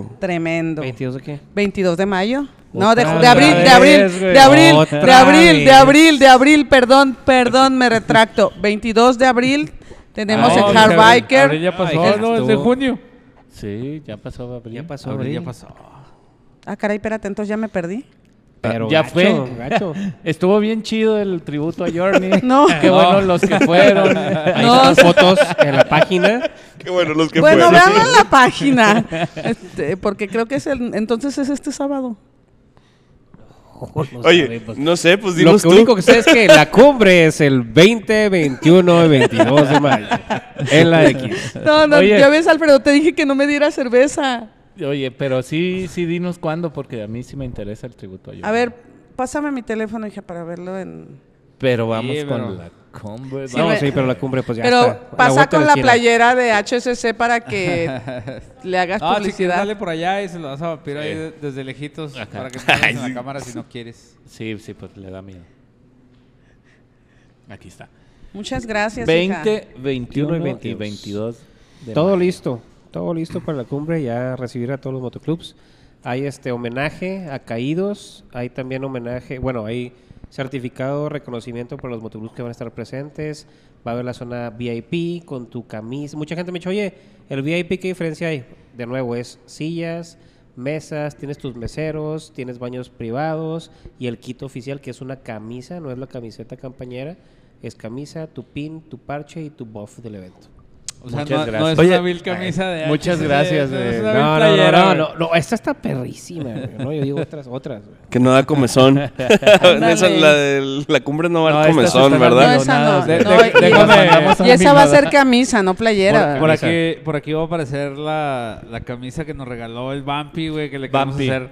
Speaker 5: estar tremendo.
Speaker 4: ¿22 de qué?
Speaker 5: 22 de mayo. No, de,
Speaker 4: Otra
Speaker 5: de abril, de
Speaker 4: vez,
Speaker 5: abril,
Speaker 4: güey.
Speaker 5: de abril, de
Speaker 4: Otra
Speaker 5: abril, de
Speaker 4: vez.
Speaker 5: abril, de abril, perdón, perdón, me retracto. 22 de abril tenemos
Speaker 1: Ah,
Speaker 5: el
Speaker 1: abril, abril
Speaker 5: Hardbiker.
Speaker 1: ya pasó,
Speaker 4: Ay,
Speaker 1: ¿no? Es de
Speaker 4: estuvo-
Speaker 1: junio.
Speaker 2: sí, ya pasó abril.
Speaker 4: Ya pasó,
Speaker 1: Abril ya
Speaker 4: abril.
Speaker 1: pasó.
Speaker 5: Ah, caray, espérate, entonces ya me perdí.
Speaker 4: Pero
Speaker 2: Ya
Speaker 4: gacho,
Speaker 2: fue.
Speaker 4: gacho.
Speaker 2: Estuvo bien chido el tributo a Journey.
Speaker 5: No.
Speaker 2: Qué bueno los que fueron.
Speaker 4: Ahí
Speaker 5: No.
Speaker 4: están fotos en la página.
Speaker 3: Qué bueno los que
Speaker 5: Bueno,
Speaker 3: fueron.
Speaker 5: vean la página, este, porque creo que es el, entonces es este sábado.
Speaker 4: No
Speaker 3: Oye,
Speaker 4: sabemos.
Speaker 3: no sé, pues
Speaker 4: Lo
Speaker 3: dinos
Speaker 4: que
Speaker 3: tú.
Speaker 4: único que sé es que la cumbre es el 20, 21 y 22 de mayo en la X.
Speaker 5: No, no,
Speaker 2: Oye.
Speaker 5: ya ves, Alfredo, te dije que no me diera cerveza.
Speaker 2: Oye, pero sí, sí, dinos cuándo, porque a mí sí me interesa el tributo a Journey.
Speaker 5: A ver, pásame mi teléfono, hija, para verlo en...
Speaker 2: Pero vamos
Speaker 1: Sí,
Speaker 2: con
Speaker 1: pero-
Speaker 2: la cumbre.
Speaker 5: Sí,
Speaker 2: vamos.
Speaker 5: me-
Speaker 4: No, sí, pero la cumbre pues ya
Speaker 7: Pero
Speaker 4: está.
Speaker 7: pasa
Speaker 4: vuelta de
Speaker 7: con la
Speaker 4: esquina.
Speaker 7: playera de HSC para que le hagas
Speaker 1: No, si quieres,
Speaker 7: publicidad.
Speaker 1: Ah, dale por allá y se lo vas a vampiro ahí de- desde lejitos para que te veas en la cámara si no quieres.
Speaker 2: Sí, sí, pues le da miedo. Aquí está.
Speaker 5: Muchas gracias. hija.
Speaker 2: 20, 21 y 20 y 22. de
Speaker 4: Todo
Speaker 2: mayo.
Speaker 4: listo, todo listo para la cumbre, ya recibir a todos los motoclubs. Hay este homenaje a caídos, hay también homenaje, bueno, hay certificado, reconocimiento para los motoclubs que van a estar presentes, va a haber la zona VIP con tu camisa. Mucha gente me dice, oye, ¿el VIP qué diferencia hay? De nuevo, es sillas, mesas, tienes tus meseros, tienes baños privados y el kit oficial que es una camisa, no es la camiseta campañera, es camisa, tu pin, tu parche y tu buff del evento.
Speaker 1: O sea,
Speaker 2: Muchas
Speaker 1: no, no
Speaker 2: gracias.
Speaker 1: es
Speaker 2: Oye,
Speaker 1: una vil camisa de
Speaker 2: muchas
Speaker 1: HCC,
Speaker 2: gracias,
Speaker 1: no
Speaker 2: eh.
Speaker 1: es una vil
Speaker 4: No, no, no,
Speaker 1: playera,
Speaker 4: no,
Speaker 1: güey.
Speaker 4: no, no, esta está perrísima, güey, ¿no? Yo digo otras, otras, güey.
Speaker 3: Que no da comezón. Esa,
Speaker 5: Ándale.
Speaker 3: la, de la cumbre no va a
Speaker 2: No,
Speaker 3: dar
Speaker 2: estas
Speaker 3: comezón,
Speaker 2: están
Speaker 5: No,
Speaker 3: ¿verdad?
Speaker 2: dando-
Speaker 5: esa no.
Speaker 2: donadas, de-
Speaker 5: no,
Speaker 1: de-
Speaker 5: y-
Speaker 1: déjame-
Speaker 2: mandamos a
Speaker 5: y esa va a
Speaker 2: Bilbao.
Speaker 5: ser camisa, no playera.
Speaker 1: Por
Speaker 2: Por
Speaker 1: aquí, por aquí va a aparecer la, la camisa que nos regaló el Bampi, güey, que le queremos
Speaker 2: Bampi.
Speaker 1: hacer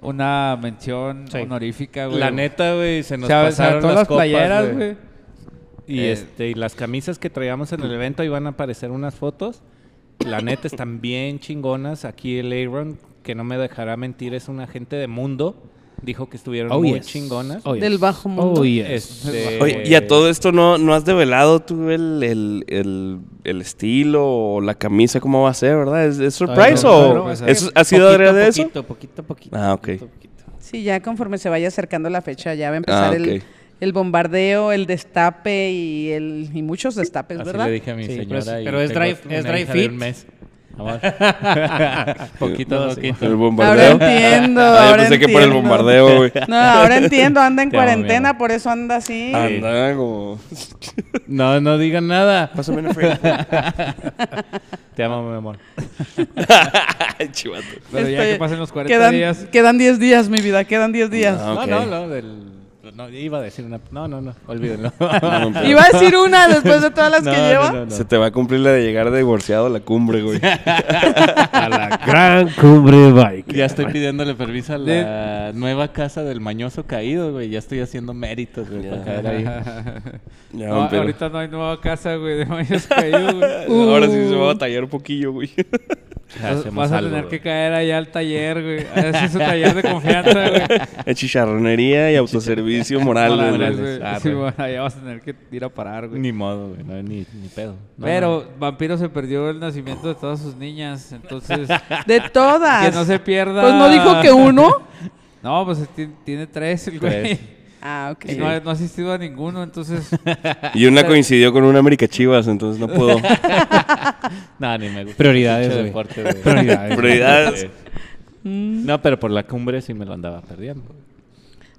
Speaker 1: una mención
Speaker 4: Sí.
Speaker 1: honorífica, güey.
Speaker 2: La neta, güey, se nos
Speaker 1: ¿Sabes?
Speaker 2: pasaron
Speaker 1: todas las
Speaker 2: copas,
Speaker 1: playeras, güey.
Speaker 2: Y
Speaker 1: Eh,
Speaker 2: este y las camisas que traíamos en el evento iban a aparecer unas fotos. La neta están bien chingonas. Aquí el Aaron, que no me dejará mentir, es un agente de mundo. Dijo que estuvieron muy chingonas.
Speaker 5: Del bajo mundo.
Speaker 2: Este,
Speaker 3: Oye, y a todo esto no, no has develado tú el, el, el, el estilo o la camisa, cómo va a ser, ¿verdad? ¿Es, es surprise
Speaker 4: Todavía
Speaker 3: o
Speaker 4: no, todavía no,
Speaker 3: es-
Speaker 4: es que
Speaker 3: ha sido
Speaker 4: poquito,
Speaker 3: adrede de eso?
Speaker 4: Poquito, poquito, poquito.
Speaker 3: Ah, ok.
Speaker 4: poquito, poquito.
Speaker 5: Sí, ya conforme se vaya acercando la fecha, ya va a empezar
Speaker 3: Ah,
Speaker 5: el,
Speaker 3: ok.
Speaker 5: el bombardeo, el destape y, el, y muchos destapes,
Speaker 2: Así
Speaker 5: ¿verdad?
Speaker 2: le dije a mi
Speaker 4: Sí, pero
Speaker 2: señora.
Speaker 4: es-
Speaker 2: y
Speaker 4: pero es
Speaker 2: tengo
Speaker 4: drive-
Speaker 2: una
Speaker 4: es drive
Speaker 2: hija de un
Speaker 4: fit.
Speaker 2: mes. Amor. poquito,
Speaker 4: No, sí.
Speaker 2: poquito.
Speaker 3: El
Speaker 5: Ahora
Speaker 3: bombardeo.
Speaker 5: entiendo.
Speaker 3: Ah, yo
Speaker 5: ahora
Speaker 3: pensé que por el
Speaker 5: entiendo.
Speaker 3: bombardeo, güey.
Speaker 5: No, ahora entiendo, anda en
Speaker 2: Te amo, mi
Speaker 5: cuarentena,
Speaker 2: amor.
Speaker 5: por eso anda así.
Speaker 3: Ah, Anda, como...
Speaker 2: No, no digan nada.
Speaker 3: Pásame una fría.
Speaker 2: Te amo, mi amor.
Speaker 3: Chivato.
Speaker 1: Pero ya
Speaker 5: Este,
Speaker 1: que pasen los 40
Speaker 5: quedan,
Speaker 1: días.
Speaker 5: Quedan 10 días, mi vida, quedan 10 días.
Speaker 3: Ah,
Speaker 2: No,
Speaker 3: ok.
Speaker 2: no, no, del... No, iba a decir una... No, no, no, olvídenlo.
Speaker 3: No, no,
Speaker 5: Iba a decir una después de todas las
Speaker 2: No,
Speaker 5: que
Speaker 2: no,
Speaker 5: lleva.
Speaker 2: no, no.
Speaker 3: Se te va a cumplir la de llegar divorciado a la cumbre, güey.
Speaker 2: A la
Speaker 4: Gran cumbre bike.
Speaker 2: Ya estoy pidiéndole permiso a la nueva casa del mañoso caído, güey. Ya estoy haciendo méritos, güey, para caer ahí.
Speaker 3: Ya,
Speaker 1: No,
Speaker 3: pero-
Speaker 1: ahorita no hay nueva casa, güey, de mayos caído, güey.
Speaker 3: Ahora sí se va a batallar un poquillo, güey.
Speaker 1: Vas- Vas a tener que caer allá al taller, güey. Ah, Ese es su taller de confianza, güey.
Speaker 3: En chicharronería y autoservicio moral.
Speaker 1: Morales,
Speaker 2: Morales,
Speaker 1: güey.
Speaker 2: ah,
Speaker 1: Sí,
Speaker 2: güey.
Speaker 1: bueno, allá vas a tener que ir a parar, güey.
Speaker 2: Ni modo, güey. No, ni, ni pedo. No,
Speaker 1: Pero Vampiro se perdió el nacimiento de todas sus niñas, entonces
Speaker 5: De todas.
Speaker 1: que no se pierda.
Speaker 5: Pues no dijo que uno.
Speaker 1: No, pues ti- tiene tres el güey.
Speaker 2: Tres.
Speaker 5: Ah, ok.
Speaker 1: Y no, ha- no ha asistido a ninguno, entonces
Speaker 3: Y una coincidió con una América Chivas, entonces no puedo.
Speaker 2: no, no, ni me gusta.
Speaker 4: Prioridades,
Speaker 2: Pinche
Speaker 4: güey.
Speaker 2: deporte, güey.
Speaker 4: Prioridades.
Speaker 3: Prioridades.
Speaker 2: No, pero por la cumbre sí me lo andaba perdiendo.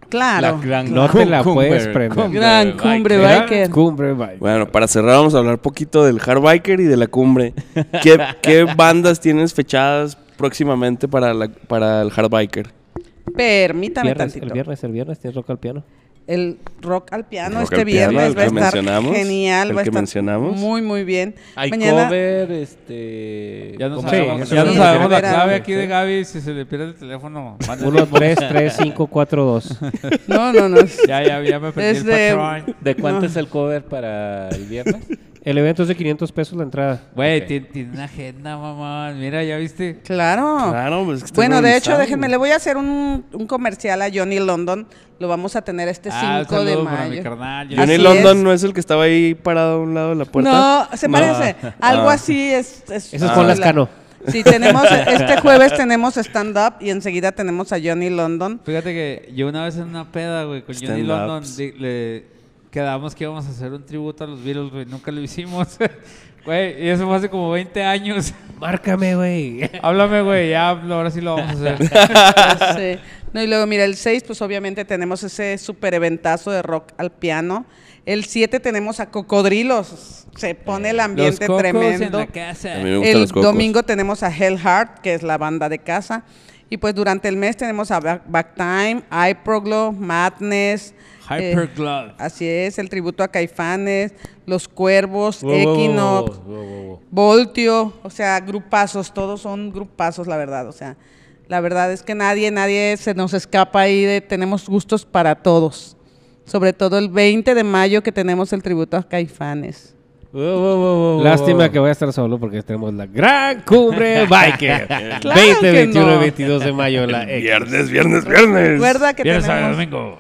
Speaker 5: Claro.
Speaker 2: La gran
Speaker 4: No te la
Speaker 2: cumbre,
Speaker 4: puedes prender.
Speaker 5: Gran
Speaker 2: bike.
Speaker 5: cumbre
Speaker 4: Gran
Speaker 5: biker.
Speaker 4: cumbre bike.
Speaker 3: Bueno, para cerrar vamos a hablar poquito del Hardbiker y de la cumbre. ¿Qué, qué bandas tienes fechadas próximamente para, la, para el Hardbiker?
Speaker 5: Permítame
Speaker 4: Viernes, el
Speaker 5: tantito.
Speaker 4: viernes, el viernes tienes rock al piano.
Speaker 5: el rock al piano
Speaker 3: Rock
Speaker 5: este
Speaker 3: al piano,
Speaker 5: viernes
Speaker 3: el
Speaker 5: va a
Speaker 3: que
Speaker 5: estar
Speaker 3: mencionamos,
Speaker 5: genial,
Speaker 3: el
Speaker 5: va a
Speaker 3: que
Speaker 5: estar
Speaker 3: mencionamos.
Speaker 5: muy muy bien.
Speaker 2: Hay
Speaker 5: Mañana
Speaker 2: cover, este...
Speaker 1: ya no
Speaker 2: ¿cómo
Speaker 4: Sí,
Speaker 2: se llama?
Speaker 1: sabemos,
Speaker 4: eso
Speaker 1: ya
Speaker 4: es
Speaker 1: no
Speaker 4: lo que
Speaker 1: sabemos la
Speaker 5: queremos.
Speaker 1: clave aquí de Gaby, si se le pierde el teléfono. mándenle.
Speaker 4: 1, 3, 3, 5, 4, 2.
Speaker 5: No, no, no.
Speaker 1: Ya, ya, ya me perdí
Speaker 5: Desde-
Speaker 1: el patrón.
Speaker 2: ¿De cuánto es el cover para el viernes?
Speaker 4: El evento es de 500 pesos la entrada.
Speaker 1: Güey, tiene, tiene una agenda, mamá. Mira, ya viste.
Speaker 5: Este Claro.
Speaker 3: Claro, pues, que está
Speaker 5: Bueno, de hecho,
Speaker 3: organizado.
Speaker 5: déjenme, le voy a hacer un, un comercial a Johnny London. Lo vamos a tener este 5
Speaker 1: Ah, un
Speaker 5: de
Speaker 1: saludo para mi
Speaker 5: mayo.
Speaker 1: carnal. Yo-
Speaker 3: Johnny
Speaker 5: Así
Speaker 3: London
Speaker 5: es.
Speaker 3: no es el que estaba ahí parado a un lado de la puerta.
Speaker 5: No, se parece. Algo
Speaker 3: Ah.
Speaker 5: así es. es
Speaker 4: Eso es con las cano.
Speaker 5: Sí, tenemos, este jueves tenemos stand-up y enseguida tenemos a Johnny London.
Speaker 1: Fíjate que yo una vez en una peda, güey, con Johnny
Speaker 3: Stand-ups.
Speaker 1: London, di- le quedamos que íbamos a hacer un tributo a los Beatles, güey. Nunca lo hicimos. Güey, y eso fue hace como 20 años.
Speaker 4: Márcame, güey.
Speaker 1: Háblame, güey, ya, ahora sí lo vamos a hacer.
Speaker 5: Ya sé. No, y luego, mira, el 6, pues obviamente tenemos ese super eventazo de rock al piano. El 7 tenemos a Cocodrilos. Se pone el
Speaker 1: Los
Speaker 5: ambiente
Speaker 1: cocos en
Speaker 5: tremendo.
Speaker 1: la casa.
Speaker 3: A mí me gustan
Speaker 5: El
Speaker 3: los cocos.
Speaker 5: domingo tenemos a Hell Heart, que es la banda de casa. Y pues durante el mes tenemos a Back, Back Time, Hyperglow, Madness. eh,
Speaker 1: Hyperglow.
Speaker 5: así es, el tributo a Caifanes, Los Cuervos,
Speaker 2: Wow, wow, wow,
Speaker 5: Equinox.
Speaker 2: wow, wow, wow, wow.
Speaker 5: Voltio, o sea, grupazos, todos son grupazos, la verdad, o sea, la verdad es que nadie, nadie se nos escapa ahí de tenemos gustos para todos. Sobre todo el 20 de mayo que tenemos el tributo a Caifanes.
Speaker 4: Lástima que voy a estar solo porque tenemos la gran cumbre biker. 20,
Speaker 5: que
Speaker 4: 21 y
Speaker 5: no.
Speaker 4: 22 de mayo en la X.
Speaker 3: Viernes, viernes, viernes.
Speaker 2: Pues,
Speaker 5: Recuerda que,
Speaker 1: Viernes, sábado,
Speaker 5: tenemos,
Speaker 1: domingo.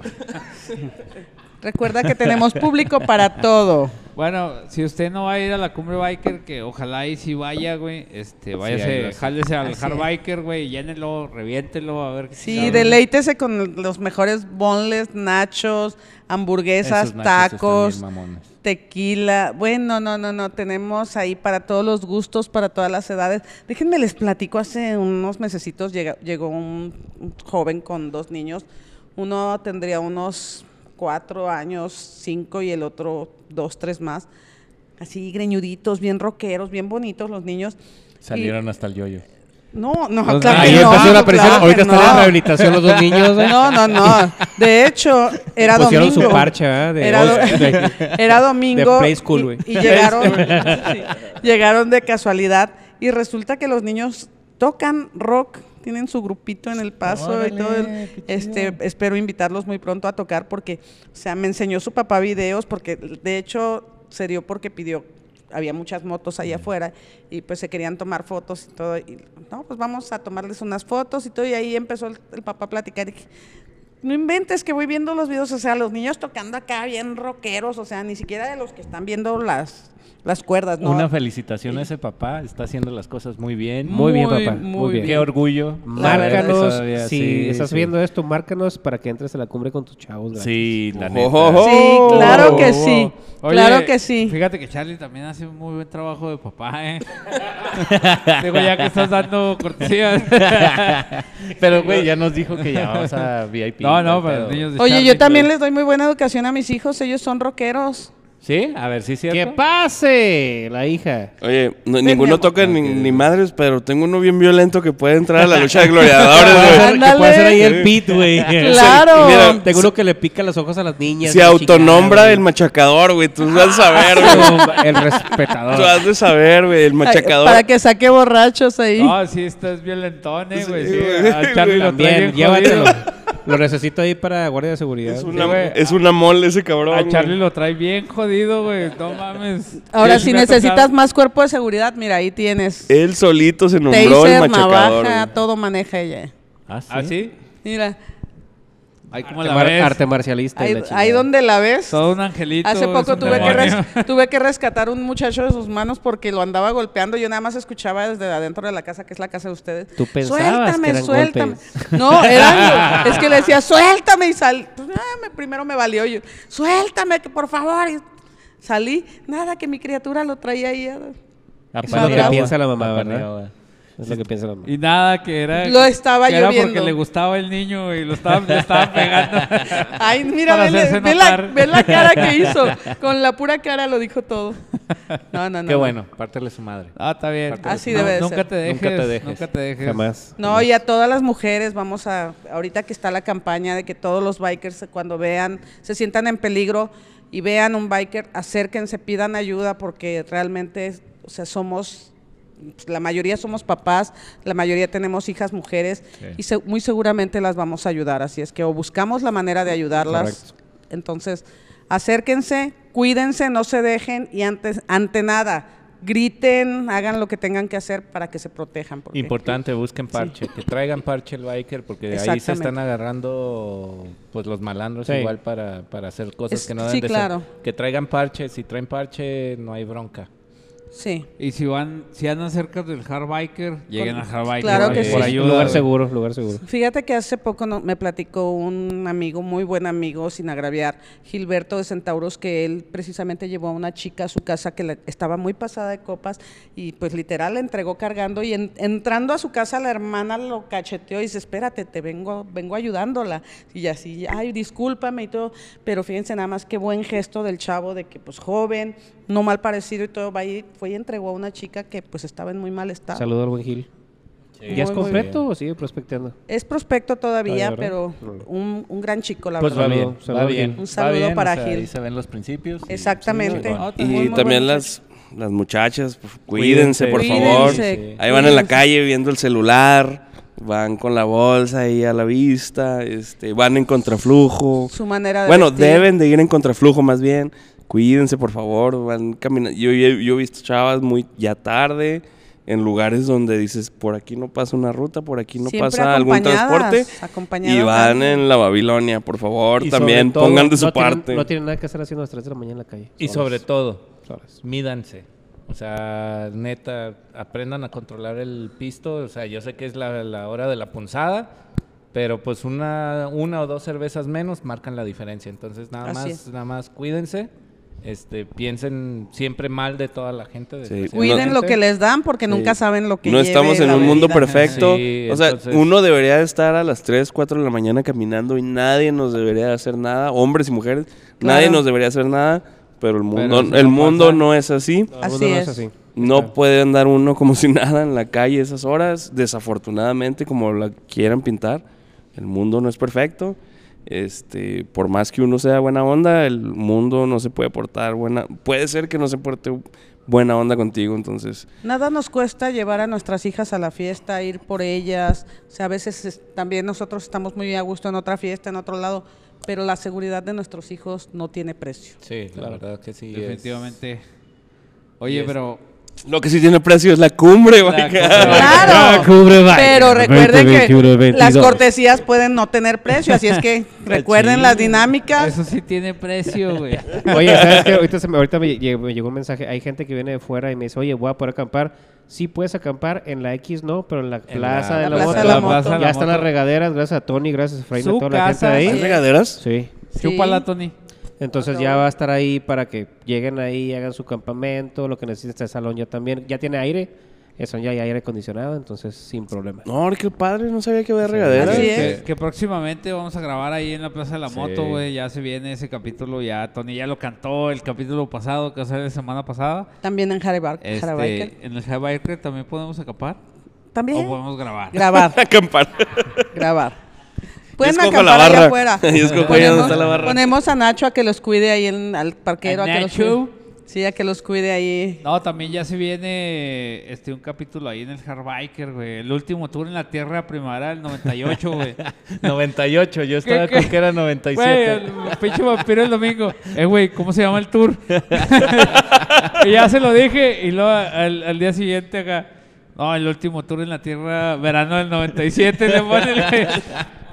Speaker 5: recuerda que tenemos público para todo.
Speaker 1: Bueno, si usted no va a ir a la cumbre biker, que ojalá y si vaya, güey, este,
Speaker 2: ahí
Speaker 1: váyase,
Speaker 2: lo hace.
Speaker 1: jálese al
Speaker 5: Así
Speaker 1: hard
Speaker 5: es.
Speaker 1: biker, güey, llénelo, reviéntelo, a ver qué
Speaker 5: Sí,
Speaker 1: sabe.
Speaker 5: deleítese con los mejores bonles, nachos, hamburguesas,
Speaker 2: Esos nachos están
Speaker 5: tacos,
Speaker 2: bien mamones.
Speaker 5: tequila. Bueno, no, no, no, tenemos ahí para todos los gustos, para todas las edades. Déjenme les platico, hace unos mesecitos llega- llegó un, un joven con dos niños. Uno tendría unos cuatro años, cinco, y el otro dos, tres más. Así greñuditos, bien rockeros, bien bonitos los niños. Y-
Speaker 2: Salieron hasta el yoyo.
Speaker 5: No, no,
Speaker 4: Los-
Speaker 5: claro
Speaker 4: Ahí
Speaker 5: que no,
Speaker 4: empezó la presión.
Speaker 5: claro que
Speaker 4: Ahorita están en
Speaker 5: no.
Speaker 4: rehabilitación los dos niños. ¿eh?
Speaker 5: No, no, no. De hecho, era
Speaker 4: Pusieron
Speaker 5: domingo.
Speaker 4: su parche, ¿verdad? De
Speaker 5: era, do-
Speaker 4: Oscar, de-
Speaker 5: era domingo.
Speaker 4: de Play School,
Speaker 5: y-
Speaker 4: güey.
Speaker 5: y, llegaron, sí, llegaron de casualidad. Y resulta que los niños tocan rock. Tienen su grupito en el paso y todo. el-
Speaker 2: Órale, qué
Speaker 5: este, espero invitarlos muy pronto a tocar porque, o sea, me enseñó su papá videos porque, de hecho, se dio porque pidió había muchas motos
Speaker 4: Mm.
Speaker 5: allá afuera y pues se querían tomar fotos y todo. Y, no, pues vamos a tomarles unas fotos y todo. Y ahí empezó el, el papá a platicar. Y dije, no inventes que voy viendo los videos, o sea, los niños tocando acá bien rockeros, o sea, ni siquiera de los que están viendo las, las cuerdas, ¿no?
Speaker 2: Una felicitación a ese papá, está haciendo las cosas muy bien.
Speaker 4: Muy bien, papá, muy bien.
Speaker 2: Qué orgullo. Saber
Speaker 4: Márcanos,
Speaker 2: que todavía-
Speaker 4: si
Speaker 2: sí,
Speaker 4: estás
Speaker 2: sí.
Speaker 4: viendo esto, márcanos para que entres a la cumbre con tus chavos. gratis.
Speaker 2: Sí, la
Speaker 3: Ojo,
Speaker 2: neta.
Speaker 3: ojo.
Speaker 5: Sí, claro que
Speaker 1: Oh.
Speaker 5: sí,
Speaker 1: Oye,
Speaker 5: claro que sí.
Speaker 1: Fíjate que Charlie también hace un muy buen trabajo de papá, ¿eh? Digo, ya que estás dando cortesías.
Speaker 2: Pero, güey, ya nos dijo que ya vamos a VIP.
Speaker 1: no, no,
Speaker 2: pero-
Speaker 1: para los niños de
Speaker 5: Oye,
Speaker 1: Charlie, pues.
Speaker 5: yo también
Speaker 1: pero-
Speaker 5: les doy muy buena educación a mis hijos, ellos son rockeros.
Speaker 2: ¿Sí? A ver, ¿sí es cierto?
Speaker 4: ¡Que pase! La hija.
Speaker 3: Oye, no-
Speaker 5: Ven, mi
Speaker 3: ninguno
Speaker 5: amor.
Speaker 3: toca ni, ni madres, pero tengo uno bien violento que puede entrar a la lucha de gloriadores,
Speaker 4: Que
Speaker 3: Ah, güey.
Speaker 5: Ándale.
Speaker 4: puede hacer ahí el pit, güey.
Speaker 5: Claro.
Speaker 3: Mira,
Speaker 4: Te juro que le pica los ojos a las niñas.
Speaker 3: Se
Speaker 4: la
Speaker 3: autonombra el
Speaker 4: chingada,
Speaker 3: machacador, güey. Tú vas a saber, güey.
Speaker 4: güey. el
Speaker 3: Tú
Speaker 4: respetador.
Speaker 3: has de saber, güey. El machacador.
Speaker 5: Para que saque borrachos ahí.
Speaker 1: No, sí, estás violentón, eh,
Speaker 3: Sí,
Speaker 1: güey.
Speaker 3: sí,
Speaker 1: Sí,
Speaker 3: güey.
Speaker 2: Ah,
Speaker 1: a Charlie lo trae
Speaker 4: Ah, También,
Speaker 1: bien
Speaker 4: llévatelo.
Speaker 1: jodido.
Speaker 4: Lo necesito ahí para guardia de seguridad.
Speaker 3: es,
Speaker 1: Sí,
Speaker 3: una,
Speaker 1: güey.
Speaker 3: es una mole ese cabrón.
Speaker 1: A
Speaker 3: güey.
Speaker 1: Charlie lo trae bien jodido, güey. No mames.
Speaker 5: Ahora,
Speaker 1: Sí,
Speaker 5: si
Speaker 1: me ha
Speaker 5: necesitas
Speaker 1: tocado.
Speaker 5: más cuerpo de seguridad, mira, ahí tienes.
Speaker 3: Él solito se nombró el
Speaker 5: Taser,
Speaker 3: machacador.
Speaker 5: navaja,
Speaker 3: güey.
Speaker 5: todo maneja ella.
Speaker 2: ¿Ah, sí?
Speaker 1: ¿Ah, sí?
Speaker 5: Mira,
Speaker 1: Ay, como
Speaker 4: Arte,
Speaker 1: la
Speaker 4: mar-
Speaker 1: ves.
Speaker 4: arte marcialista. y
Speaker 5: ahí,
Speaker 4: la
Speaker 5: ahí
Speaker 4: chingada.
Speaker 5: donde la ves.
Speaker 1: Todo un angelito.
Speaker 5: Hace
Speaker 1: es
Speaker 5: poco
Speaker 1: un
Speaker 5: tuve que,
Speaker 1: demonio.
Speaker 5: res- tuve que rescatar un muchacho de sus manos porque lo andaba golpeando. Yo nada más escuchaba desde adentro de la casa, que es la casa de ustedes.
Speaker 4: Tú pensabas que eran golpes.
Speaker 5: No, eran- es que le decía, suéltame. Y sal. pues, ah, me- primero me valió yo. Suéltame, que por favor. Y salí. Nada, que mi criatura lo traía ahí.
Speaker 4: Eso es Ah, pues, lo que
Speaker 5: Paneagua.
Speaker 4: piensa la mamá,
Speaker 2: Papá
Speaker 4: ¿verdad?
Speaker 2: Neagua.
Speaker 4: Es lo que piensa la mamá.
Speaker 1: Y nada, que era.
Speaker 5: Lo estaba
Speaker 1: que Era porque
Speaker 5: lloviendo.
Speaker 1: le gustaba el niño y lo estaban, le estaban pegando.
Speaker 5: Ay, mira,
Speaker 1: Para
Speaker 5: vele-
Speaker 1: hacerse
Speaker 5: ve, la,
Speaker 1: notar.
Speaker 5: ve la cara que hizo. Con la pura cara lo dijo todo. No, no, no.
Speaker 2: Qué
Speaker 5: no.
Speaker 2: bueno, pártele su madre.
Speaker 1: Ah, está bien.
Speaker 5: Así
Speaker 1: No,
Speaker 5: debe de
Speaker 1: nunca
Speaker 5: ser.
Speaker 1: Te dejes,
Speaker 2: Nunca te dejes.
Speaker 1: Nunca te dejes.
Speaker 4: Jamás.
Speaker 5: No, y a todas las mujeres vamos a, ahorita que está la campaña de que todos los bikers cuando vean, se sientan en peligro y vean un biker, acérquense, pidan ayuda porque realmente, o sea, somos, la mayoría somos papás, la mayoría tenemos hijas mujeres y se- muy seguramente las vamos a ayudar, así es que o buscamos la manera de ayudarlas. Entonces, acérquense, cuídense, no se dejen y antes, ante nada, griten, hagan lo que tengan que hacer para que se protejan. porque-
Speaker 2: Importante, busquen parche, que traigan parche el biker, porque de ahí se
Speaker 5: Exactamente.
Speaker 2: están agarrando pues los malandros
Speaker 4: Sí.
Speaker 2: igual para, para hacer cosas
Speaker 5: Es-
Speaker 2: que no deben
Speaker 5: sí,
Speaker 2: de
Speaker 5: claro.
Speaker 2: ser. Que traigan parche, si traen parche no hay bronca.
Speaker 5: Sí.
Speaker 1: Y si van, si andan cerca del hardbiker, lleguen al hardbiker.
Speaker 5: Claro
Speaker 1: güey,
Speaker 5: que
Speaker 1: por
Speaker 5: sí.
Speaker 1: ayuda,
Speaker 4: lugar
Speaker 1: güey.
Speaker 4: seguro, lugar seguro.
Speaker 5: Fíjate que hace poco no- me platicó un amigo, muy buen amigo, sin agraviar, Gilberto de Centauros, que él precisamente llevó a una chica a su casa que la- estaba muy pasada de copas y pues literal la entregó cargando y en- entrando a su casa la hermana lo cacheteó y dice, espérate, te vengo, vengo ayudándola. Y así, ay, discúlpame y todo, pero fíjense nada más qué buen gesto del chavo de que pues joven, no mal parecido y todo, va y fue y entregó a una chica que pues estaba en muy mal estado.
Speaker 4: Saludo al buen Gil. ¿Ya es
Speaker 5: Muy, muy
Speaker 4: completo o sigue prospectando?
Speaker 5: Es prospecto todavía,
Speaker 4: Ay, ¿verdad?
Speaker 5: pero
Speaker 4: Mm.
Speaker 5: un, un gran chico, la
Speaker 2: Pues va
Speaker 5: verdad.
Speaker 4: Saludo,
Speaker 2: bien, va
Speaker 4: saludo,
Speaker 2: bien.
Speaker 4: Gil.
Speaker 5: Un
Speaker 2: va
Speaker 5: saludo
Speaker 2: bien,
Speaker 5: para
Speaker 2: o sea,
Speaker 5: Gil.
Speaker 2: Ahí se ven los principios. y-
Speaker 5: Exactamente.
Speaker 2: chingón.
Speaker 1: Ah,
Speaker 3: Y
Speaker 1: muy, muy buen
Speaker 3: también
Speaker 1: muchacho.
Speaker 3: las, las muchachas, pues, cuídense, por
Speaker 5: Cuídense,
Speaker 3: favor.
Speaker 5: cuídense.
Speaker 3: Ahí van a la calle viendo el celular. van con la bolsa ahí a la vista, este, van en contraflujo.
Speaker 5: Su manera de
Speaker 3: Bueno,
Speaker 5: vestir.
Speaker 3: deben de ir en contraflujo más bien. Cuídense, por favor, van caminando. Yo, yo, yo he visto chavas muy ya tarde en lugares donde dices, por aquí no pasa una ruta, por aquí no
Speaker 5: Siempre
Speaker 3: pasa algún
Speaker 5: acompañadas,
Speaker 3: transporte.
Speaker 5: acompañadas
Speaker 3: Y van
Speaker 5: de-
Speaker 3: en la Babilonia, por favor,
Speaker 2: Y sobre
Speaker 3: también
Speaker 2: todo,
Speaker 3: pongan de
Speaker 4: no
Speaker 3: su
Speaker 4: tienen-
Speaker 3: parte.
Speaker 4: no tienen nada que hacer haciendo a las 3 de la mañana en la calle.
Speaker 2: Y sobre
Speaker 4: Solos.
Speaker 2: todo,
Speaker 4: Solos.
Speaker 2: mídanse. O sea, neta, aprendan a controlar el pisto. O sea, yo sé que es la, la hora de la punzada, pero pues una, una o dos cervezas menos marcan la diferencia. Entonces, nada
Speaker 5: Así
Speaker 2: más,
Speaker 5: es.
Speaker 2: nada más cuídense. Este, piensen siempre mal de toda la gente. desgraciadamente.
Speaker 5: Cuiden lo que les dan porque nunca saben lo que
Speaker 3: no
Speaker 5: lleve
Speaker 3: estamos en
Speaker 5: la
Speaker 3: un mundo
Speaker 5: bebida.
Speaker 3: perfecto.
Speaker 2: Sí,
Speaker 3: o sea,
Speaker 2: entonces-
Speaker 3: uno debería estar a las 3, 4 de la mañana caminando y nadie nos debería hacer nada, hombres y mujeres, nadie nos debería hacer nada, pero el mundo,
Speaker 1: eso
Speaker 3: el
Speaker 1: no
Speaker 3: mundo
Speaker 1: pasa.
Speaker 3: no es así.
Speaker 4: Todo el
Speaker 5: Así
Speaker 4: mundo no
Speaker 5: es.
Speaker 3: No puede andar uno como si nada en la calle esas horas, desafortunadamente, como la quieran pintar. El mundo no es perfecto. Este, por más que uno sea buena onda, el mundo no se puede portar buena. Puede ser que no se porte buena onda contigo, entonces.
Speaker 5: Nada nos cuesta llevar a nuestras hijas a la fiesta, ir por ellas. O sea, a veces es- también nosotros estamos muy a gusto en otra fiesta, en otro lado, pero la seguridad de nuestros hijos no tiene precio.
Speaker 2: Sí, la verdad que sí. es-
Speaker 1: Definitivamente. Oye,
Speaker 2: es-
Speaker 1: pero
Speaker 3: Lo que sí tiene precio es la cumbre,
Speaker 1: La
Speaker 3: güey.
Speaker 1: cumbre.
Speaker 5: ¡Claro! Pero recuerden
Speaker 8: 20, 21,
Speaker 5: que las
Speaker 8: 22.
Speaker 5: cortesías pueden no tener precio, así es que recuerden las dinámicas.
Speaker 1: eso sí tiene precio, güey.
Speaker 4: Oye, ¿sabes qué? Ahorita, se me, ahorita me, lle- me llegó un mensaje. Hay gente que viene de fuera y me dice, oye, voy a poder acampar. Sí puedes acampar, en la X no, pero en la Plaza
Speaker 2: la-
Speaker 4: de
Speaker 5: La
Speaker 4: la,
Speaker 5: Plaza
Speaker 4: Moto.
Speaker 5: de la Moto.
Speaker 4: Ya
Speaker 1: La
Speaker 4: están
Speaker 1: Moto.
Speaker 4: las regaderas, gracias a Tony, gracias a Efraín, a
Speaker 1: Su
Speaker 4: toda la gente
Speaker 1: casa,
Speaker 4: de
Speaker 3: ¿Hay
Speaker 4: ahí.
Speaker 3: regaderas?
Speaker 4: Sí.
Speaker 5: Sí.
Speaker 1: Chúpala, Tony.
Speaker 4: Entonces ya va a estar ahí para que lleguen ahí, hagan su campamento, lo que necesiten este salón ya también. Ya tiene aire, eso ya hay aire acondicionado, entonces sin problema.
Speaker 3: No, qué padre, no sabía que había regaderas.
Speaker 5: Así
Speaker 1: Que,
Speaker 5: es.
Speaker 1: que próximamente vamos a grabar ahí en la Plaza de la Moto, güey. Ya se viene ese capítulo, ya Tony ya lo cantó el capítulo pasado, que va a ser la semana pasada.
Speaker 5: También en Jarebar, Jarabaikal.
Speaker 1: Este, en el High Biker también podemos acampar o
Speaker 3: oh,
Speaker 5: También
Speaker 1: podemos grabar.
Speaker 5: grabar,
Speaker 3: Acampar.
Speaker 5: grabar. Pueden
Speaker 3: escojo
Speaker 5: acampar
Speaker 3: la
Speaker 5: allá
Speaker 3: barra.
Speaker 5: afuera.
Speaker 3: Yo escojo allá donde está la barra.
Speaker 5: ponemos a Nacho a que los cuide ahí en, al parquero.
Speaker 1: ¿A
Speaker 5: que los
Speaker 1: Nacho?
Speaker 5: cuide. sí, a que los cuide ahí
Speaker 1: No, también ya se viene este un capítulo ahí en el Hard Biker, güey. El último tour en la Tierra Primavera del 98, güey.
Speaker 2: 98, yo estaba
Speaker 1: qué?
Speaker 2: con que era
Speaker 1: Güey,
Speaker 2: 97.
Speaker 1: el pinche vampiro el domingo. Eh, güey, ¿cómo se llama el tour? y ya se lo dije y luego al, al día siguiente acá. No, el último tour en la Tierra, verano del 97, le ponen, güey.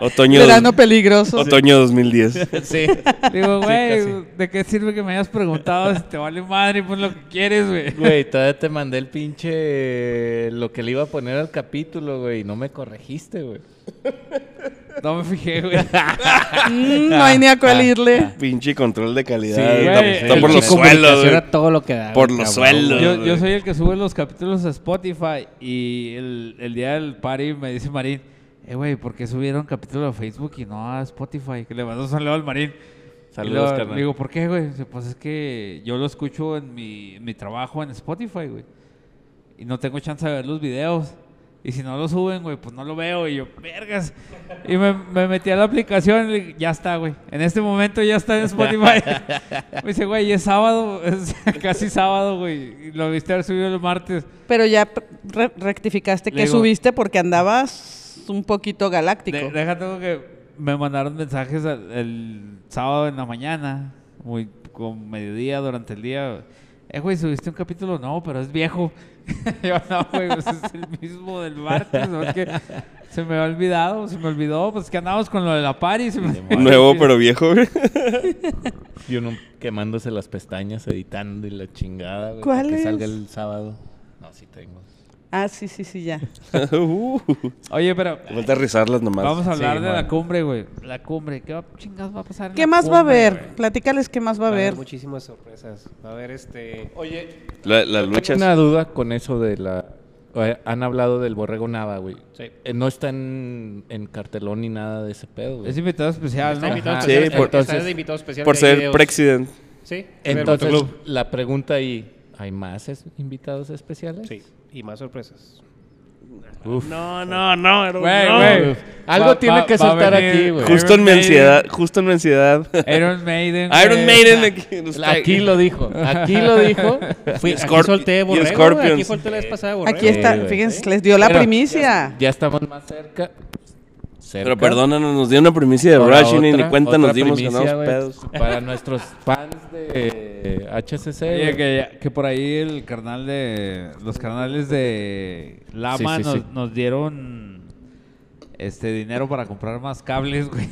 Speaker 3: Otoño,
Speaker 5: Verano peligroso.
Speaker 3: otoño 2010.
Speaker 2: Sí.
Speaker 1: Digo, güey,
Speaker 2: Sí, casi.
Speaker 1: ¿de qué sirve que me hayas preguntado si te vale madre? Pues lo que quieres, güey.
Speaker 2: Güey, todavía te mandé el pinche lo que le iba a poner al capítulo, güey, y no me corregiste, güey.
Speaker 1: No me fijé, güey.
Speaker 5: Mm, no hay ni a
Speaker 3: Ah,
Speaker 5: cuál irle.
Speaker 3: Pinche control de calidad.
Speaker 2: Sí,
Speaker 3: está
Speaker 1: güey,
Speaker 3: está
Speaker 1: el
Speaker 3: por los
Speaker 4: Pinche
Speaker 3: suelos.
Speaker 4: comunicación
Speaker 3: güey.
Speaker 4: a todo lo que da.
Speaker 3: Por
Speaker 4: güey,
Speaker 3: los
Speaker 4: cabrón.
Speaker 3: suelos.
Speaker 1: Yo, yo
Speaker 3: güey.
Speaker 1: soy el que sube los capítulos a Spotify y el, el día del party me dice Marín, eh, güey, ¿por qué subieron capítulo a Facebook y no a Spotify? Que le mandó un saludo al Marín. Y
Speaker 2: Saludos,
Speaker 1: luego
Speaker 2: carnal.
Speaker 1: le Digo, ¿por qué, güey? Dice, Pues es que yo lo escucho en mi, en mi trabajo en Spotify, güey. Y no tengo chance de ver los videos. Y si no lo suben, güey, pues no lo veo. Y yo, vergas. Y me, me metí a la aplicación y le dije, ya está, güey. En este momento ya está en Spotify. me dice, güey, es sábado, es casi sábado, güey. Y lo viste haber subido el martes.
Speaker 5: Pero ya re- rectificaste
Speaker 1: Le
Speaker 5: que
Speaker 1: digo-
Speaker 5: subiste porque andabas un poquito galáctico.
Speaker 1: De- deja tengo que me mandaron mensajes al- el, sábado en la mañana, muy con mediodía durante el día. Eh, güey, subiste un capítulo, no, pero es viejo. Yo no, güey, pues es el mismo del martes, ¿no? Es que se me ha olvidado, se me olvidó, pues que andamos con lo de la party. se me-
Speaker 3: Nuevo pero viejo. güey.
Speaker 2: Y uno quemándose las pestañas, editando y la chingada, güey.
Speaker 5: ¿Cuál
Speaker 2: para Que
Speaker 5: es?
Speaker 2: salga el sábado. No, sí tengo.
Speaker 5: Ah, sí, sí, sí, ya.
Speaker 3: Uh,
Speaker 1: Oye, pero
Speaker 3: Falta rizarlas nomás.
Speaker 1: vamos a hablar
Speaker 2: Sí,
Speaker 1: de la
Speaker 2: bueno.
Speaker 1: cumbre, güey. La cumbre, ¿qué va, chingados va a pasar? en
Speaker 5: ¿Qué
Speaker 1: la
Speaker 5: más va a
Speaker 1: cumbre,
Speaker 5: haber?
Speaker 1: güey?
Speaker 5: Platícales qué más va
Speaker 4: Va
Speaker 5: a
Speaker 4: a
Speaker 5: haber.
Speaker 4: haber muchísimas sorpresas. Va a haber este...
Speaker 2: Oye,
Speaker 3: La, las
Speaker 2: Tengo
Speaker 3: luchas.
Speaker 2: una duda con eso de la... eh, Han hablado del borrego Nava, güey. Eh, no está en, en cartelón ni nada de ese pedo, güey.
Speaker 1: Es invitado especial,
Speaker 4: Está
Speaker 1: ¿no?
Speaker 4: invitado
Speaker 1: Ajá.
Speaker 3: Sí,
Speaker 4: especial, eh,
Speaker 3: por-
Speaker 4: está de
Speaker 2: entonces-
Speaker 4: invitado especial
Speaker 3: Por
Speaker 4: de
Speaker 3: ser
Speaker 4: ahí de-
Speaker 3: president.
Speaker 4: Sí,
Speaker 2: Entonces,
Speaker 4: del motoclub.
Speaker 2: la pregunta ahí, ¿hay más es- invitados especiales?
Speaker 4: Sí, y más sorpresas.
Speaker 3: No, no, no. era-
Speaker 1: Güey,
Speaker 3: no.
Speaker 1: güey.
Speaker 2: Algo
Speaker 1: Va-
Speaker 2: tiene
Speaker 1: va-
Speaker 2: que
Speaker 1: va a
Speaker 2: soltar
Speaker 1: venir
Speaker 2: aquí, güey.
Speaker 3: Justo en mi
Speaker 1: Iron Maiden.
Speaker 3: ansiedad. Justo en mi ansiedad.
Speaker 1: Iron Maiden.
Speaker 3: Iron
Speaker 1: güey.
Speaker 3: Maiden. Aquí, los
Speaker 2: Aquí
Speaker 3: traigo.
Speaker 2: lo dijo. Aquí lo dijo.
Speaker 4: Fui,
Speaker 3: Y
Speaker 4: aquí
Speaker 3: Scorp- y
Speaker 4: solté borrego, güey, Aquí
Speaker 3: Scorpions.
Speaker 4: solté la vez pasada borrego.
Speaker 5: Aquí
Speaker 2: Sí,
Speaker 5: está,
Speaker 2: güey.
Speaker 5: fíjense, les dio la
Speaker 2: Pero-
Speaker 5: primicia.
Speaker 2: Ya estamos más cerca. Cerca.
Speaker 3: Pero perdónanos, nos dio una primicia de
Speaker 2: Ahora
Speaker 3: Rush y ni
Speaker 2: otra-
Speaker 3: cuenta
Speaker 2: otra
Speaker 3: nos dimos que
Speaker 2: primicia,
Speaker 3: andamos
Speaker 2: güey,
Speaker 3: pedos.
Speaker 2: Para nuestros fans de HCC.
Speaker 1: Oye,
Speaker 2: güey.
Speaker 1: que, que por ahí el carnal de. Los canales de Lama
Speaker 2: Sí, sí,
Speaker 1: nos,
Speaker 2: sí.
Speaker 1: nos dieron. Este dinero para comprar más cables, güey.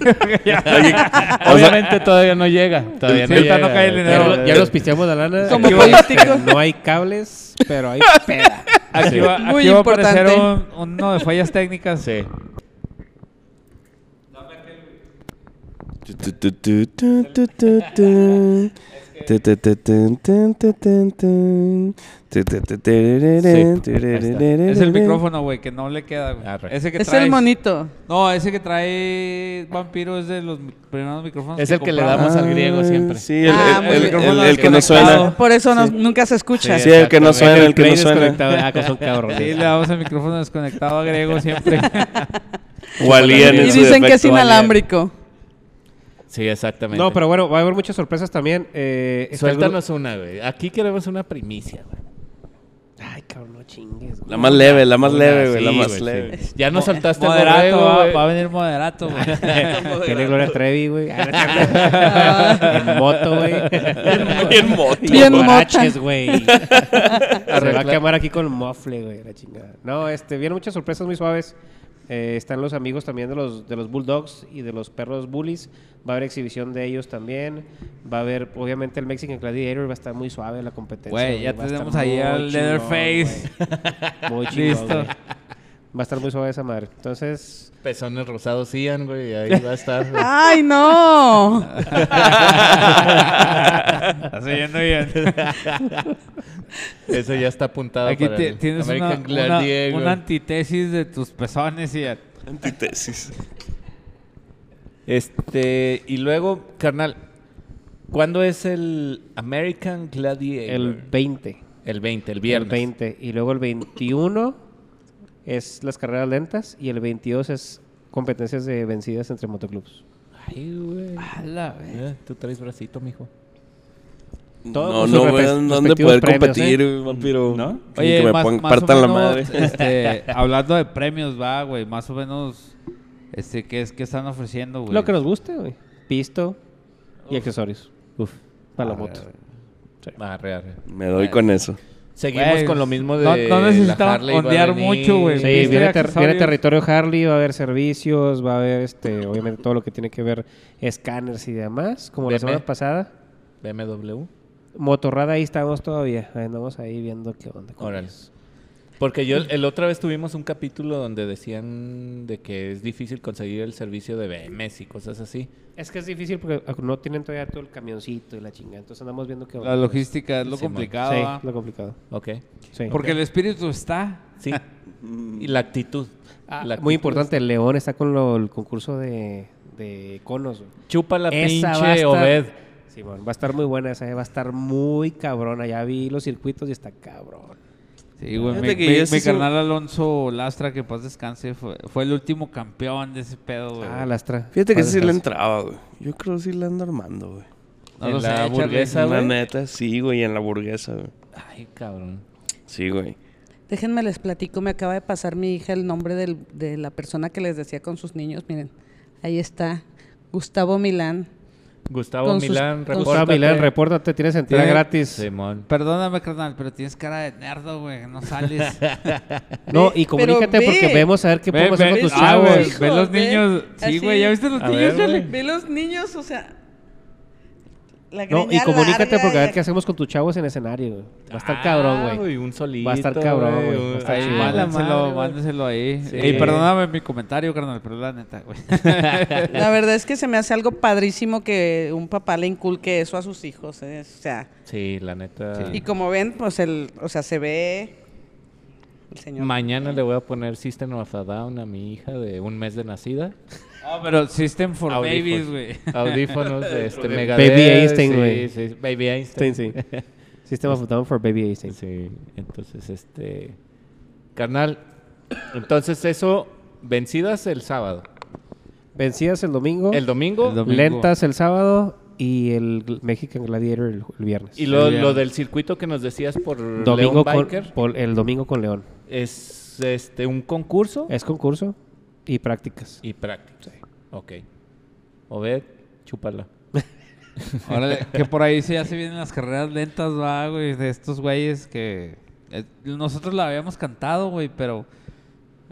Speaker 2: Ah, Obviamente todavía no llega. Todavía
Speaker 1: Sí,
Speaker 2: no
Speaker 1: ahorita
Speaker 2: llega.
Speaker 1: no cae el
Speaker 4: Ya,
Speaker 1: dinero.
Speaker 4: lo- ya los pisteamos la lana.
Speaker 7: Como
Speaker 4: Aquí va a decir
Speaker 7: político.
Speaker 4: que No hay cables, pero hay peda.
Speaker 1: Aquí va,
Speaker 7: Muy
Speaker 1: aquí va a aparecer
Speaker 7: importante.
Speaker 1: un- uno de fallas técnicas.
Speaker 2: Sí.
Speaker 1: Es
Speaker 3: Es
Speaker 1: el micrófono, güey, que no le queda, güey.
Speaker 2: Arre.
Speaker 1: Ese que
Speaker 5: Es
Speaker 1: traes-
Speaker 5: el monito.
Speaker 1: No, ese que trae Vampiro es de los mi- primeros micrófonos.
Speaker 2: Es el que le
Speaker 1: compramos.
Speaker 2: damos al griego siempre.
Speaker 3: Sí, el,
Speaker 5: Ah,
Speaker 3: el-
Speaker 5: muy
Speaker 3: el-
Speaker 5: bien.
Speaker 3: el- el que no
Speaker 1: Desconectado.
Speaker 3: suena.
Speaker 5: Por eso no- nunca se escucha.
Speaker 3: Sí, el que no
Speaker 2: exactamente.
Speaker 3: suena, el que no
Speaker 4: play
Speaker 3: suena.
Speaker 4: desconectado. Ah, que son cabrones.
Speaker 1: Sí, le damos el micrófono desconectado a Grego siempre. Este
Speaker 3: O Alien
Speaker 5: Y
Speaker 3: en su
Speaker 5: dicen que es
Speaker 3: defecto, Alien.
Speaker 5: inalámbrico.
Speaker 2: Sí, exactamente.
Speaker 4: No, pero bueno, va a haber muchas sorpresas también. Eh, está el gru-
Speaker 2: Suéltanos una, güey. Aquí queremos una primicia, güey.
Speaker 4: Ay, cabrón, no chingues. güey.
Speaker 3: La más leve, la más
Speaker 2: Una,
Speaker 3: leve, Ah, güey, la
Speaker 2: sí,
Speaker 3: más
Speaker 2: güey,
Speaker 3: leve.
Speaker 2: sí. Ya nos saltaste el
Speaker 1: moderato,
Speaker 2: borrego,
Speaker 1: va,
Speaker 2: güey.
Speaker 1: va a venir moderato, güey.
Speaker 4: Tiene Gloria Trevi, güey. Ah, no, no, no. en moto, güey.
Speaker 3: Bien moto.
Speaker 4: Y
Speaker 5: Bien
Speaker 4: en guaraches,
Speaker 5: mota.
Speaker 4: güey. Se va a
Speaker 2: Arregla-
Speaker 4: quemar aquí con mofle, güey, la chingada. No, este, vienen muchas sorpresas muy suaves. Eh, están los amigos también de los, de los Bulldogs y de los perros Bullies. Va a haber exhibición de ellos también. Va a haber, obviamente, el Mexican Gladiator. Va a estar muy suave la competencia.
Speaker 1: Güey, ya
Speaker 4: Va a estar
Speaker 1: tenemos ahí
Speaker 4: muy
Speaker 1: al
Speaker 4: chingón,
Speaker 1: Leatherface.
Speaker 4: güey. Muy chingón,
Speaker 1: Listo.
Speaker 4: güey. Va a estar muy suave esa madre. Entonces,
Speaker 2: Pezones rosados Ian, güey. Ahí va a estar. güey.
Speaker 5: ¡Ay, no!
Speaker 1: Estás oyendo bien.
Speaker 2: Eso ya está apuntado
Speaker 1: Aquí
Speaker 2: para
Speaker 1: ti-
Speaker 2: el
Speaker 1: tienes una,
Speaker 2: American
Speaker 1: una,
Speaker 2: Gladiator.
Speaker 1: una antítesis de tus pezones y
Speaker 3: Antítesis.
Speaker 2: Este, y luego, carnal, ¿cuándo es el American Gladiator?
Speaker 4: el 20.
Speaker 2: El 20, el
Speaker 4: El
Speaker 2: viernes.
Speaker 4: 20. Y luego el 21 es las carreras lentas y el 22 es competencias de vencidas entre motoclubs.
Speaker 2: Ay, güey. Eh, Tú traes bracito, mijo.
Speaker 4: Todo
Speaker 3: No,
Speaker 4: con
Speaker 3: no
Speaker 4: sus
Speaker 3: veo
Speaker 4: respect-
Speaker 3: en dónde
Speaker 4: respectivos
Speaker 3: poder
Speaker 4: premios,
Speaker 3: competir,
Speaker 4: ¿eh?
Speaker 3: güey, vampiro.
Speaker 4: ¿No?
Speaker 3: Que me pongan-
Speaker 1: o
Speaker 3: partan la
Speaker 1: menos,
Speaker 3: madre.
Speaker 1: este, hablando de premios, va, güey, más o menos, este, ¿qué es que están ofreciendo, güey?
Speaker 4: Lo que nos guste, güey. Pisto y accesorios. Uf. Para la moto.
Speaker 2: Arre, arre.
Speaker 3: Me doy con eso.
Speaker 2: Ah, Seguimos
Speaker 1: Güey,
Speaker 2: con lo mismo de
Speaker 1: no- no necesitamos
Speaker 2: la Harley va a
Speaker 1: ondear
Speaker 2: venir.
Speaker 1: mucho, güey.
Speaker 4: Sí,
Speaker 1: Pisto y
Speaker 4: viene, ter-
Speaker 1: accesorios.
Speaker 4: viene territorio Harley, va a haber servicios, va a haber, este, obviamente, todo lo que tiene que ver escáneres y demás. Como la
Speaker 2: Veme.
Speaker 4: semana pasada,
Speaker 2: BMW.
Speaker 4: Motorrada ahí estamos todavía. Andamos ahí viendo qué onda. con
Speaker 2: Órale.
Speaker 4: ellos.
Speaker 2: Porque yo, el otra vez tuvimos un capítulo donde decían de que es difícil conseguir el servicio de BMS y cosas así.
Speaker 4: Es que es difícil porque no tienen todavía todo el camioncito y la chingada. Entonces andamos viendo qué onda.
Speaker 1: La logística es lo
Speaker 2: Sí, mon.
Speaker 1: complicado,
Speaker 4: Sí,
Speaker 1: va.
Speaker 4: lo complicado.
Speaker 2: Ok.
Speaker 4: Sí.
Speaker 1: Porque el espíritu está.
Speaker 2: Sí. y la actitud.
Speaker 4: Ah,
Speaker 2: La actitud.
Speaker 4: muy importante, el León está con lo- el concurso de, de conos. güey.
Speaker 2: Chupa la
Speaker 4: Esa va a
Speaker 2: pinche
Speaker 4: estar-
Speaker 2: Obed.
Speaker 4: Simón, va a estar muy buena esa, eh, va a estar muy cabrona. Ya vi los circuitos y está cabrón.
Speaker 1: Sí, güey,
Speaker 3: Fíjate
Speaker 1: mi,
Speaker 3: que
Speaker 1: mi-
Speaker 3: yo sí
Speaker 1: mi
Speaker 3: se-
Speaker 1: carnal Alonso Lastra, que en paz descanse, fue, fue el último campeón de ese pedo, güey.
Speaker 4: Ah, lastra.
Speaker 3: Fíjate que
Speaker 4: Padre,
Speaker 3: sí le
Speaker 4: gracias.
Speaker 3: entraba, güey. Yo creo que sí le ando armando, güey.
Speaker 1: No
Speaker 2: en
Speaker 1: lo sé,
Speaker 2: la
Speaker 1: Charlie.
Speaker 2: hamburguesa,
Speaker 3: La
Speaker 2: güey.
Speaker 3: neta, sí, güey, en la burguesa, güey.
Speaker 2: Ay, cabrón.
Speaker 3: Sí, güey.
Speaker 5: Déjenme les platico, me acaba de pasar mi hija el nombre del- de la persona que les decía con sus niños. Miren, ahí está, Gustavo Milán.
Speaker 2: Gustavo
Speaker 5: Con sus-
Speaker 2: Milán,
Speaker 5: con sus-
Speaker 4: Gustavo
Speaker 2: repórtate.
Speaker 4: Milán, repórtate, tienes entrada
Speaker 1: Tiene-
Speaker 4: gratis.
Speaker 2: Simón.
Speaker 1: Perdóname, carnal, pero tienes cara de nerdo, güey, no sales.
Speaker 4: No, y
Speaker 7: Pero
Speaker 4: comunícate
Speaker 7: ve.
Speaker 4: porque vemos a ver qué
Speaker 1: Ve,
Speaker 4: podemos hacer
Speaker 1: ve,
Speaker 4: con tus
Speaker 1: ah, güey,
Speaker 4: chavos.
Speaker 1: ve los niños. Sí, güey, ¿ya viste los
Speaker 2: A
Speaker 1: niños,
Speaker 2: ver,
Speaker 1: Charlie?
Speaker 2: güey.
Speaker 5: Ve los niños, o sea. La
Speaker 4: No, y
Speaker 5: greña
Speaker 4: comunícate
Speaker 5: larga
Speaker 4: porque a ver
Speaker 5: y-
Speaker 4: qué hacemos con tus chavos en escenario. güey. Va a estar
Speaker 1: Ah,
Speaker 4: cabrón, güey.
Speaker 2: Un solito.
Speaker 4: Va a estar cabrón, güey. Va a estar
Speaker 1: Ahí,
Speaker 4: chido,
Speaker 2: Ah,
Speaker 4: güey.
Speaker 2: la
Speaker 1: mándenselo,
Speaker 2: madre, güey.
Speaker 1: mándenselo ahí.
Speaker 2: Sí.
Speaker 1: Y perdóname mi comentario, carnal, pero la neta, güey.
Speaker 5: La verdad es que se me hace algo padrísimo que un papá le inculque eso a sus hijos. ¿eh? O sea,
Speaker 2: Sí, la neta.
Speaker 5: y como ven, pues el, o sea, se ve el señor.
Speaker 2: Mañana le voy a poner System of a Down a mi hija de un mes de nacida.
Speaker 1: No, pero System for Babies, güey.
Speaker 2: Audífonos de este mega.
Speaker 4: Baby Einstein, güey.
Speaker 2: Sí, sí, Baby Einstein.
Speaker 4: Einstein, sí. System of a Down for Baby Einstein.
Speaker 2: Sí, entonces este. Carnal,
Speaker 9: Entonces eso, vencidas el sábado.
Speaker 4: Vencidas el domingo,
Speaker 9: El domingo.
Speaker 1: El domingo.
Speaker 4: lentas el sábado y el gl- Mexican Gladiator el, el viernes.
Speaker 9: Y
Speaker 1: El
Speaker 9: lo,
Speaker 1: viernes.
Speaker 9: lo del circuito que nos decías por
Speaker 4: domingo con,
Speaker 9: León Biker
Speaker 4: por- el domingo con León.
Speaker 9: es este un concurso
Speaker 4: Es concurso y prácticas.
Speaker 9: y práctica. Ok. Obed, chúpala.
Speaker 1: Órale, que por ahí se ya se vienen las carreras lentas, va, güey, de estos güeyes que eh, nosotros la habíamos cantado, güey, pero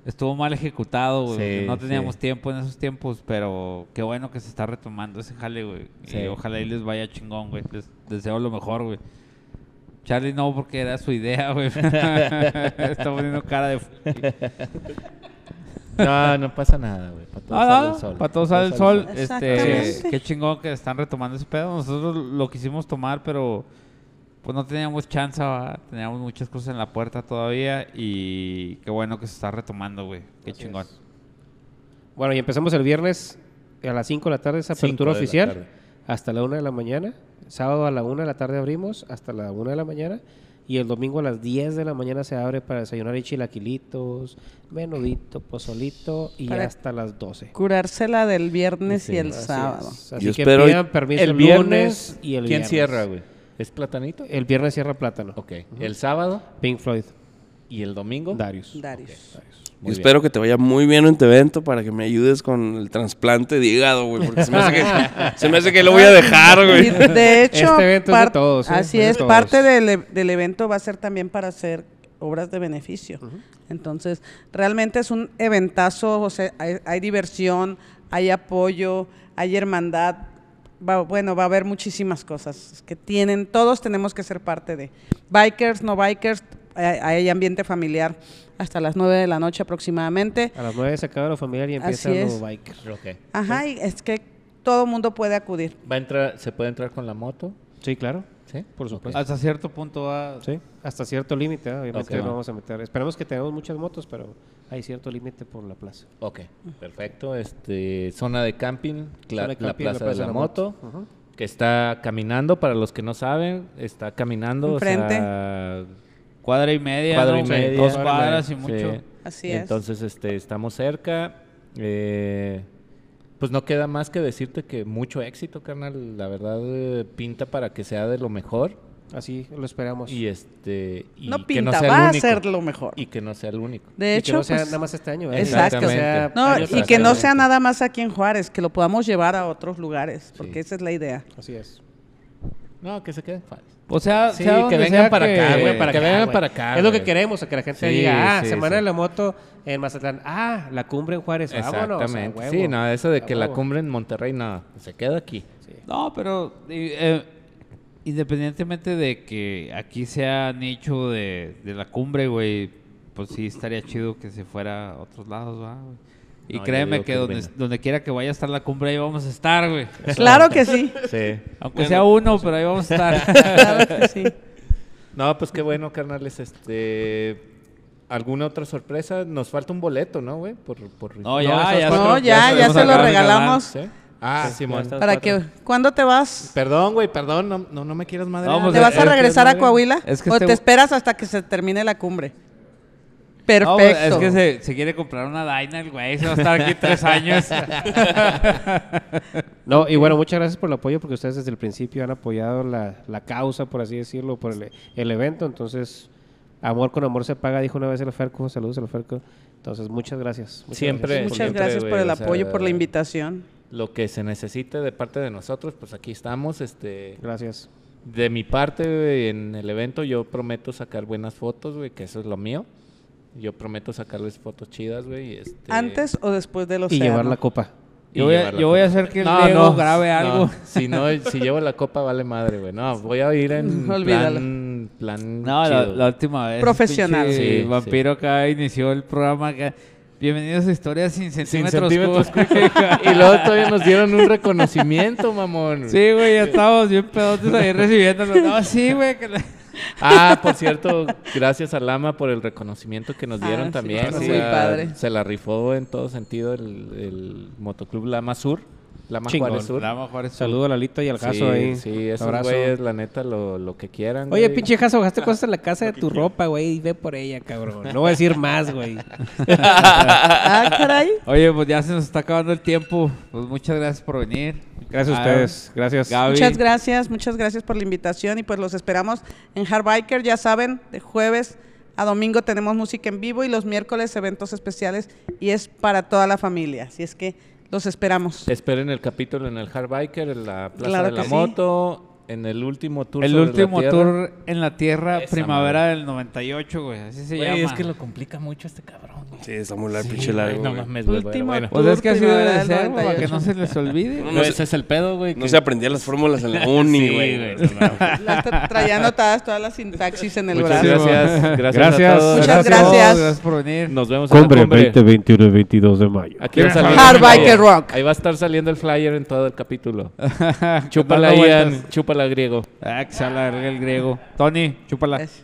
Speaker 1: estuvo mal ejecutado, güey.
Speaker 9: Sí,
Speaker 1: no teníamos
Speaker 9: sí.
Speaker 1: tiempo en esos tiempos, pero qué bueno que se está retomando ese jale, güey.
Speaker 9: Sí.
Speaker 1: Y ojalá y les vaya chingón, güey. Les deseo lo mejor, güey. Charlie no, porque era su idea, güey. está poniendo cara de...
Speaker 9: No, no pasa nada, güey. Para todos
Speaker 1: Ah,
Speaker 9: sale
Speaker 1: no,
Speaker 9: el sol.
Speaker 1: Para todos sale el sol. Este,
Speaker 5: Exactamente.
Speaker 1: qué chingón que están retomando ese pedo. Nosotros lo quisimos tomar, pero pues no teníamos chance, ¿va? teníamos muchas cosas en la puerta todavía y qué bueno que se está retomando, güey. Qué chingón.
Speaker 4: Bueno, y empezamos el viernes a las 5 de la tarde, esa
Speaker 9: Cinco
Speaker 4: apertura
Speaker 9: de la
Speaker 4: oficial,
Speaker 9: tarde.
Speaker 4: hasta la 1 de la mañana. Sábado a la 1 de la tarde abrimos, hasta la 1 de la mañana. Y el domingo a las 10 de la mañana se abre para desayunar y chilaquilitos, menudito, pozolito y
Speaker 5: Para-
Speaker 4: hasta las 12.
Speaker 5: Curársela del viernes
Speaker 9: Sí,
Speaker 5: y el
Speaker 4: Así
Speaker 5: sábado.
Speaker 4: es. Así
Speaker 9: Yo
Speaker 4: que
Speaker 9: espero
Speaker 4: pidan permiso el, lunes y el
Speaker 9: ¿Quién
Speaker 4: viernes.
Speaker 9: cierra, güey? ¿Es Platanito?
Speaker 4: El viernes cierra Plátano.
Speaker 9: Ok. El sábado
Speaker 4: Pink Floyd.
Speaker 9: y el domingo.
Speaker 4: Darius.
Speaker 5: Darius.
Speaker 9: Muy
Speaker 3: Yo espero que te vaya muy bien en tu evento para que me ayudes con el trasplante de hígado, güey. Porque se me hace que, se me hace que lo voy a dejar,
Speaker 5: Y
Speaker 3: güey.
Speaker 5: de hecho,
Speaker 4: Este evento es de
Speaker 5: par-
Speaker 4: todos, ¿eh?
Speaker 5: así
Speaker 4: Es de
Speaker 5: es,
Speaker 4: todos.
Speaker 5: parte del, e- del evento va a ser también para hacer obras de beneficio. Entonces, realmente es un eventazo, o sea, hay, hay diversión, hay apoyo, hay hermandad. Va- bueno, va a haber muchísimas cosas que tienen, todos tenemos que ser parte de. Bikers, no bikers, hay, hay ambiente familiar hasta las 9 de la noche aproximadamente.
Speaker 4: A las 9 se acaba lo familiar y empieza
Speaker 5: Así
Speaker 4: lo
Speaker 5: es.
Speaker 4: biker.
Speaker 9: Ok.
Speaker 5: Ajá, y es que todo mundo puede acudir.
Speaker 9: ¿Va a entrar, ¿Se puede entrar con la moto?
Speaker 4: Sí, claro.
Speaker 9: Sí.
Speaker 4: Por supuesto.
Speaker 1: Hasta cierto punto va...
Speaker 4: Sí, hasta cierto límite, ¿eh? obviamente
Speaker 9: Ok.
Speaker 4: no vamos a meter. Esperemos que tengamos muchas motos, pero hay cierto límite por la plaza.
Speaker 9: Ok. Perfecto. Este, zona de camping, cla-
Speaker 4: Zona de
Speaker 9: la
Speaker 4: camping,
Speaker 9: plaza de la moto.
Speaker 4: Ujú.
Speaker 9: que está caminando, para los que no saben, está caminando. o
Speaker 5: Enfrente.
Speaker 9: sea,
Speaker 1: Cuadra y media,
Speaker 9: cuadra y
Speaker 1: ¿no?
Speaker 9: media.
Speaker 1: dos
Speaker 9: Sí.
Speaker 1: cuadras y
Speaker 9: Sí.
Speaker 1: mucho.
Speaker 5: Así es.
Speaker 9: Entonces, este, estamos cerca. eh, pues no queda más que decirte que mucho éxito, carnal. La verdad, eh, pinta para que sea de lo mejor.
Speaker 4: Así lo esperamos.
Speaker 9: Y este. Y
Speaker 5: no
Speaker 9: que
Speaker 5: pinta,
Speaker 9: sea el
Speaker 5: va a
Speaker 9: único.
Speaker 5: ser lo mejor.
Speaker 9: Y que no sea el único.
Speaker 5: de
Speaker 4: Y
Speaker 5: hecho,
Speaker 4: que no sea
Speaker 5: pues,
Speaker 4: nada más este año. ¿eh?
Speaker 5: Exacto.
Speaker 4: Que sea
Speaker 5: No,
Speaker 4: año
Speaker 5: y
Speaker 4: tras
Speaker 5: que no
Speaker 4: año.
Speaker 5: sea nada más aquí en Juárez, que lo podamos llevar a otros lugares, porque
Speaker 9: Sí.
Speaker 5: esa es la idea.
Speaker 4: Así es.
Speaker 9: No, que se queden fans.
Speaker 1: O sea,
Speaker 9: Sí,
Speaker 1: sea
Speaker 9: que
Speaker 1: donde
Speaker 9: vengan
Speaker 1: sea
Speaker 9: para acá,
Speaker 1: que-
Speaker 9: güey, para
Speaker 1: que
Speaker 9: acá.
Speaker 1: vengan
Speaker 9: güey.
Speaker 1: para-
Speaker 9: acá,
Speaker 4: Es lo que
Speaker 9: güey.
Speaker 4: queremos, o que la gente
Speaker 9: Sí,
Speaker 4: diga, ah,
Speaker 9: sí,
Speaker 4: Semana
Speaker 9: sí.
Speaker 4: de la Moto en Mazatlán. Ah, la cumbre en Juárez. Vámonos, a
Speaker 9: Exactamente.
Speaker 4: huevo.
Speaker 9: sí, no, eso de
Speaker 4: A
Speaker 9: que la
Speaker 4: huevo.
Speaker 9: cumbre en Monterrey, no, se queda aquí.
Speaker 1: No, pero eh, eh, independientemente de que aquí sea nicho de, de la cumbre, güey, pues sí estaría chido que se fuera a otros lados, ¿va? güey? Y
Speaker 9: No, yo
Speaker 1: créeme
Speaker 9: digo
Speaker 1: que
Speaker 9: que
Speaker 1: donde,
Speaker 9: venga.
Speaker 1: donde quiera que vaya a estar la cumbre, ahí vamos a estar, güey.
Speaker 5: Claro que sí,
Speaker 9: Sí.
Speaker 1: Aunque sea uno, pero ahí vamos a estar.
Speaker 5: claro que sí.
Speaker 9: No, pues qué bueno, carnales. Este, ¿Alguna otra sorpresa? Nos falta un boleto, ¿no, güey? Por, por...
Speaker 1: No, ya, ya,
Speaker 5: no,
Speaker 1: lo-
Speaker 5: ya, Ah, ya
Speaker 1: lo
Speaker 5: se lo
Speaker 1: acabamos de
Speaker 5: regalamos.
Speaker 9: ¿Sí? Ah, Simón.
Speaker 4: está.
Speaker 5: Para que,
Speaker 4: cuatro.
Speaker 5: ¿Cuándo te vas?
Speaker 9: Perdón, güey, perdón. No, no, pues, no me quieras madre.
Speaker 1: Vamos,
Speaker 5: ¿Te
Speaker 1: eh,
Speaker 5: vas
Speaker 1: eh,
Speaker 5: a regresar a
Speaker 1: madre.
Speaker 5: Coahuila?
Speaker 1: Es que
Speaker 5: ¿O
Speaker 1: este-
Speaker 5: te esperas hasta que se termine la cumbre? Perfecto.
Speaker 1: No, güey, es que se, se quiere comprar una Dyna, el güey, se va a estar aquí tres años.
Speaker 4: No, y bueno, muchas gracias por el apoyo porque ustedes desde el principio han apoyado la, la causa, por así decirlo, por el, el evento. Entonces, amor con amor se paga, dijo una vez el Ferco. Saludos al Ferco. Entonces, muchas gracias. muchas
Speaker 9: Siempre.
Speaker 4: gracias.
Speaker 5: Muchas
Speaker 9: siempre,
Speaker 5: gracias
Speaker 9: güey,
Speaker 5: por el
Speaker 9: o sea,
Speaker 5: apoyo, por la invitación.
Speaker 9: Lo que se necesite de parte de nosotros, pues aquí estamos. Este,
Speaker 4: Gracias.
Speaker 9: de mi parte, güey, en el evento yo prometo sacar buenas fotos, güey, que eso es lo mío. Yo prometo sacarles fotos chidas, güey. y Este,
Speaker 5: ¿Antes o después del
Speaker 4: Y
Speaker 5: océano?
Speaker 4: llevar la copa.
Speaker 9: y
Speaker 1: Yo voy, a,
Speaker 9: llevarla
Speaker 1: yo voy a hacer que el
Speaker 9: No,
Speaker 1: Diego
Speaker 9: no,
Speaker 1: grabe
Speaker 9: no.
Speaker 1: algo.
Speaker 9: Si no, si llevo la copa vale madre, güey. No, voy a ir en
Speaker 5: Olvídalo.
Speaker 9: plan, plan
Speaker 1: No, la,
Speaker 9: chido.
Speaker 1: la última vez.
Speaker 5: Profesional.
Speaker 1: pinche
Speaker 9: Sí,
Speaker 1: vampiro acá inició el programa acá. Bienvenidos a Historias sin
Speaker 9: Sin
Speaker 1: centímetros.
Speaker 9: centímetros
Speaker 1: cúbicos.
Speaker 9: cúbicos. Y luego todavía nos dieron un reconocimiento, mamón.
Speaker 1: sí, güey, ya estábamos bien pedotes ahí recibiéndolo. No, sí, güey. que la-
Speaker 9: Ah, por cierto, gracias a Lama por el reconocimiento que nos
Speaker 5: Ah,
Speaker 9: dieron
Speaker 5: sí,
Speaker 9: también.
Speaker 5: claro,
Speaker 9: o
Speaker 5: muy
Speaker 9: sea,
Speaker 5: padre.
Speaker 9: Se la rifó en todo sentido el, el Motoclub Lama Sur.
Speaker 2: Lama
Speaker 4: Chingón.
Speaker 2: Juárez Sur.
Speaker 1: Lama Juárez Sur.
Speaker 4: Saludo a Lalito y al
Speaker 2: Sí,
Speaker 4: Jaso ahí.
Speaker 2: Sí, esos
Speaker 4: Abrazo.
Speaker 2: güeyes, la neta, lo, lo que quieran.
Speaker 4: Oye,
Speaker 2: güey.
Speaker 4: pinche Jaso, gastaste cosas en la casa de tu ropa, güey. Ve por ella, cabrón. No voy a decir más, güey.
Speaker 5: Ah, caray.
Speaker 1: Oye, pues ya se nos está acabando el tiempo. Pues muchas gracias por venir. Ah,
Speaker 4: Gracias a
Speaker 2: Ah,
Speaker 1: Aaron,
Speaker 4: ustedes. Gracias.
Speaker 1: Gaby.
Speaker 5: Muchas gracias, muchas gracias por la invitación y pues los esperamos en Hard Biker, ya saben, de jueves a domingo tenemos música en vivo y los miércoles eventos especiales y es para toda la familia, así es que los esperamos.
Speaker 2: Esperen el capítulo en el Hard Biker, en la Plaza
Speaker 5: Claro
Speaker 2: de la
Speaker 5: que sí.
Speaker 2: Moto, en el último tour.
Speaker 1: El
Speaker 2: sobre la
Speaker 1: último
Speaker 2: Tierra.
Speaker 1: tour en la Tierra,
Speaker 2: Esa
Speaker 1: primavera del 98, güey. Así se
Speaker 2: Güey,
Speaker 1: llama.
Speaker 2: es que lo complica mucho este cabrón. güey.
Speaker 3: Sí, está muy largo, pinche
Speaker 2: Sí, güey,
Speaker 3: largo.
Speaker 2: no
Speaker 3: güey.
Speaker 2: mames, güey.
Speaker 5: Último
Speaker 2: Bueno,
Speaker 1: Pues es
Speaker 5: Tour
Speaker 1: que así debe
Speaker 5: primavera
Speaker 1: de
Speaker 5: del
Speaker 1: ser, güey, para que
Speaker 5: 98.
Speaker 1: no se les olvide.
Speaker 3: No,
Speaker 2: No, ese es el pedo, güey.
Speaker 3: No
Speaker 2: que-
Speaker 3: se aprendía las fórmulas en la uni,
Speaker 2: Sí,
Speaker 3: güey.
Speaker 2: güey,
Speaker 5: Las tra- traía anotadas todas las sintaxis en el
Speaker 2: Muchas
Speaker 5: brazo.
Speaker 2: gracias. Gracias.
Speaker 4: Gracias.
Speaker 2: a todos.
Speaker 5: Muchas
Speaker 1: Gracias. a
Speaker 5: gracias.
Speaker 1: todos, Gracias por venir.
Speaker 2: Nos vemos
Speaker 8: Cumbre,
Speaker 2: en la cumbre.
Speaker 8: 20, 21 y 22 de mayo.
Speaker 2: Aquí va a salir.
Speaker 5: Hard Biker Rock.
Speaker 2: Ahí va a estar saliendo el flyer en todo el capítulo.
Speaker 1: Dando
Speaker 2: Chúpala,
Speaker 1: vueltas.
Speaker 2: Ian. Chúpala, griego.
Speaker 1: Ah, que se alargue el griego. Tony, chúpala.
Speaker 5: Es-